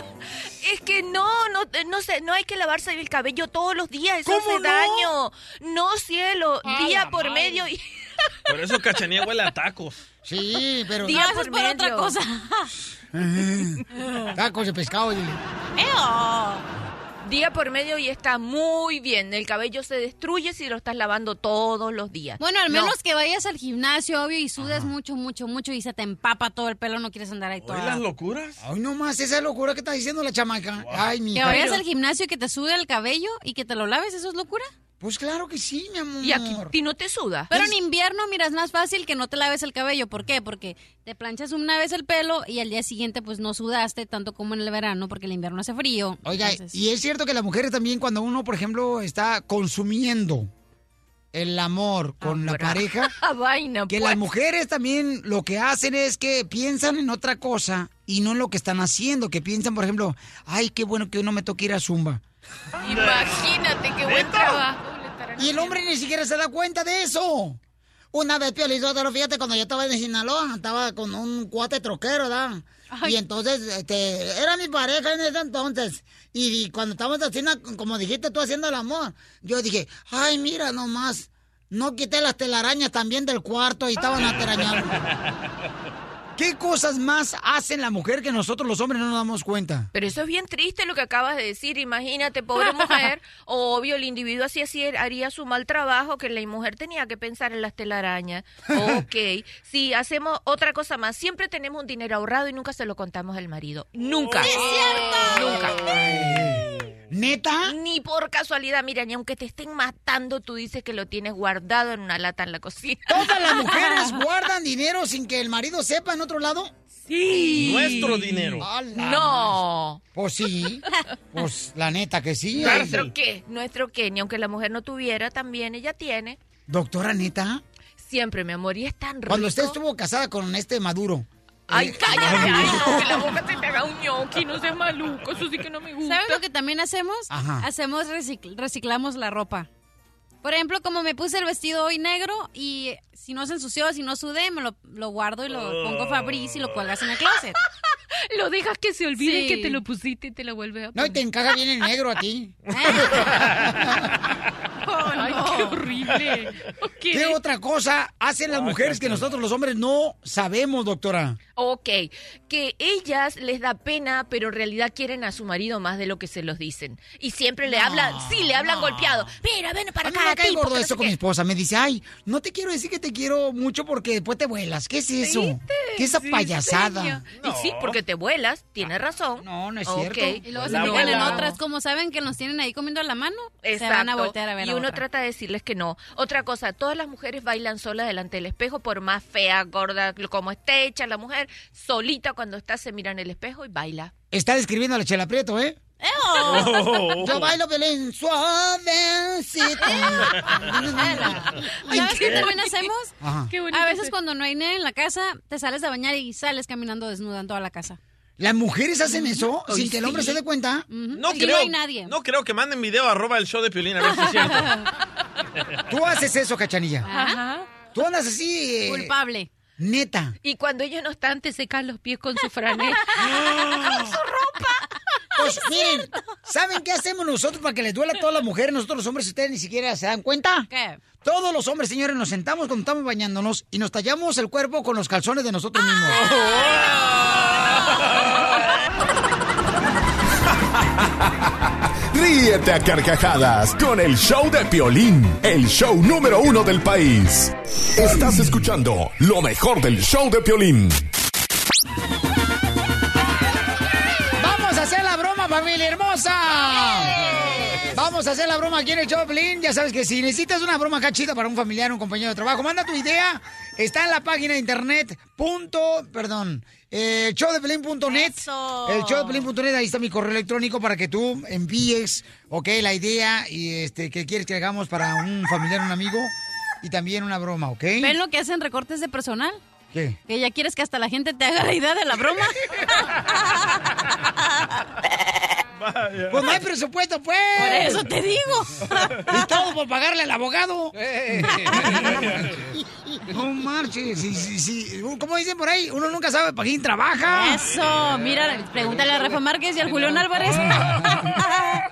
Es que no, no, no sé, no hay que lavarse el cabello todos los días, eso ¿Cómo hace no? daño. No, cielo, A día la por madre. medio y Por eso Cachanía huele a tacos. Sí, pero... día por medio. Tacos de pescado. dile. ¡Eo! Día por medio y está muy bien. El cabello se destruye si lo estás lavando todos los días. Bueno, al No. menos que vayas al gimnasio, obvio, y sudes mucho, mucho, mucho y se te empapa todo el pelo, no quieres andar ahí todo. locuras? Ay, no más, esa locura que está diciendo la chamaca. Ay, mi Que vayas al gimnasio y que te sude el cabello y que te lo laves, ¿eso es locura? Pues claro que sí, mi amor. Y aquí y no te suda. Pero en invierno, mira, es más fácil que no te laves el cabello. ¿Por qué? Porque te planchas una vez el pelo y al día siguiente, pues no sudaste tanto como en el verano, porque el invierno hace frío. Oiga, Entonces- y es cierto que las mujeres también, cuando uno, por ejemplo, está consumiendo el amor con la pareja, vaina, que pues. las mujeres también lo que hacen es que piensan en otra cosa y no en lo que están haciendo, que piensan, por ejemplo, ay, qué bueno que uno me toque ir a Zumba. Imagínate qué buen trabajo. le estarán Y el hombre ni siquiera se da cuenta de eso. Una vez, Pio Lizotero, fíjate, cuando yo estaba en Sinaloa, estaba con un cuate troquero, ¿verdad? Y entonces, este, era mi pareja en ese entonces. Y, y cuando estábamos haciendo, como dijiste tú, haciendo el amor, yo dije, ay, mira nomás, no quité las telarañas también del cuarto y estaban atarañadas. ¿Qué cosas más hacen la mujer que nosotros los hombres no nos damos cuenta? Pero eso es bien triste lo que acabas de decir. Imagínate, pobre mujer. Obvio, el individuo así, así haría su mal trabajo, que la mujer tenía que pensar en las telarañas. Ok. Si hacemos otra cosa más, siempre tenemos un dinero ahorrado y nunca se lo contamos al marido. Nunca. ¡Es cierto! Nunca. ¿Neta? Ni por casualidad, mira, ni aunque te estén matando, tú dices que lo tienes guardado en una lata en la cocina. ¿Todas las mujeres guardan dinero sin que el marido sepa en otro lado? Sí. Nuestro dinero. No. Pues sí. Pues la neta que sí. ¿Nuestro qué? ¿Nuestro qué? Ni aunque la mujer no tuviera, también ella tiene. Doctora neta, Siempre, mi amor, y es tan rico. cuando usted estuvo casada con este Maduro. eh, Ay, cállate, ay, no, que la boca se te haga un ñoqui, no seas maluco, eso sí que no me gusta. ¿Sabes lo que también hacemos? Ajá. Hacemos recicl- reciclamos la ropa. Por ejemplo, como me puse el vestido hoy negro y si no se ensució, si no sudé, me lo, lo guardo y lo pongo Fabriz y lo cuelgas en el closet. lo dejas que se olvide que te lo pusiste y te lo vuelves a No, y te encaja bien el negro a ti. Ay, qué horrible. ¿Qué otra cosa hacen las mujeres que nosotros los hombres no sabemos, doctora? Ok, que ellas les da pena, pero en realidad quieren a su marido más de lo que se los dicen. Y siempre le hablan, sí, le hablan golpeado. Mira, ven para A mí acá, me cae tipo, gordo que no eso sé con mi qué. esposa. Me dice, ay, no te quiero decir que te quiero mucho porque después te vuelas. ¿Qué es eso? ¿Qué es esa Sí, señor. payasada? Ah, Y sí, porque te vuelas, tienes razón. No, no es cierto. Y luego se fijan en otras, como saben que nos tienen ahí comiendo a la mano, se van a Exacto. voltear a ver y a uno otra. trata de decirles que no. Otra cosa, todas las mujeres bailan solas delante del espejo, por más fea, gorda, como esté hecha la mujer, solita cuando está se mira en el espejo y baila. Está describiendo a la Chela Prieto, ¿eh? Yo bailo violín suavecito. ¿Sabes qué también hacemos? Ajá. Qué bonito A veces se- cuando no hay nadie en la casa, te sales a bañar y sales caminando desnuda en toda la casa. ¿Las mujeres hacen eso Ay, sin que el hombre sí. se dé cuenta? No Sí, creo. no hay nadie. no creo que manden video arroba el show de Piolín a ver si es cierto. Tú haces eso, cachanilla. Tú andas así. eh, Culpable. Neta. Y cuando ellos no están, te secan los pies con su franela. ¡Con su Pues miren, ¿saben qué hacemos nosotros para que les duela a todas las mujeres? Nosotros los hombres, si ustedes ni siquiera se dan cuenta. ¿Qué? Todos los hombres, señores, nos sentamos cuando estamos bañándonos y nos tallamos el cuerpo con los calzones de nosotros mismos. Ríete a carcajadas con el show de Piolín, el show número uno del país. Estás escuchando lo mejor del show de Piolín. Vamos a hacer la broma, familia hermosa. Vamos a hacer la broma aquí en el Choplin. Ya sabes que si necesitas una broma cachita para un familiar, un compañero de trabajo, manda tu idea Está en la página de internet, punto, perdón, eh, showdepelín.net. El showdepelín.net, ahí está mi correo electrónico para que tú envíes, ok, la idea y este que quieres que hagamos para un familiar, un amigo y también una broma, ¿ok? ¿Ven lo que hacen recortes de personal? ¿Qué? Que ya quieres que hasta la gente te haga la idea de la broma. Pues no hay presupuesto, pues. Por eso te digo. Y todo por pagarle al abogado. No marches. sí, sí, sí. ¿Cómo dicen por ahí? Uno nunca sabe para quién trabaja. Eso, mira, pregúntale a Rafa Márquez y al Julián Álvarez. Ah,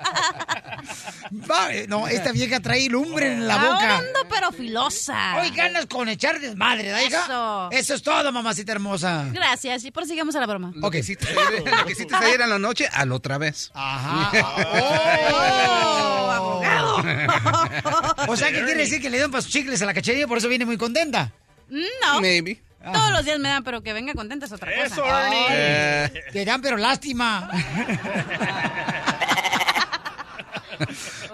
Va, eh, no, esta vieja trae lumbre en la Ahora boca. ando pero filosa. Hoy ganas con echar desmadre, ¿da, hija? Eso. Eso es todo, mamacita hermosa. Gracias, y prosigamos a la broma. Ok. Lo que hiciste ayer en la noche, al otra vez. Oh, O sea, ¿qué quiere decir que le dan para sus chicles a la cachería? Por eso viene muy contenta. Mm, No. Maybe. Todos los días me dan, pero que venga contenta es otra cosa. Eso, Ernie. Te dan, pero lástima.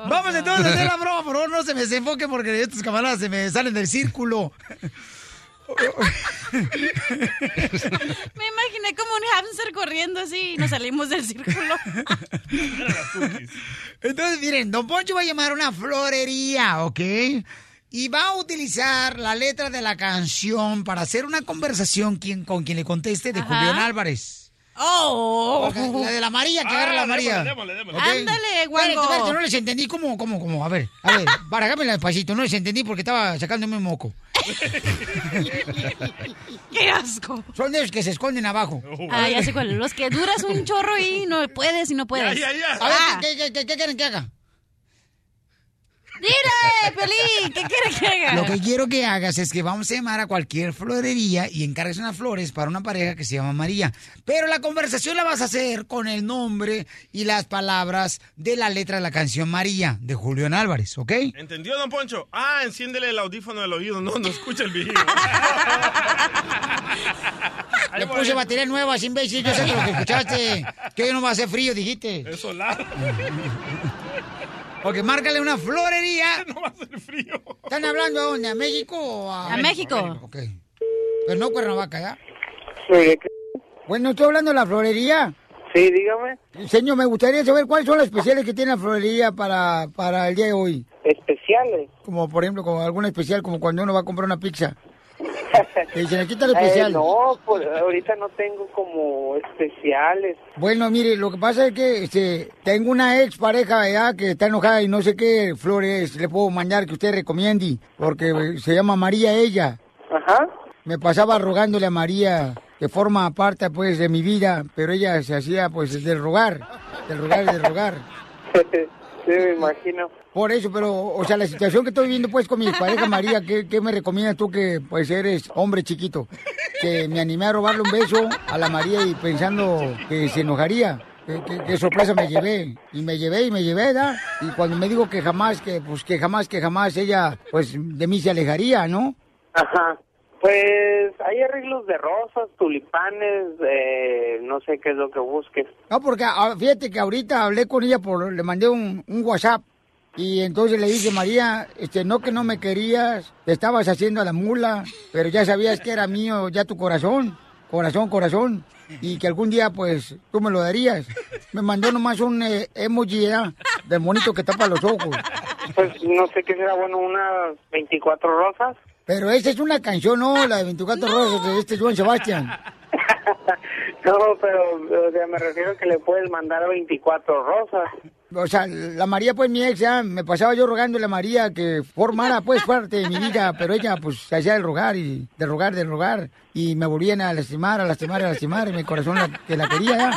Vamos entonces a hacer la broma, por favor, no se me desenfoque porque estos camaradas se me salen del círculo. Me imaginé como un hamster corriendo así y nos salimos del círculo. Entonces, miren, Don Poncho va a llamar a una florería, ¿ok? Y va a utilizar la letra de la canción para hacer una conversación quien, con quien le conteste de Ajá. Julián Álvarez. ¡Oh! La, la de la María, que Ah, agarra la María. démosle, démosle, ¿Ok? démosle. Ándale, Espérate, guango. espérate, no les entendí cómo, cómo, cómo. A ver, a ver, barajámela despacito. No les entendí porque estaba sacándome un moco. ¡Qué asco! Son de esos que se esconden abajo. Ah, ya sé cuál. Los que duras un chorro y no puedes y no puedes. Ya, ya, ya. A ver, ¿qué, quieren que haga? ¡Dile, Pelín! ¿Qué quieres que haga? Lo que quiero que hagas es que vamos a llamar a cualquier florería y encargues unas flores para una pareja que se llama María. Pero la conversación la vas a hacer con el nombre y las palabras de la letra de la canción María de Julián Álvarez, ¿ok? ¿Entendió, don Poncho? Ah, enciéndele el audífono del oído. No, no escucha el video. Le puse batería nueva, imbécil. Yo sé que lo que escuchaste. Que hoy no va a hacer frío, dijiste. Es solar. Ok, márcale una florería. No va a hacer frío. ¿Están hablando a dónde? ¿A México o a.? A México. Ok. Pero no Cuernavaca, ¿ya? Sí. Bueno, estoy hablando de la florería. Sí, dígame. Señor, me gustaría saber cuáles son las especiales que tiene la florería para, para el día de hoy. ¿Especiales? Como, por ejemplo, como alguna especial, como cuando uno va a comprar una pizza. Le dicen, aquí está el especial. Eh, no, pues ahorita no tengo como especiales. Bueno, mire, lo que pasa es que este, tengo una ex pareja ya que está enojada y no sé qué flores le puedo mandar que usted recomiende, porque eh, se llama María ella. Ajá. Me pasaba rogándole a María que forma aparte pues de mi vida, pero ella se hacía pues del rogar, del rogar, del rogar. sí, me imagino. Por eso, pero, o sea, la situación que estoy viviendo pues con mi pareja María, ¿qué, qué me recomiendas tú que pues eres hombre chiquito? Que me animé a robarle un beso a la María y pensando que se enojaría. Qué, qué- qué sorpresa me llevé. Y me llevé y me llevé, ¿verdad? Y cuando me dijo que jamás, que pues que jamás, que jamás ella pues de mí se alejaría, ¿no? Ajá. Pues hay arreglos de rosas, tulipanes, eh, no sé qué es lo que busques. No, porque ah, fíjate que ahorita hablé con ella, por, le mandé un, un WhatsApp y entonces le dije, María, este, no que no me querías, te estabas haciendo a la mula, pero ya sabías que era mío ya tu corazón, corazón, corazón, y que algún día pues tú me lo darías. Me mandó nomás un eh, emoji ¿verdad? del monito que tapa los ojos. Pues no sé qué será, bueno, unas 24 rosas. Pero esa es una canción, ¿no? La de 24 rosas de este Juan Sebastián. No, pero, o sea, me refiero que le puedes mandar 24 rosas. O sea, la María, pues mi ex, ya me pasaba yo rogándole a María que formara, pues, parte de mi vida, pero ella, pues, se hacía del rogar y del rogar, del rogar, y me volvían a lastimar, a lastimar, a lastimar, y mi corazón la- que la quería, ya.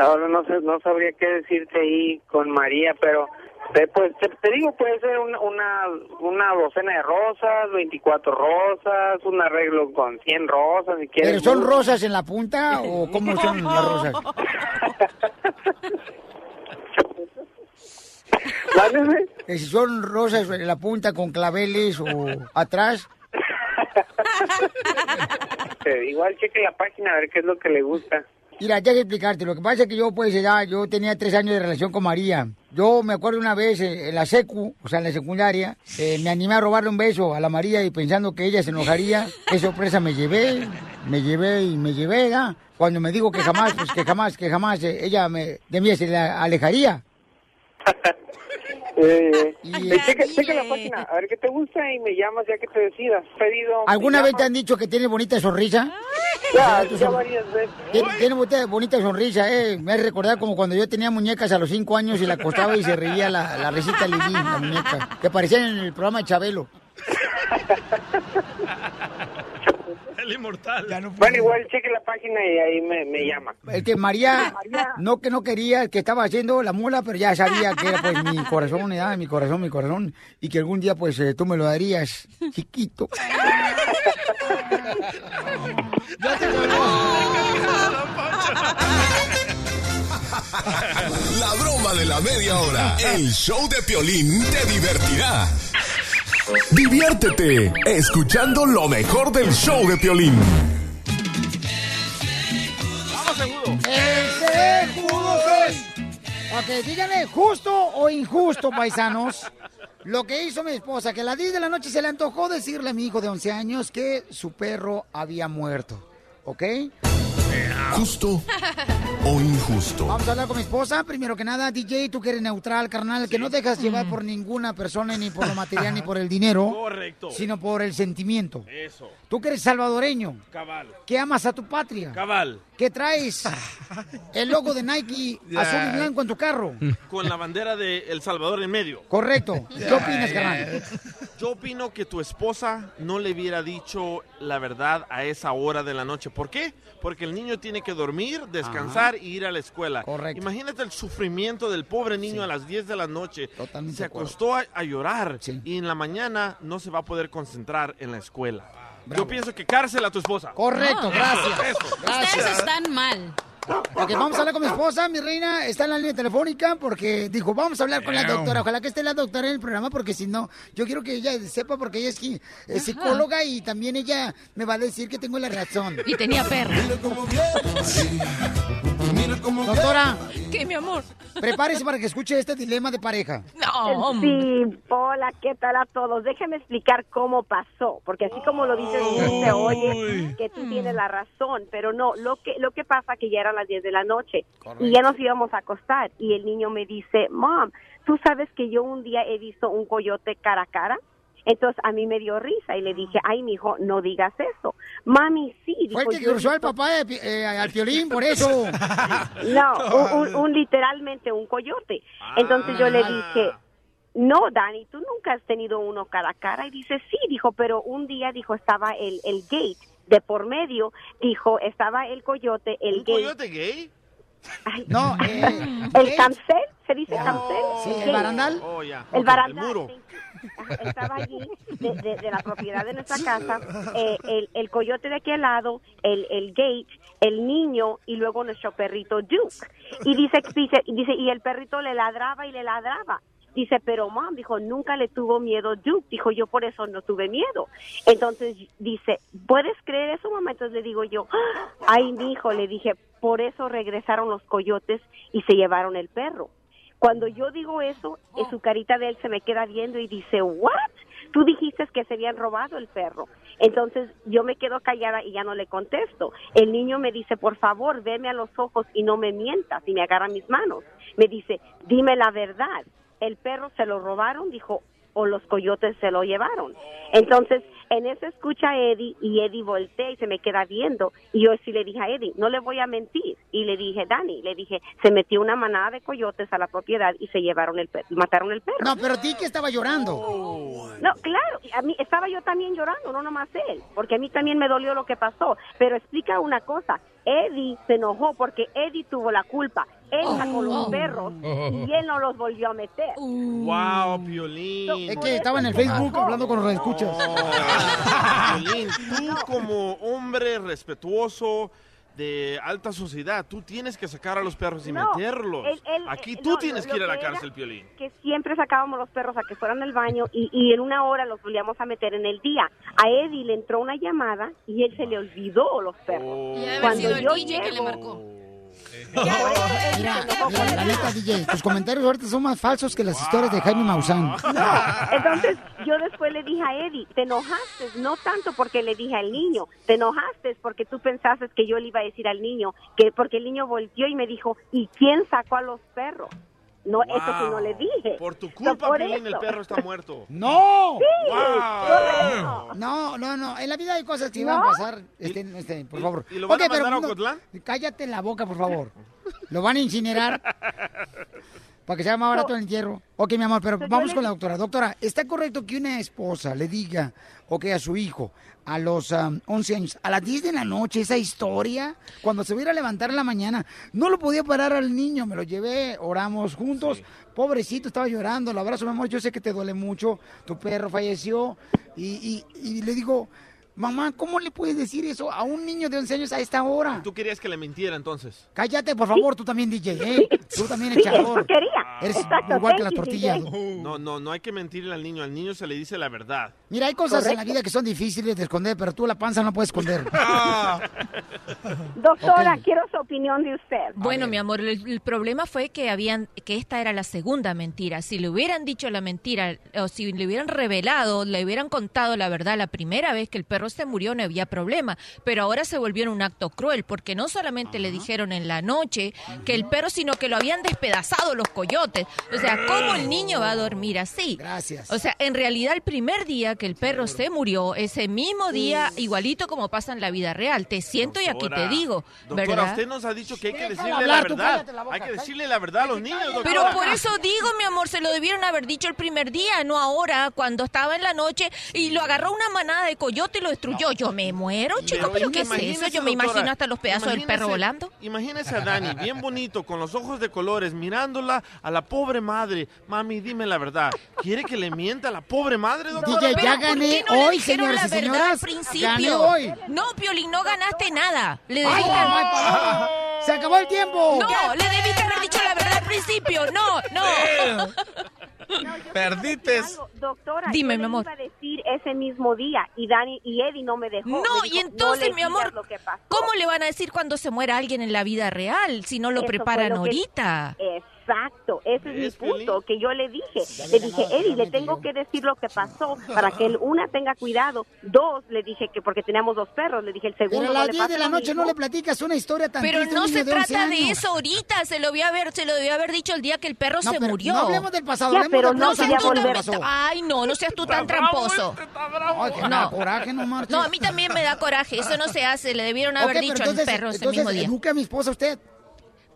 Ahora no sé, no sabría qué decirte ahí con María, pero te, pues, te, te digo, puede ser una, una, una docena de rosas, 24 rosas, un arreglo con 100 rosas, si quieres. ¿Pero son rosas en la punta o cómo son las rosas? Que si son rosas en la punta con claveles o atrás. Este, Igual cheque la página a ver qué es lo que le gusta. Mira, ya que explicarte, lo que pasa es que yo, pues, ya, yo tenía tres años de relación con María, Yo me acuerdo una vez eh, en la secu, o sea, en la secundaria, eh, me animé a robarle un beso a la María y pensando que ella se enojaría, qué sorpresa me llevé, me llevé y me llevé, ¿verdad? Cuando me dijo que jamás, pues que jamás, que jamás eh, ella me, de mí se le alejaría. Eh, Y- eh, checa, checa la página, a ver qué te gusta y me llamas ya que te decidas. Pedido. me ¿Alguna vez te llamas. han dicho que tienes bonita sonrisa? Ya, O sea, tu Ah, ya son- varias veces. Tiene, tiene bonita, bonita sonrisa, ¿eh? Me hace recordar como cuando yo tenía muñecas a los cinco años y la acostaba y se reía la, la risita Lili, la muñeca, que parecían en el programa de Chabelo. El inmortal. Bueno, igual cheque la página y ahí me, me llama. El que María, no que no quería, que estaba haciendo la mula, pero ya sabía que era pues mi corazón, ¿eh? mi corazón, mi corazón, y que algún día pues eh, tú me lo darías, chiquito. La broma de la media hora. El show de Piolín te divertirá. Diviértete escuchando lo mejor del show de Piolín. Vamos, seguro. ¡Ese judo es! Ok, díganme, justo o injusto, paisanos, lo que hizo mi esposa, que a las 10 de la noche se le antojó decirle a mi hijo de 11 años que su perro había muerto, ¿ok? Justo o injusto. Vamos a hablar con mi esposa. Primero que nada, DJ, tú que eres neutral, carnal, que no te dejas llevar por ninguna persona, ni por lo material, ni por el dinero. Correcto. Sino por el sentimiento. Eso. Tú que eres salvadoreño, Cabal. que amas a tu patria, Cabal. que traes el logo de Nike Ya. azul y blanco en tu carro. Con la bandera de El Salvador en medio. Correcto. ¿Qué opinas, carnal? Yo opino que tu esposa no le hubiera dicho la verdad a esa hora de la noche. ¿Por qué? Porque el niño tiene que dormir, descansar y ir a la escuela. Correcto. Imagínate el sufrimiento del pobre niño a las 10 de la noche. se acostó a, a llorar y en la mañana no se va a poder concentrar en la escuela. Yo pienso que cárcel a tu esposa. Correcto, Eso, gracias. eso. Gracias. Ustedes están mal. Ok, vamos a hablar con mi esposa, mi reina, está en la línea telefónica porque dijo, vamos a hablar con la Damn. doctora. Ojalá que esté la doctora en el programa porque si no, yo quiero que ella sepa porque ella es qui- es psicóloga y también ella me va a decir que tengo la razón. Y tenía perro. Doctora, ¿Qué, mi amor? prepárese para que escuche este dilema de pareja. Sí, hola, ¿qué tal a todos? Déjenme explicar cómo pasó, porque así como lo dices, tú, se oye que tú tienes la razón, pero no, lo que, lo que pasa que ya eran las 10 de la noche y ya nos íbamos a acostar y el niño me dice, mom, ¿tú sabes que yo un día he visto un coyote cara a cara? Entonces a mí me dio risa y le dije, ay, mi hijo, no digas eso. Mami, sí. Fue el dijo, que "Yo he cruzó al visto papá, de pi- eh, al piolín, por eso. no, un, un- un literalmente un coyote. Entonces yo Ah. le dije, no, Dani, tú nunca has tenido uno cara a cara. Y dice, sí, dijo, pero un día, dijo, estaba el, el gate de por medio, dijo, estaba el coyote, el ¿Un gate. coyote gay? No, el cancel, se dice cancel. Sí, gate. el barandal. Oh, ya. El Ok, barandal. el muro. Ajá, Estaba allí, de, de- de la propiedad de nuestra casa, eh, el, el coyote de aquel lado, el, el gate, el niño y luego nuestro perrito Duke. Y dice, dice, y dice, y el perrito le ladraba y le ladraba. Dice, pero mam, dijo, nunca le tuvo miedo Duke. Dijo, yo por eso no tuve miedo. Entonces dice, ¿puedes creer eso, mamá? Entonces le digo yo, "Ah". ay, mi hijo, le dije, por eso regresaron los coyotes y se llevaron el perro. Cuando yo digo eso, eh, su carita de él se me queda viendo y dice, ¿what? Tú dijiste que se habían robado el perro. Entonces yo me quedo callada y ya no le contesto. El niño me dice, por favor, veme a los ojos y no me mientas y me agarra mis manos. Me dice, dime la verdad. El perro se lo robaron, dijo, o los coyotes se lo llevaron. Entonces, en eso escucha a Eddie y Eddie voltea y se me queda viendo. Y yo sí le dije a Eddie, no le voy a mentir. Y le dije, Dani, le dije, se metió una manada de coyotes a la propiedad y se llevaron el perro, mataron el perro. No, pero a ti que estaba llorando. Oh. No, claro, y a mí estaba yo también llorando, no nomás él, porque a mí también me dolió lo que pasó. Pero explica una cosa, Eddie se enojó porque Eddie tuvo la culpa. Él Oh. sacó los perros y él no los volvió a meter. Uh. Wow, Piolín. Es que estaba en el Facebook hablando con los escuchas. Piolín, tú como hombre respetuoso de alta sociedad, tú tienes que sacar a los perros y No, meterlos. él- él- Aquí eh, tú no, tienes lo- que ir a lo la que era- cárcel, Piolín. que siempre sacábamos los perros a que fueran al baño y, y en una hora los volvíamos a meter en el día. A Eddie le entró una llamada y él se le olvidó los perros. Ya debe haber Cuando sido el yo DJ que le llego, marcó. Ya, por eso, Mira, mira, la neta, DJ, tus comentarios ahorita son más falsos que las historias de Jaime Maussan. Entonces yo después le dije a Eddie, te enojaste, no tanto porque le dije al niño, te enojaste porque tú pensaste que yo le iba a decir al niño, que porque el niño volteó y me dijo, ¿y quién sacó a los perros? No, eso que no le dije. Por tu So, culpa, por Piolín, el eso. perro está muerto. ¡No! Sí, Wow. Oh. No, no, no. En la vida hay cosas que ¿No? van a pasar. Este, este, por favor. y lo van Ok, a mandar pero a no- Ocotlán? cállate la boca, por favor. Lo van a incinerar. Para que sea más barato el entierro. Ok, mi amor, pero So, Pues yo vamos le- con la doctora. Doctora, ¿está correcto que una esposa le diga, ok, a su hijo, a los am, 11 años, a las 10 de la noche, esa historia, cuando se hubiera a levantar en la mañana, no lo podía parar al niño, me lo llevé, oramos juntos, pobrecito, estaba llorando, lo abrazo, mi amor, yo sé que te duele mucho, tu perro falleció, y, y- y le digo, mamá, ¿cómo le puedes decir eso a un niño de 11 años a esta hora? Tú querías que le mintiera entonces. Cállate, por favor, tú también, DJ, ¿eh? Tú también, Sí, eso echador. quería. Eres igual que las tortillas. No, no, no hay que mentirle al niño. Al niño se le dice la verdad. Mira, hay cosas en la vida que son difíciles de esconder, pero tú la panza no puedes esconder. Ah, Doctora, quiero su opinión de usted. Bueno, mi amor, el, el problema fue que habían que esta era la segunda mentira. Si le hubieran dicho la mentira o si le hubieran revelado, le hubieran contado la verdad la primera vez que el perro se murió no había problema, pero ahora se volvió un acto cruel porque no solamente le dijeron en la noche que el perro, sino que lo habían despedazado los coyotes. O sea, ¿cómo el niño va a dormir así? Gracias. O sea, en realidad el primer día que el perro se murió, ese mismo día, igualito como pasa en la vida real, te siento y aquí te Doctora, digo, Doctora, ¿verdad? usted nos ha dicho que hay que Déjala decirle hablar, la tú verdad. cállate la boca, hay que decirle la verdad a los niños, Pero doctora. por eso digo, mi amor, se lo debieron haber dicho el primer día, no ahora, cuando estaba en la noche y lo agarró una manada de coyote y lo destruyó. Yo me muero, chico, Pero pero, es ¿qué que es eso? imagínese, Yo me doctora, imagino hasta los pedazos del perro imagínese- volando. Imagínese a Dani, bien bonito, con los ojos de colores, mirándola a la pobre madre. Mami, dime la verdad. ¿Quiere que le mienta a la pobre madre, doctora? DJ, ya gané hoy, Pero señores la y verdad, al señoras. principio. Gané hoy. No, Piolín, no ganaste nada. Le Ay, debiste- mamá, paloma. ¡Se acabó el tiempo! No, le debiste haber dicho la verdad al principio. No, no. Perdiste. Doctora, Dime, yo mi le amor. iba a decir ese mismo día y Dani y Eddie no me dejó. No, Me y dijo, entonces, le mi amor, digas lo que pasó. ¿Cómo le van a decir cuando se muera alguien en la vida real si no lo Eso fue preparan lo que- ahorita? Exacto, ese es, mi punto que yo le dije. Le dije, Eddie, le tengo que decir lo que pasó para que él, una, tenga cuidado. Dos, le dije que porque teníamos dos perros, le dije el segundo. Pero a no las 10 le de pasa la lo noche no mismo". le platicas una historia tan Pero triste a un no niño se de 11 trata de años. eso ahorita, se lo debió haber, se lo debió haber dicho el día que el perro No, se pero murió. no hablemos del pasado, Ya, hablemos pero del no presente, seas tú de lo tan- que pasó. Ay, no, no seas tú tan tramposo. este, Ay, que me da coraje, no marches. No, a mí también me da coraje, eso no se hace, le debieron Ok, haber pero dicho entonces- al perro ese entonces, mismo día. eduque a mi esposa usted.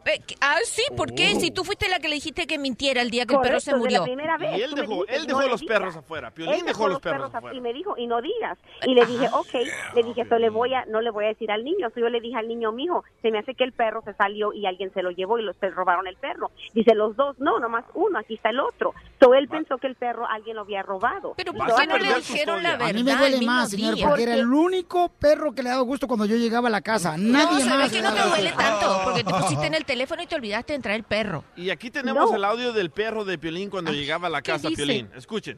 Eh, que- Ah, sí, ¿por Oh. qué? Si tú fuiste la que le dijiste que mintiera el día que el perro se Correcto, de la murió. primera vez, Y él tú me dejó- dijiste, él dejó le los digas. perros afuera, Piolín Él dejó los perros af- afuera. Y me dijo, y no digas. Y le dije, ok, le dije, eso le voy a, no le voy a decir al niño. So, yo le dije al niño, mijo, se me hace que el perro se salió y alguien se lo llevó y los se robaron el perro. Dice, los dos, no, nomás uno, aquí está el otro. So, él pensó que el perro alguien lo había robado. Pero ¿por qué no le dijeron la A verdad? mí me duele el mismo más, señor, día? porque era el único perro que le daba gusto cuando yo llegaba a la casa. No, Nadie se ve más. que le no te daba duele gusto. tanto, porque te Ah. pusiste en el teléfono y te olvidaste de entrar el perro. Y aquí tenemos No. el audio del perro de Piolín cuando llegaba a la casa, dice? Piolín. Escuchen.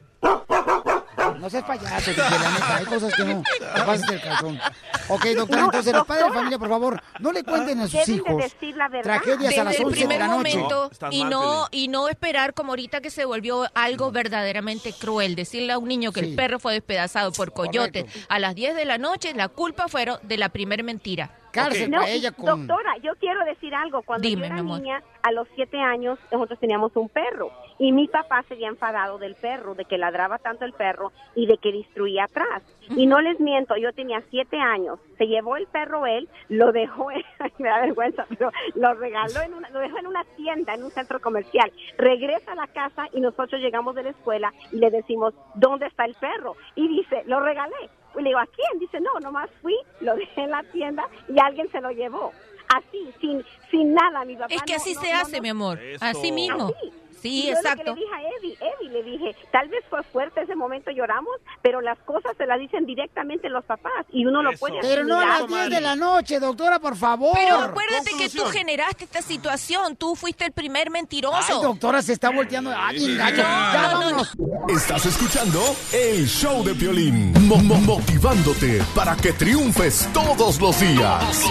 No seas payaso, DJ, la neta, hay cosas que no. Te pasas del calzón. Ok, doctora, entonces los padres de familia, por favor, no le cuenten a sus Deben de hijos decir la verdad. tragedias a las Ah. Desde el 11 de primer la noche. momento estás y mal, no y no esperar como ahorita que se volvió algo verdaderamente cruel. Decirle a un niño que Sí. el perro fue despedazado por coyotes a las 10 de la noche, la culpa fueron de la primer mentira. Cárcel No, para ella con... Doctora, yo quiero decir algo. Cuando Dime, yo era mi amor. niña, a los siete años, nosotros teníamos un perro. Y mi papá se había enfadado del perro, de que ladraba tanto el perro y de que destruía atrás. Y no les miento, yo tenía siete años. Se llevó el perro él, lo dejó, en- me da vergüenza, pero lo regaló, en una, lo dejó en una tienda, en un centro comercial. Regresa a la casa y nosotros llegamos de la escuela y le decimos, ¿dónde está el perro? Y dice, lo regalé. Y le digo, ¿a quién? Dice, no, nomás fui, lo dejé en la tienda y alguien se lo llevó. Así, sin, sin nada, mi papá. Es que no- así no- se no- hace, no- mi amor. Así mismo. Así. Sí, Y yo exacto. Lo que le dije a Eddie, Eddie, le dije, tal vez fue fuerte ese momento, lloramos, pero las cosas se las dicen directamente los papás y uno lo puede Pero no a asimilar. las 10 de la noche, doctora, por favor. Pero acuérdate que tú generaste esta situación. Tú fuiste el primer mentiroso. Ay, doctora, se está volteando. Ay, engaño. Ya vámonos. Estás escuchando el show de Piolín. Mo- mo- motivándote para que triunfes todos los días.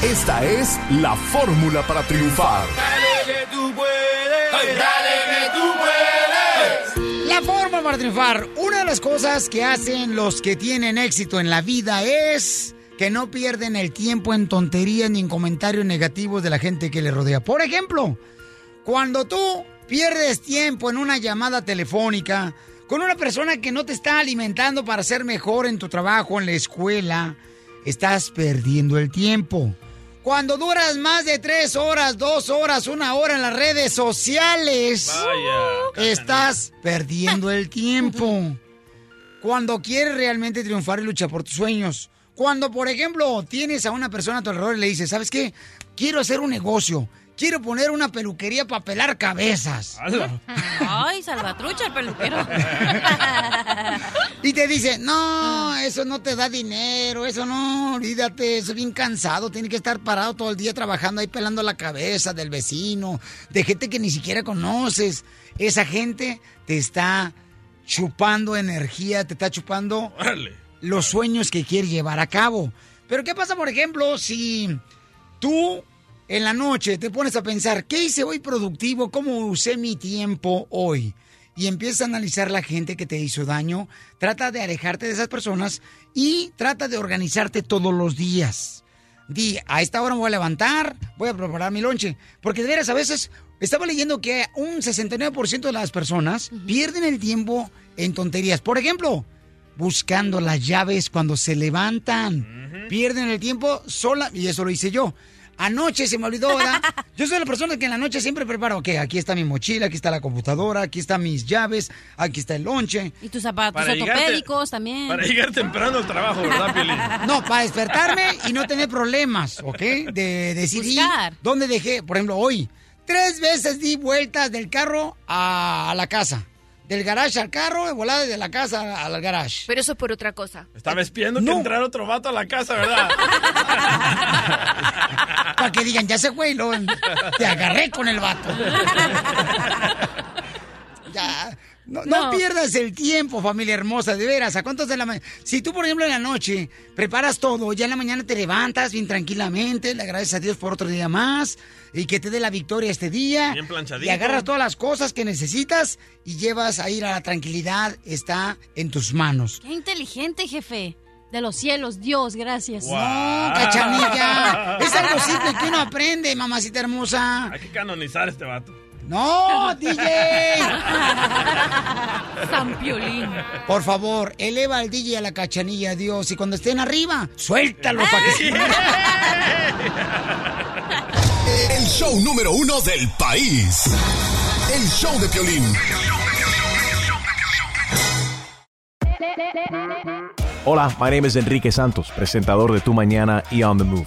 Esta es la fórmula para triunfar. Dale que tú puedes. Dale que tú puedes. La forma para triunfar. Una de las cosas que hacen los que tienen éxito en la vida es que no pierden el tiempo en tonterías ni en comentarios negativos de la gente que les rodea. Por ejemplo, cuando tú pierdes tiempo en una llamada telefónica con una persona que no te está alimentando para ser mejor en tu trabajo, en la escuela, estás perdiendo el tiempo. Cuando duras más de tres horas, dos horas, una hora en las redes sociales, estás perdiendo el tiempo. Cuando quieres realmente triunfar y luchar por tus sueños. Cuando, por ejemplo, tienes a una persona a tu alrededor y le dices, ¿sabes qué? Quiero hacer un negocio. Quiero poner una peluquería para pelar cabezas. Ay, salvatrucha el peluquero. Y te dice, no, eso no te da dinero, eso no, olvídate, eso es bien cansado, tiene que estar parado todo el día trabajando ahí pelando la cabeza del vecino, de gente que ni siquiera conoces. Esa gente te está chupando energía, te está chupando los sueños que quieres llevar a cabo. Pero ¿qué pasa, por ejemplo, si tú en la noche te pones a pensar, ¿qué hice hoy productivo? ¿Cómo usé mi tiempo hoy? Y empiezas a analizar la gente que te hizo daño, trata de alejarte de esas personas y trata de organizarte todos los días. Di, a esta hora me voy a levantar, voy a preparar mi lonche. Porque de veras, a veces estaba leyendo que un 69% de las personas pierden el tiempo en tonterías. Por ejemplo, buscando las llaves cuando se levantan. Pierden el tiempo sola, y eso lo hice yo. Anoche se me olvidó, ¿verdad? Yo soy la persona que en la noche siempre preparo, ok, aquí está mi mochila, aquí está la computadora, aquí están mis llaves, aquí está el lonche. Y tus zapatos Para llegar te- ortopédicos también. Para llegar temprano al trabajo, ¿verdad, Piolín? No, para despertarme y no tener problemas, ¿ok? De decidir dónde dejé, por ejemplo, hoy. Tres veces di vueltas del carro a, a la casa. Del garage al carro, de volada de la casa al garage. Pero eso es por otra cosa. Estaba espiando que entrara otro vato a la casa, ¿verdad? Para que digan, ya se fue y luego te agarré con el vato. ya. No, no No. pierdas el tiempo, familia hermosa, de veras. ¿A cuántos de la mañana? Si tú, por ejemplo, en la noche preparas todo, ya en la mañana te levantas bien tranquilamente, le agradeces a Dios por otro día más y que te dé la victoria este día. Bien planchadito. Y agarras todas las cosas que necesitas y llevas a ir a la tranquilidad, está en tus manos. Qué inteligente, jefe. De los cielos, Dios, gracias. No, cachanilla. Es algo simple que uno aprende, mamacita hermosa. Hay que canonizar a este vato. ¡No, DJ! San Piolín. Por favor, eleva al DJ a la cachanilla, Dios. Y cuando estén arriba, suéltalo para que El show número uno del país. El show de Piolín. Hola, my name is Enrique Santos, presentador de Tu Mañana y On the Move.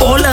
Hola